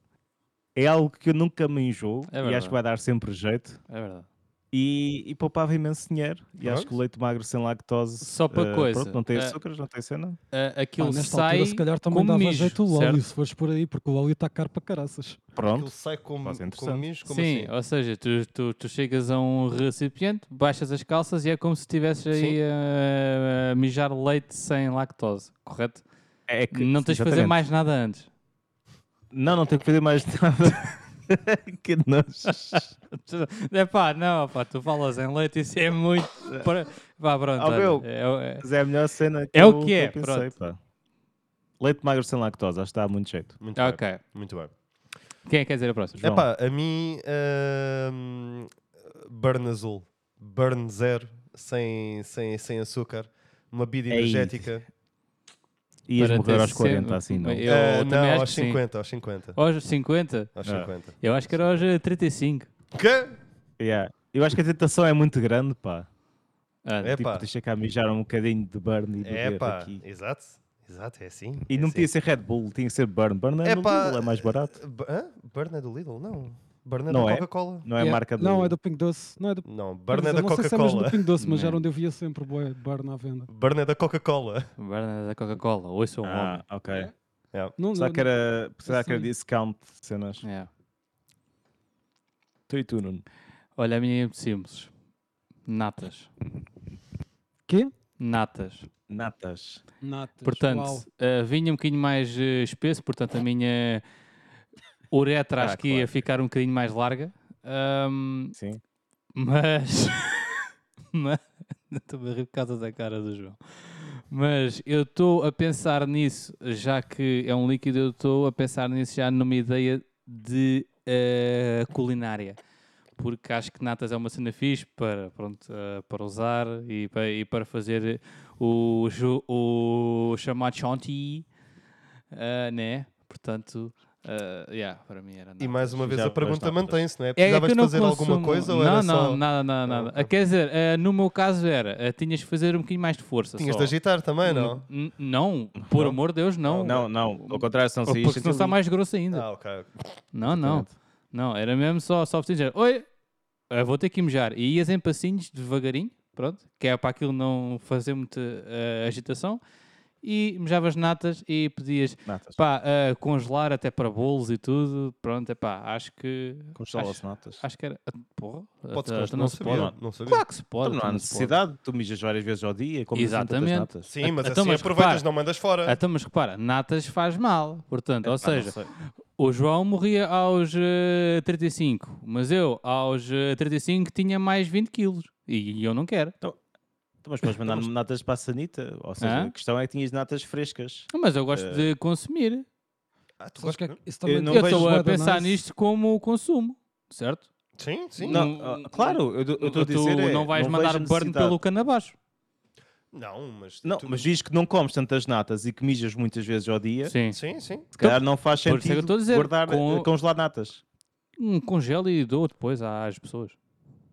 É algo que eu nunca me enjoo
É
e acho
verdade.
que vai dar sempre jeito.
É verdade.
E, e poupava imenso dinheiro. E acho que o leite magro sem lactose.
Só para
eh,
coisa,
Pronto, não tem
eh,
açúcar, não tem cena.
Ah,
pá,
aquilo
nesta
sai
altura se calhar também
como
dava
mijo,
jeito o óleo,
certo?
se fores por aí, porque o óleo está caro para caraças.
Ele
Pronto.
sai como,
Faz interessante.
como mijo, como
Sim,
assim.
ou seja, tu, tu, tu chegas a um recipiente, baixas as calças e é como se estivesses aí
Sim.
a, a mijar leite sem lactose, correto?
É que-
não tens de fazer
exatamente.
mais nada antes.
Não, não tenho que fazer mais nada. que nojo.
É pá, não, pá, tu falas em leite, isso é muito. Para... Vá, pronto.
Ah,
olha,
meu.
é- é-
Mas é a melhor cena que
É o
eu-
que
eu
é,
pensei,
pronto.
pá. Leite magro sem lactose, acho que dá muito jeito.
Muito bem.
Ok.
Muito bem.
Quem é que quer dizer a próxima?
João.
Epá, a mim ahm, Burn Azul. Burn zero, sem, sem, sem açúcar. Uma bebida
Ei,
energética.
E
Para
morrer
ter
aos 40,
sempre-
assim, não.
Eu
Ah,
também
não,
acho
aos
que sim.
50, aos 50.
É-
Hoje 50?
Aos
Ah.
50.
Eu acho que era hoje 35.
Que?
Yeah. Eu acho que a tentação é muito grande, pá.
Ah,
É
Tipo,
pá,
deixa cá mijar um bocadinho de burn e
é
beber
pá,
aqui.
exato, exato, é assim.
E
é
não
assim.
podia ser Red Bull, tinha que ser burn. Burn é,
É
do
pá,
Lidl, é mais barato.
B- hã? Burn é do Lidl? Não. Burn é
Não
da
é?
Coca-Cola?
Não é
Yeah.
marca do
Não, é do Pingo Doce. Não é do
Não,
Quer
Burn é
dizer,
da
não sei se é mesmo
Coca-Cola.
do Pingo Doce, mas
Não.
era onde eu via sempre bué de bar na venda.
Burn é da Coca-Cola.
Barna da Coca-Cola, ou isso é um
Ah,
homem.
ok.
Não,
Será
não-
que era, será que era
Assim.
discount cenas?
É.
Tu e tu, Nuno.
Olha, a minha é muito simples. Natas.
Quê?
Natas.
Natas.
Natas,
Portanto,
uau.
eh, vinha um bocadinho mais eh, espesso, portanto a minha uretra
Ah,
acho que ia
claro.
ficar um bocadinho mais larga. Ahm,
Sim.
mas... mas... Estou-me a rir por causa da cara do João. Mas eu estou a pensar nisso, já que é um líquido, eu estou a pensar nisso já numa ideia de eh, culinária. Porque acho que natas é uma cena fixe para, pronto, eh, para usar e para, e para fazer o, ju- o chamado chantilly, eh, né? Portanto, eh, yeah, para mim era
E
nada.
mais uma vez
Já
a pergunta
boas notas.
mantém-se, não é?
É que eu
Precisavas de
não
fazer alguma
consumo-
coisa
não,
ou era
não,
só... Ah,
nada, nada, nada.
ok.
Quer dizer, eh, no meu caso era, eh, tinhas de fazer um bocadinho mais de força.
Tinhas
só.
de agitar também,
N-
não?
n- Não, por
Não?
amor de Deus, não.
Não, não. Ao contrário, são
Ou
saídas.
Porque senão está mais grosso ainda.
Ah, ok.
Não, não. Não, era mesmo só, só preciso dizer, oi, eh, vou ter que mijar. E ias em passinhos devagarinho, pronto, que é para aquilo não fazer muita eh, agitação. e mejavas natas e pedias
Natas.
pá, ah, congelar até para bolos e tudo. Pronto, é pá, acho que.
Congela-se
acho,
natas.
acho que era. ah, Porra,
Pode-se
ah,
congelar,
não se pode.
sabia, Não sabia.
Claro que se pode.
Então não há
então se pode.
necessidade, tu mijas várias vezes ao dia, como
Exatamente.
natas.
Sim, mas
Então,
assim
mas
aproveitas,
repara.
não mandas fora.
Então, mas repara, natas faz mal. Portanto, ou
Ah, não
seja,
sei.
o João morria aos eh, 35, mas eu aos eh, 35 tinha mais 20 quilos. E, e eu não quero.
Então, mas podes mandar natas para a sanita. Ou seja,
Hã?
a questão é que tinhas natas frescas.
Mas eu gosto
Eh,
de consumir.
Ah, tu
Sabes que
gostas,
é-
não?
isso também
não
eu
vejo
estou a
bué da
pensar
nice.
nisto como o consumo, certo?
Sim, sim. Não.
Não,
Hum,
ah, claro, eu
Tu,
estou a dizer. é,
não vais
vejo
mandar
a
burn
necessidade.
pelo canabaixo.
mas.
Não,
tu-
mas diz que não comes tantas natas e que mijas muitas vezes ao dia.
Sim.
Sim, sim.
Se calhar não faz
Por isso é que eu
sentido
estou a dizer,
guardar,
com-
eh, congelar natas.
Um congelo e dou depois às pessoas.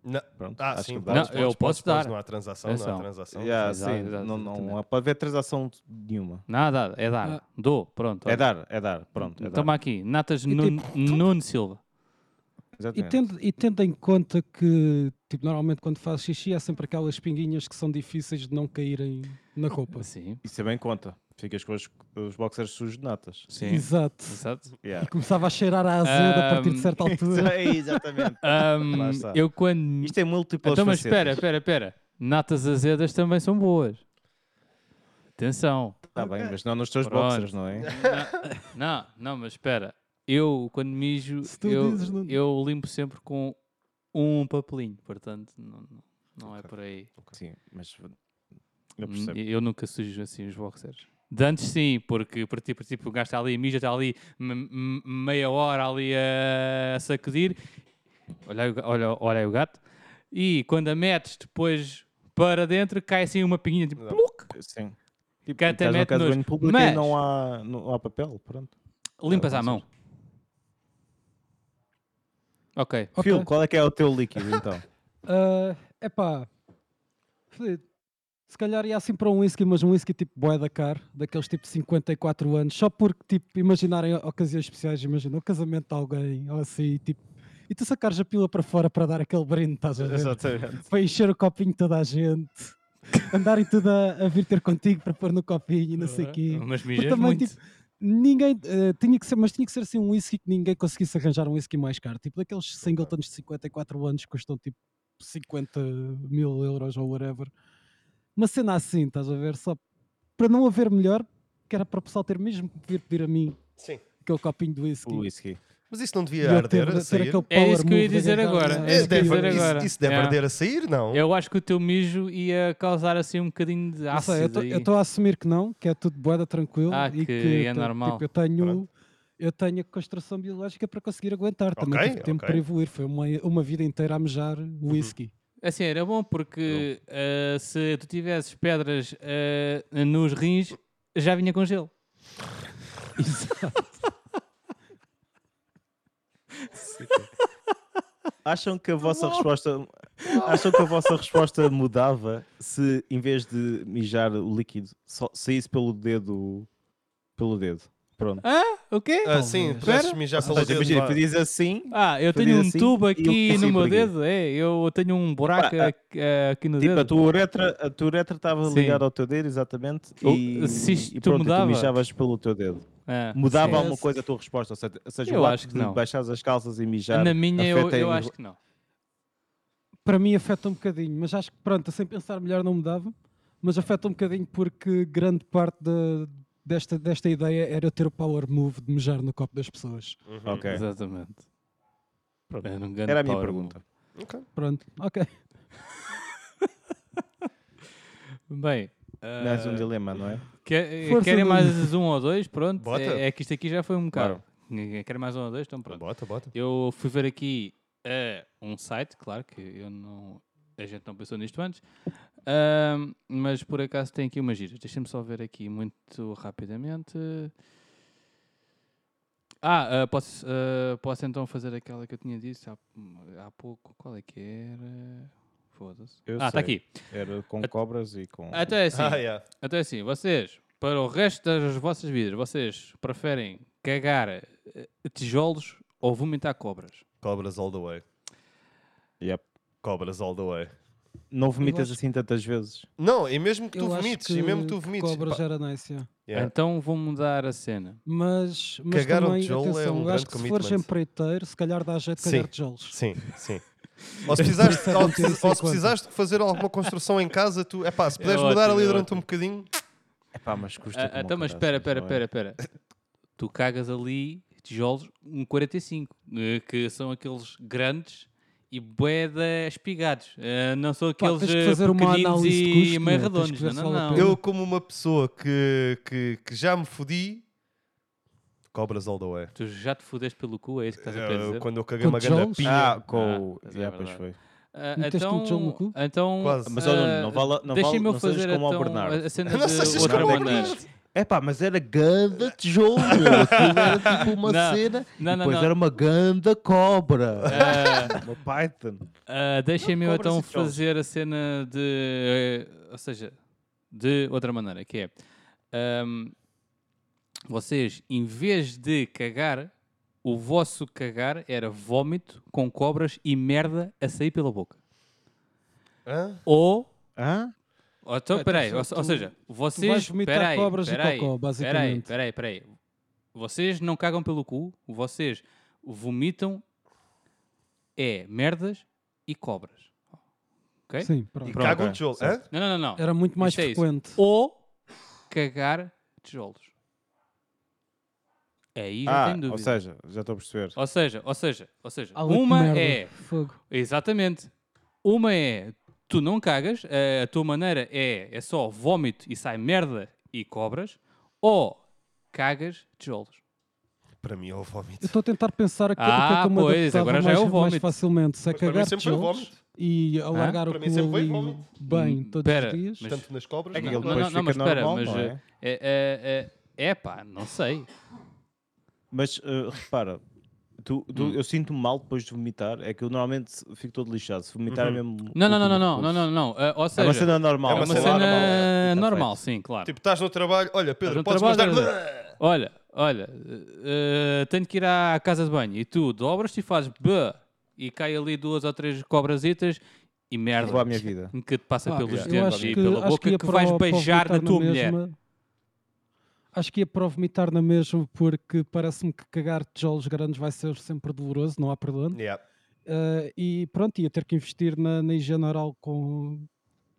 Não.
Pronto,
Ah,
acho
sim.
que
podes,
Não,
podes,
eu
podes,
posso
podes,
dar.
Não há transação, não
Atenção.
há transação.
Yeah,
Exato,
sim,
exato,
não, não
exatamente.
há- pode haver transação nenhuma.
Nada, é dar.
Ah.
Dou, pronto.
É dar, é dar, pronto. É
Toma
dar. tipo,
aqui, Natas
E
Nuno Nuno Silva.
E
Exatamente.
tendo, e tendo em conta que, tipo, normalmente quando fazes xixi há sempre aquelas pinguinhas que são difíceis de não caírem na roupa.
Sim,
Isso é bem conta. Ficas com os, os boxers sujos de natas.
sim.
Exato.
Exato.
Yeah.
Começava a cheirar a azedo a partir de certa altura.
É, Exatamente.
Ahm,
Lá está.
eu quando.
Isto é múltiplas
então, mas espera,
facetas.
espera, espera. Natas azedas também são boas. Atenção.
Está Tá bem, mas não nos teus
Pronto.
boxers, não é?
Não, não, mas espera. Eu, quando mijo,
Se tu
eu,
dizes, Nuno.
eu limpo sempre com um papelinho. Portanto, não, não- não é por aí.
Sim, mas eu
Hum,
percebo.
Eu nunca sujo assim os boxers. De antes sim, porque por tipo, tipo, o gajo está ali, mija, está ali me- me- meia hora ali a, a sacudir. Olha, aí o ga- olha, olha aí o gato. E quando a metes depois para dentro, cai assim uma pinguinha tipo. pluc.
Sim. Tipo,
Que até
estás
mete
no caso
nojo.
banho público
Mas-
e não há, não há papel, pronto.
Limpas à
vocês.
mão. Ok.
Ok.
Phil, qual é que é o teu líquido então?
Ah, epá, fodido. se calhar ia assim para um whisky, mas um whisky tipo bué da car, daqueles tipo 54 anos, só porque tipo, imaginarem o- ocasiões especiais, imagina o casamento de alguém, ou assim, tipo, e tu sacares a pila para fora para dar aquele brinde, estás a ver?
Exatamente.
Para encher o copinho de toda a gente, andarem tudo a, a vir ter contigo para pôr no copinho e não
é?
sei o quê.
Mas
Porque
mijas
também,
muito.
tipo, ninguém eh, tinha que ser, mas tinha que ser assim um whisky que ninguém conseguisse arranjar um whisky mais caro. Tipo daqueles singletons de 54 anos que custam tipo 50 mil euros ou whatever. Uma cena assim, estás a ver? Só para não haver melhor, que era para o pessoal ter mesmo que vir pedir a mim
Sim.
aquele copinho de whisky.
O whisky.
Mas isso não
E
devia
eu
arder
ter-
a
ter
sair?
aquele
É isso
power
que eu ia
move de um
dizer
agarrar
agora,
na-
é
Eh,
isso que eu ia
deve-
dizer
isso-
agora.
Isso deve
Yeah.
arder a sair, não?
Eu acho que o teu mijo ia causar assim um bocadinho de
Não sei, eu
ácido.
tô-
aí.
eu estou a assumir que não, que é tudo boeda tranquilo
Ah,
e
que
que,
é
eu tô-
normal.
tipo, eu tenho
Pronto.
eu tenho a construção biológica para conseguir aguentar, também
Ok,
tive tempo
ok. Uhum.
para evoluir, foi uma, uma vida inteira a mejar whisky.
Assim, era bom porque ah, se tu tivesses pedras ah, nos rins, já vinha com gelo.
Acham que a vossa resposta acham que a vossa resposta mudava se em vez de mijar o líquido só saísse pelo dedo pelo dedo. Pronto.
O quê?
Ah, sim, pudesses mijar
Ou
pelo
seja,
dedo.
imagina,
vá.
pedias assim,
Ah,
Fazia
eu tenho um
assim
tubo
e eu
aqui
passei
no meu
por aqui.
dedo. É, eu tenho um buraco
Ah, ah.
aqui, ah, aqui no
tipo, a
dedo.
tua uretra, a tua uretra estava
Sim.
ligada ao teu dedo, exatamente,
Ou-
e,
se isto
e pronto, e
mudava.
tu mijavas pelo teu dedo.
Ah,
Mudava
sim.
alguma coisa a tua resposta, ou seja, ou seja
Eu
o ato
acho que
de
não.
baixares as calças e mijar
Na minha, eu,
afeta
eu
em-
acho que não.
Para mim afeta um bocadinho, mas acho que pronto, eu sem pensar melhor não mudava, mas afeta um bocadinho porque grande parte da- desta, desta ideia era eu ter o power move de mejar no copo das pessoas.
Uhum.
Ok.
Exatamente.
É. Pronto.
Era, um grande
Era a minha
power
pergunta.
Pronto, ok.
move. Bem, ah,
Mais um dilema, não é?
que-
Força,
querem mais
Nuno.
um ou dois? Pronto.
Bota.
É, é que isto aqui já foi um bocado. Querem mais um ou dois? Então pronto.
Bota, bota.
Eu fui ver aqui eh, um site, claro que eu não, a gente não pensou nisto antes, ahm, mas por acaso tem aqui umas giras. Deixa-me só ver aqui muito rapidamente. Ah, ah, posso, ah, posso então fazer aquela que eu tinha dito há, há pouco. Qual é que era? Foda-se.
Eu
Ah, está
sei.
aqui.
Era com
A-
cobras e com...
Então é assim.
Ah, yeah.
Então é assim, vocês, para o resto das vossas vidas, vocês preferem cagar eh, tijolos ou vomitar cobras?
Cobras all the way.
Yep.
Cobras all the way.
Não vomitas
acho-
assim tantas vezes.
Não, e mesmo que tu
Eu acho
vomites,
que-
e mesmo que tu
que
vomites.
Cobra
pá,
já era nice, yeah.
yeah.
Então vou mudar a cena.
Mas, mas
Cagar ao
também,
tijolo é
atenção,
um
eu acho
grande
que se fores
commitment.
empreiteiro, se calhar dá jeito de
Sim.
cagar tijolos.
Sim, sim. Ou se precisaste,
Isso é
ou
um
que-
tiro sem
ou se
conta.
precisaste de fazer alguma construção em casa, tu. É pá, se
É
puderes mudar
ótimo,
ali
é
durante um bocadinho.
É pá, mas custa.
Ah, então, mas
é?
espera, espera, espera, espera. Tu cagas ali tijolos um 45, eh, que são aqueles grandes e boeda espigados. Eh, não são
Pá,
aqueles
tens que
eh,
fazer uma
pequeninos
análise de
e
custo,
meio
meu, tens
redondos.
que ver
Não,
se
não,
vale a
não.
pena.
Eu, como uma pessoa que, que, que já me fodi, cobras all the way.
Tu já te fudeste pelo cu, é isso que estás a querer
Eu,
dizer?
quando eu caguei
Com
uma grande
tijolos?
pinha.
Ah, com. Ah,
Ah, mas é
pois
verdade.
foi.
Ah,
Meteste um tijolo no cu?
então, então
Quase.
Mas, ó, Nuno, não
ah,
vale- não vale-
deixem-me eu
não sejas
fazer
como ao
então,
Bernardo.
a cena
Não
de
sejas
outra
como ao
maneira.
É pá, mas era ganda tijolo. Aquilo era tipo uma
Não,
cena.
não,
e
não,
depois
não.
era uma ganda cobra.
Ah,
Uma Python.
Ah, Deixem-me eu
cobras
então
e tijolos.
fazer a cena de. eh, ou seja, de outra maneira, que é. ahm, vocês, em vez de cagar, o vosso cagar era vómito com cobras e merda a sair pela boca.
Hã?
Ou.
Hã?
ou então,
Espera,
peraí,
então,
ou,
só
ou
tu-
seja, vocês.
vais vomitar
peraí,
cobras e
peraí,
cocó,
Peraí,
basicamente.
peraí, peraí. Vocês não cagam pelo cu, vocês vomitam é merdas e cobras. Ok?
Sim, pronto.
E
Pronto.
cagam tijolo. Hã?
Não, não, não, não.
Era muito mais
Isto é isso.
frequente.
Ou cagar tijolos. Aí
Ah,
já tem dúvida.
ou seja, já estou a perceber.
ou seja, ou seja, ou seja,
Ah, que
uma
merda.
é.
Fogo.
Exatamente. Uma é tu não cagas, eh, a tua maneira é, é só vómito e sai merda e cobras, ou cagas tijolos.
Para mim é o
Eu
vómito.
estou a tentar pensar aqui o que é
Ah,
que eu me
pois,
adaptava
agora já é
mais,
o
mais
vómito.
facilmente. Se é
Mas para mim
cagar
sempre foi
tijolos
vómito.
e alargar
Para
o
mim
cu
sempre foi
ali
vómito.
bem
Hum,
todos
pera,
os dias.
mas-
Tanto nas cobras,
É que
como
ele
na
Não,
depois
cobra.
não, não, mas
fica
espera,
normal,
mas.
não
eh,
é?
eh, eh, eh, Epá, não sei.
Mas eh, repara, tu, tu- eu sinto-me mal depois de vomitar. É que eu normalmente fico todo lixado. Se vomitar é mesmo.
Não, não,
o
não, não,
último
não, não,
recurso.
não, não. eh, ou
É
seja,
uma cena normal.
É uma
normal,
cena
normal, tá
normal,
feito.
sim, claro.
Tipo, estás no trabalho, olha, Pedro,
Estás
podes
no
mas dar.
trabalho, Olha, olha, eh, eh, tenho que ir à casa de banho e tu dobras-te e fazes b e cai ali duas ou três cobrazitas e merda
Vou à minha vida.
que te passa
Pá,
pelos
eu
dentes
acho
e
que-
pela
acho
boca
ia
que,
para
vais
o- para
beijar na
vomitar
tua mulher.
mesma. Acho que ia para o vomitar na mesma, porque parece-me que cagar tijolos grandes vai ser sempre doloroso, não há perdão.
Yeah.
Eh, e pronto, ia ter que investir na, na higiene oral com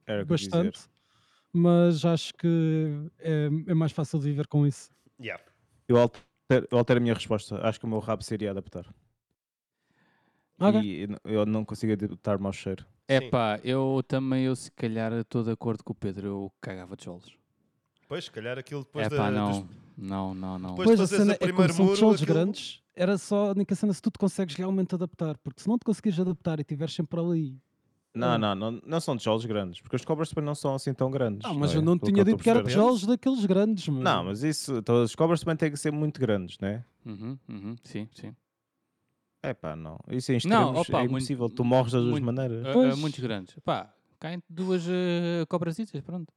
É
Era o que eu ia dizer.
bastante, mas acho que é, é mais fácil viver com isso.
Yeah.
Eu altero, eu altero a minha resposta. Acho que o meu rabo seria adaptar.
Ok.
E eu n- eu não consigo adaptar-me ao cheiro.
É
Sim.
pá, eu também, eu se calhar estou de acordo com o Pedro, eu cagava tijolos.
Pois, se calhar aquilo depois
É pá,
da, dos-
não, não, não, não.
Depois de
Pois a
fazeres
cena
o
é como
primeiro
são
muro,
tijolos
aquilo-
grandes, era só a única cena se tu te consegues realmente adaptar, porque se não te conseguires adaptar e estiveres sempre ali.
Não,
Hum.
Ah.
não, não, não são tijolos grandes, porque as cobras também não são assim tão grandes.
Ah, mas
é?
eu não
Pelo
tinha
eu
dito que
estou a
era
perceber.
tijolos daqueles grandes, mano.
Não, mas isso, todas as cobras também têm que ser muito grandes, né?
Uhum, uhum, sim, sim.
É pá, não. Isso em
Não,
extremos
opa,
é
muito-
impossível, tu morres das duas
muito-
maneiras.
Ah, ah,
Pois.
muito grandes. Pá, caem duas eh, cobrazitas, pronto.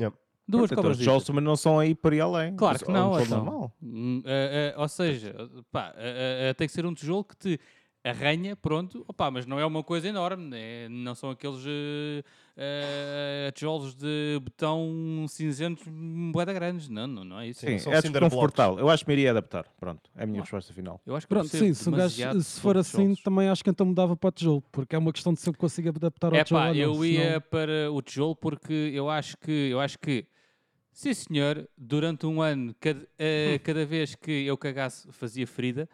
Yep.
Duas
Portanto, os
cobrazitas.
tijolos também não são aí para ir além.
Claro
Isso
que
é um
não,
tijolo
então.
normal.
Hum, eh, eh, ou seja, pá, eh, eh, tem que ser um tijolo que te arranha, pronto, opá, mas não é uma coisa enorme, né? não são aqueles eh, eh, tijolos de betão cinzentos boeda grandes, não, não, não é isso.
Sim.
Sim,
são
é
cinder blocks.
desconfortável. Eu acho que me iria adaptar. Pronto, é a minha
Ah.
resposta final.
Eu acho que
Pronto, sim, se, o gajo- se for assim, também acho que então mudava para o tijolo, porque é uma questão de se eu consigo adaptar ao
é
tijolo.
pá,
ou não,
eu
senão-
ia para o tijolo porque eu acho que, eu acho que, sim senhor, durante um ano, cada, eh, cada vez que eu cagasse fazia ferida,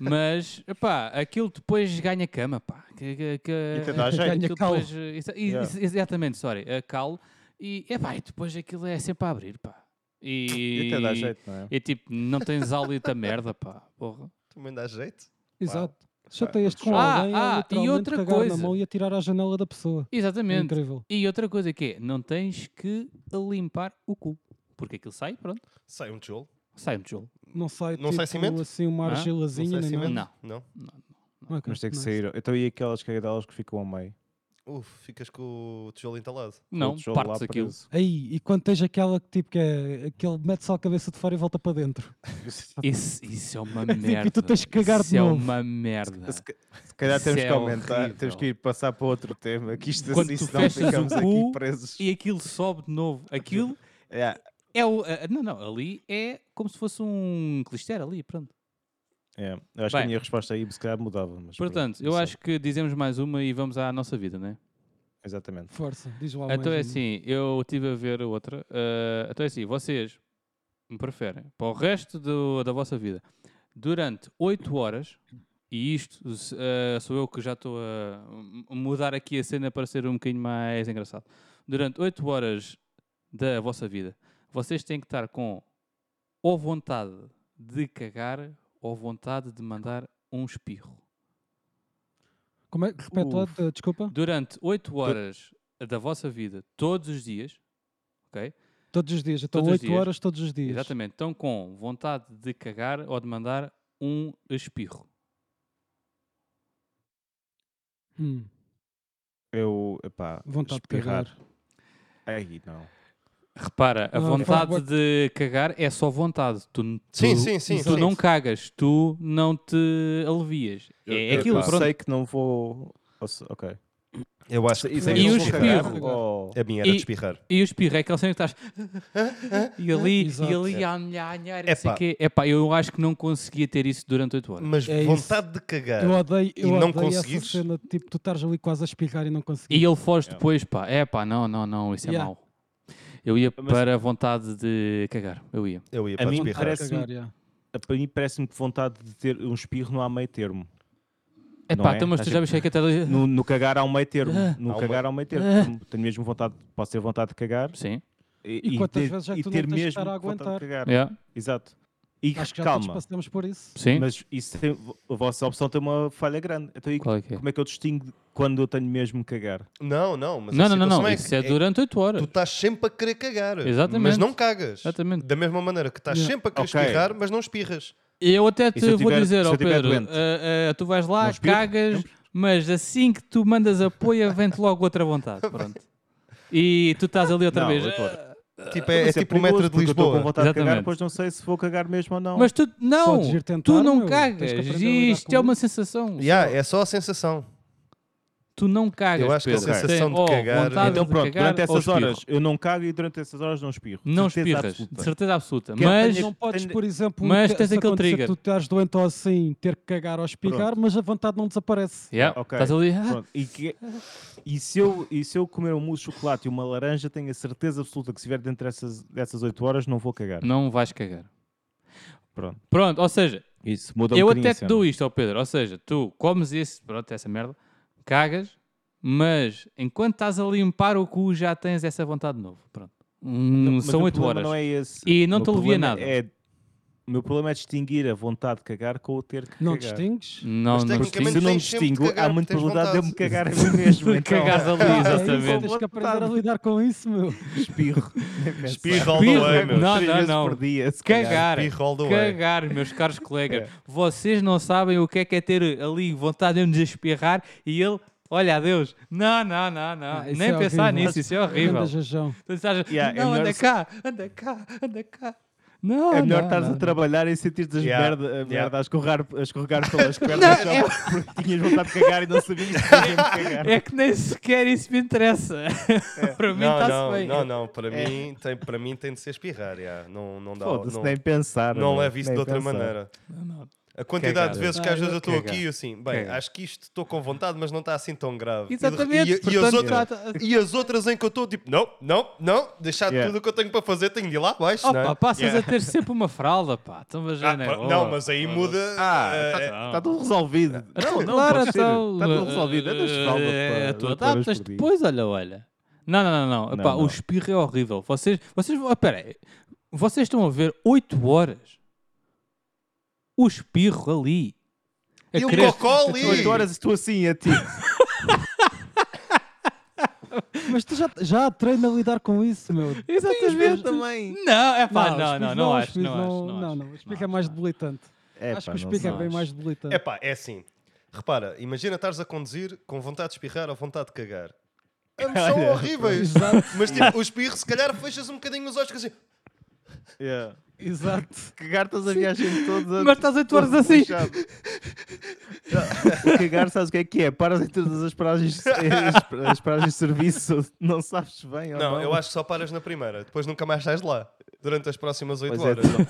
mas, pá, aquilo depois ganha cama, pá. Que, que, que,
até dá jeito.
aquilo
Ganha calo.
depois, eh, exa- e-
Yeah.
ex- Exatamente, sorry, eh, calo. E, epá, e depois aquilo é sempre a abrir, pá.
E
E,
até dá jeito, não é?
E tipo, não tens hálito a merda, pá. Porra.
Também dá jeito.
Exato. Chateias com
Ah,
alguém, é
ah, e
literalmente
outra
cagar
coisa.
na mão e atirar à janela da pessoa. É
Exatamente.
incrível.
E outra coisa que é, não tens que limpar o cu. Porque aquilo sai, pronto,
Sai um tijolo.
sai um tijolo.
Não sai,
Não sai
tipo,
cimento?
assim uma
Ah, não
Não
argilazinha,
sei se
nem nada.
mente.
Não.
Não.
Ok,
Mas tem que
nice.
sair. Então e aquelas cagadelas que ficam a meio?
Uf, ficas com o tijolo entalado.
Não,
um tijolo lá
partes aquilo.
preso.
Aí, e quando tens aquela que tipo que é aquele mete só a cabeça de fora e volta para dentro.
Isso, isso é uma
Tipo, e
merda.
tu tens que cagar de
isso é
novo.
uma merda.
Se, ca- se calhar
Isso
temos
é
que aumentar, temos
horrível.
que ir passar para outro tema, que isto
Quando
assim,
tu
senão
fechas o
ficamos
cu
aqui presos.
E aquilo sobe de novo. Aquilo
É,
é o. a- não, não, ali é como se fosse um clister ali, pronto.
é. Eu acho que
Bem.
a minha resposta aí se calhar mudava. Mas pronto,
Portanto,
não
eu
sei.
acho que dizemos mais uma e vamos à nossa vida, não é?
Exatamente.
Força, diz lá
Então
mais um
é
uma.
assim, eu estive a ver outra. eh, então é assim, vocês me preferem para o resto do- da vossa vida durante 8 horas, e isto se- eh, sou eu que já estou a m- mudar aqui a cena para ser um bocadinho mais engraçado. Durante 8 horas da vossa vida, vocês têm que estar com ou vontade de cagar ou vontade de mandar um espirro.
Como é que repete lá, eh, desculpa?
Durante 8 horas da vossa vida, todos os dias, ok?
Todos os dias, então
Todos os
8
dias.
horas todos os dias.
Exatamente. Estão com vontade de cagar ou de mandar um espirro.
Hum,
Eu, epá,
vontade de
espirrar.
cagar.
Aí, não.
Repara, a
Não,
vontade
faz-
de cagar é só vontade. Tu,
Sim,
tu-
sim, sim,
Tu
sim.
não cagas, tu não te alivias.
Eu-
É
eu-
aquilo,
eu
pronto.
sei que não vou. ou se- Ok.
Eu acho que
isso é
Eu
E
não
o
vou
vou
cagar.
espirro?
cagar, oh, ou-
A minha era
E-
de espirrar.
E o espirro é aquele sempre que estás. e ali,
Exato.
e ali, a anhar, anhar,
Epá.
não
Hum.
sei o quê. Epá, eu acho que não conseguia ter isso durante 8 horas.
Mas
É isso.
vontade de cagar.
Eu odeio, eu
não
odeio essa
conseguires?
cena de tipo, tu estás ali quase a espirrar e não conseguir.
E ele foge depois, pá. É pá, não, não, não, isso é
Yeah.
mau. Eu ia
Mas-
para a vontade de cagar. Eu ia.
Eu ia
A
para de
mim
espirrar.
parece-
cagar, yeah.
a- Para mim parece-me que vontade de ter um espirro não há meio termo.
É
Não
pá,
é?
então, mas tu
Acho
já viste que é que até ali.
No, no cagar há um meio termo.
Há
Ah.
No
um
cagar há um meio termo. Tenho mesmo vontade, posso ter vontade de cagar.
Sim.
E quantas
ter-
vezes é que
e
tu não
ter
tens de
mesmo
estar a
vontade de
aguentar?
cagar.
Yeah.
Exato. E
Acho que já todos
calma,
passamos por isso.
Sim.
mas isso tem, a vossa opção tem uma falha grande. Então, e
Qual é que é?
como é que eu distingo quando eu tenho mesmo que cagar?
Não, não, mas
Não,
a
não, não, não.
situação é
Isso
que
é durante 8 horas.
Tu estás sempre a querer cagar.
Exatamente.
Mas não cagas.
Exatamente.
Da mesma maneira que estás
Yeah.
sempre a querer
Ok.
espirrar, mas não espirras.
Eu até te
se eu
vou
tiver-
dizer,
se
ó
eu tiver
Pedro,
doente?
ah, ah, tu vais lá,
Não espirro?
cagas, mas assim que tu mandas apoio, vem-te logo outra vontade. Pronto. E tu estás ali outra
Não,
vez.
oito horas.
Tipo, é, é
Ah, Mas
tipo o
perigoso,
metro de
porque eu estou com
Lisboa.
vontade de cagar,
Exatamente.
depois não sei se vou cagar mesmo ou não.
Mas tu não,
Podes ir tentar,
tu não
meu, tens que
cagas.
aprender a lidar
Isto
com
é uma
isso.
sensação.
Yeah, é só a sensação.
Tu não cagas.
Eu acho que a
Pedro. Tem,
sensação de
ou
cagar-
vontade
então
de
pronto,
cagar
durante
ou
essas
espirro.
horas eu não cago e durante essas horas não espirro.
não
Certeza
espirras, de
absoluta.
certeza absoluta.
Que é
Mas
apanhar-
Não podes,
tenho-
por exemplo,
Mas
que-
tens
se
aquele
acontecer
trigger.
Tu estás doente ou assim, ter que cagar ou espigar, mas a vontade não desaparece.
Yeah,
Ok.
estás ali. ah,
Pronto, E, que- é, e se eu, e se eu comer um mousse de chocolate e uma laranja, tenho a certeza absoluta que se estiver dentro dessas, dessas 8 horas não vou cagar.
Não vais cagar.
Pronto.
Pronto, ou seja,
Isso muda um
Eu
bocadinho
até
a
te
cena.
dou isto ao Pedro, ou seja, tu comes esse, pronto, essa merda, cagas, mas enquanto estás a limpar o cu já tens essa vontade de novo. Pronto. Hum,
Então, Mas
são
o
8
problema
horas.
Não é esse.
E não
O meu
te alivia
problema
nada.
É, o meu problema é distinguir a vontade de cagar com o ter que
Não
cagar.
distingues?
Não,
Mas
não
tecnicamente-
distingo.
Se eu não
tens sempre de
distingo,
cagar
há muita
porque tens
probabilidade de eu me
vontade.
cagar a mim mesmo.
De
Então,
cagares ali,
Ah, é isso,
exatamente.
Tens que aprender a lidar com isso, meu.
espirro. É
Espirro all the way, meu.
Não,
Três
não,
vezes
não.
por dia, se calhar. é
Cagar,
Espirro all the way.
cagar, meus caros colegas. Vocês não sabem o que é que é ter ali vontade de nos espirrar e ele, olha, adeus. Não, não, não, não.
Ah, isso
Nem
é
pensar
horrível.
nisso, isso é horrível.
Anda, Jajão.
Tu estás,
Yeah, é
não, anda
melhor-
cá, anda cá, anda cá. Não,
É melhor
não,
estares
não,
a trabalhar e sentir-te as
Yeah,
merda, a
yeah.
merda a, escorrar, a escorregar pelas pernas do chão porque tinhas vontade de cagar e não sabias que tinhas mesmo que cagar.
É que nem sequer isso me interessa.
É.
Para mim
Não,
está-se
não,
bem.
não, não. Para, mim, tem, para mim tem de ser espirrar. yeah. Não, não dá.
É. Foda-se,
Não,
nem pensar.
não
meu,
leve isso
nem
de outra
pensar.
maneira. A quantidade de
Cagada.
vezes que às
Ah,
vezes eu estou
Cagar.
aqui e assim, bem,
Cagar.
acho que isto estou com vontade, mas não está assim tão grave. E de-
Exatamente.
E, e as
portanto,
outras,
trata-
e as outras em que eu estou tipo, não, não, não, deixar
Yeah.
tudo o que eu tenho para fazer, tenho de ir lá abaixo.
Opa,
não é?
passas
Yeah.
a ter sempre uma fralda, pá. Então, mas já
Ah,
não,
pá,
é boa.
não, mas aí muda.
Ah,
eh, eh,
Está tudo resolvido. Não, não,
Claro,
pode ser.
então,
Está tudo resolvido. é Andas
eh,
fralda
eh,
para
Tu
oito horas
adaptas
por dia.
depois, olha, olha. Não, não, não, não.
Não,
Epá, O
não.
espirro é horrível. Vocês, vocês, vão- ah, pera aí. Vocês estão a ver 8 horas o espirro ali. É A
e um
querer-
cocó ali.
São oito horas e estou assim
é
a
tipo.
ti.
Mas tu já, já treina a lidar com isso, meu.
Exatamente.
também.
Não, é pá,
os
não, não,
filhos
não
os
acho,
filhos
não
Não, é
acho.
não,
acho,
não, o Spica é mais debilitante. Acho que o
não
Spica é
sei.
bem mais debilitante.
eh, É pá, é assim. Repara, imagina estares a conduzir com vontade de espirrar ou vontade de cagar. Ambos são horríveis.
Exato,
Mas tipo, o espirro, se calhar, fechas um bocadinho os olhos que assim.
Yeah.
exato.
Cagar estás a viagem toda.
Mas estás a atuar
todo
assim.
lixado. Não, o cagar, sabes o que é que é? Paras em todas as paragens, eh, as, as paragens de serviço, não sabes bem.
É
ou
Não,
não
eu acho que só paras na primeira, depois nunca mais estás lá. Durante as próximas 8
Pois é,
horas.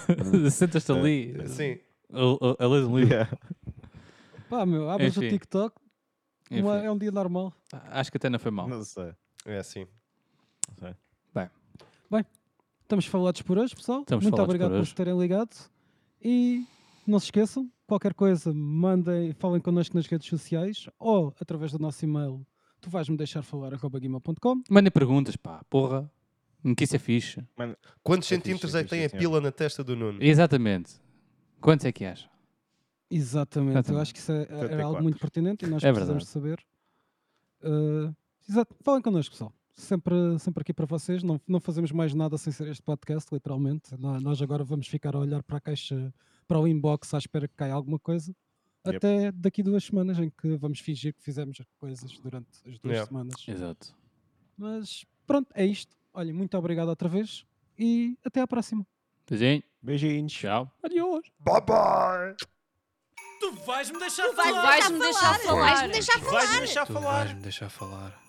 Sentas-te ali.
Sim.
A, a, a ler um livro.
Yeah.
Pá, meu, abres o
Enfim.
TikTok,
Enfim,
uma- é um dia normal.
Acho que até não foi mal.
Não sei.
É assim.
Estamos falados por hoje, pessoal.
Estamos
Muito
falados por
obrigado por,
hoje.
se terem ligado. E não se esqueçam, qualquer coisa, mandem, falem connosco nas redes sociais ou através do nosso e-mail. Tu vais me deixar falar arroba guima.com.
Mandem perguntas, pá, porra. Que isso é
Uhum.
fixe.
Quantos
É fixe,
centímetros
é
é que tem
fixe,
a
sim,
pila na testa do Nuno?
Exatamente. Quantos é que acha?
Exatamente. Eu
Exatamente.
acho que isso é, era
34.
algo muito pertinente e nós
É
precisamos de saber.
verdade.
Eh, exato. Falem connosco, pessoal. Sempre, sempre aqui para vocês. Não, não fazemos mais nada sem ser este podcast, literalmente. Nó- Nós agora vamos ficar a olhar para a caixa, para o inbox, à espera que caia alguma coisa.
Yep.
Até daqui duas semanas, em que vamos fingir que fizemos coisas durante as duas
Yeah.
semanas.
Exato.
Mas pronto, é isto. Olha, muito obrigado outra vez e até à próxima.
Beijinho.
Beijinhos.
Tchau. Adiós.
Tu vais-me deixar
Vais
falar.
me deixar falar. Vais me deixar
Tu vais-me deixar falar.
me deixar falar.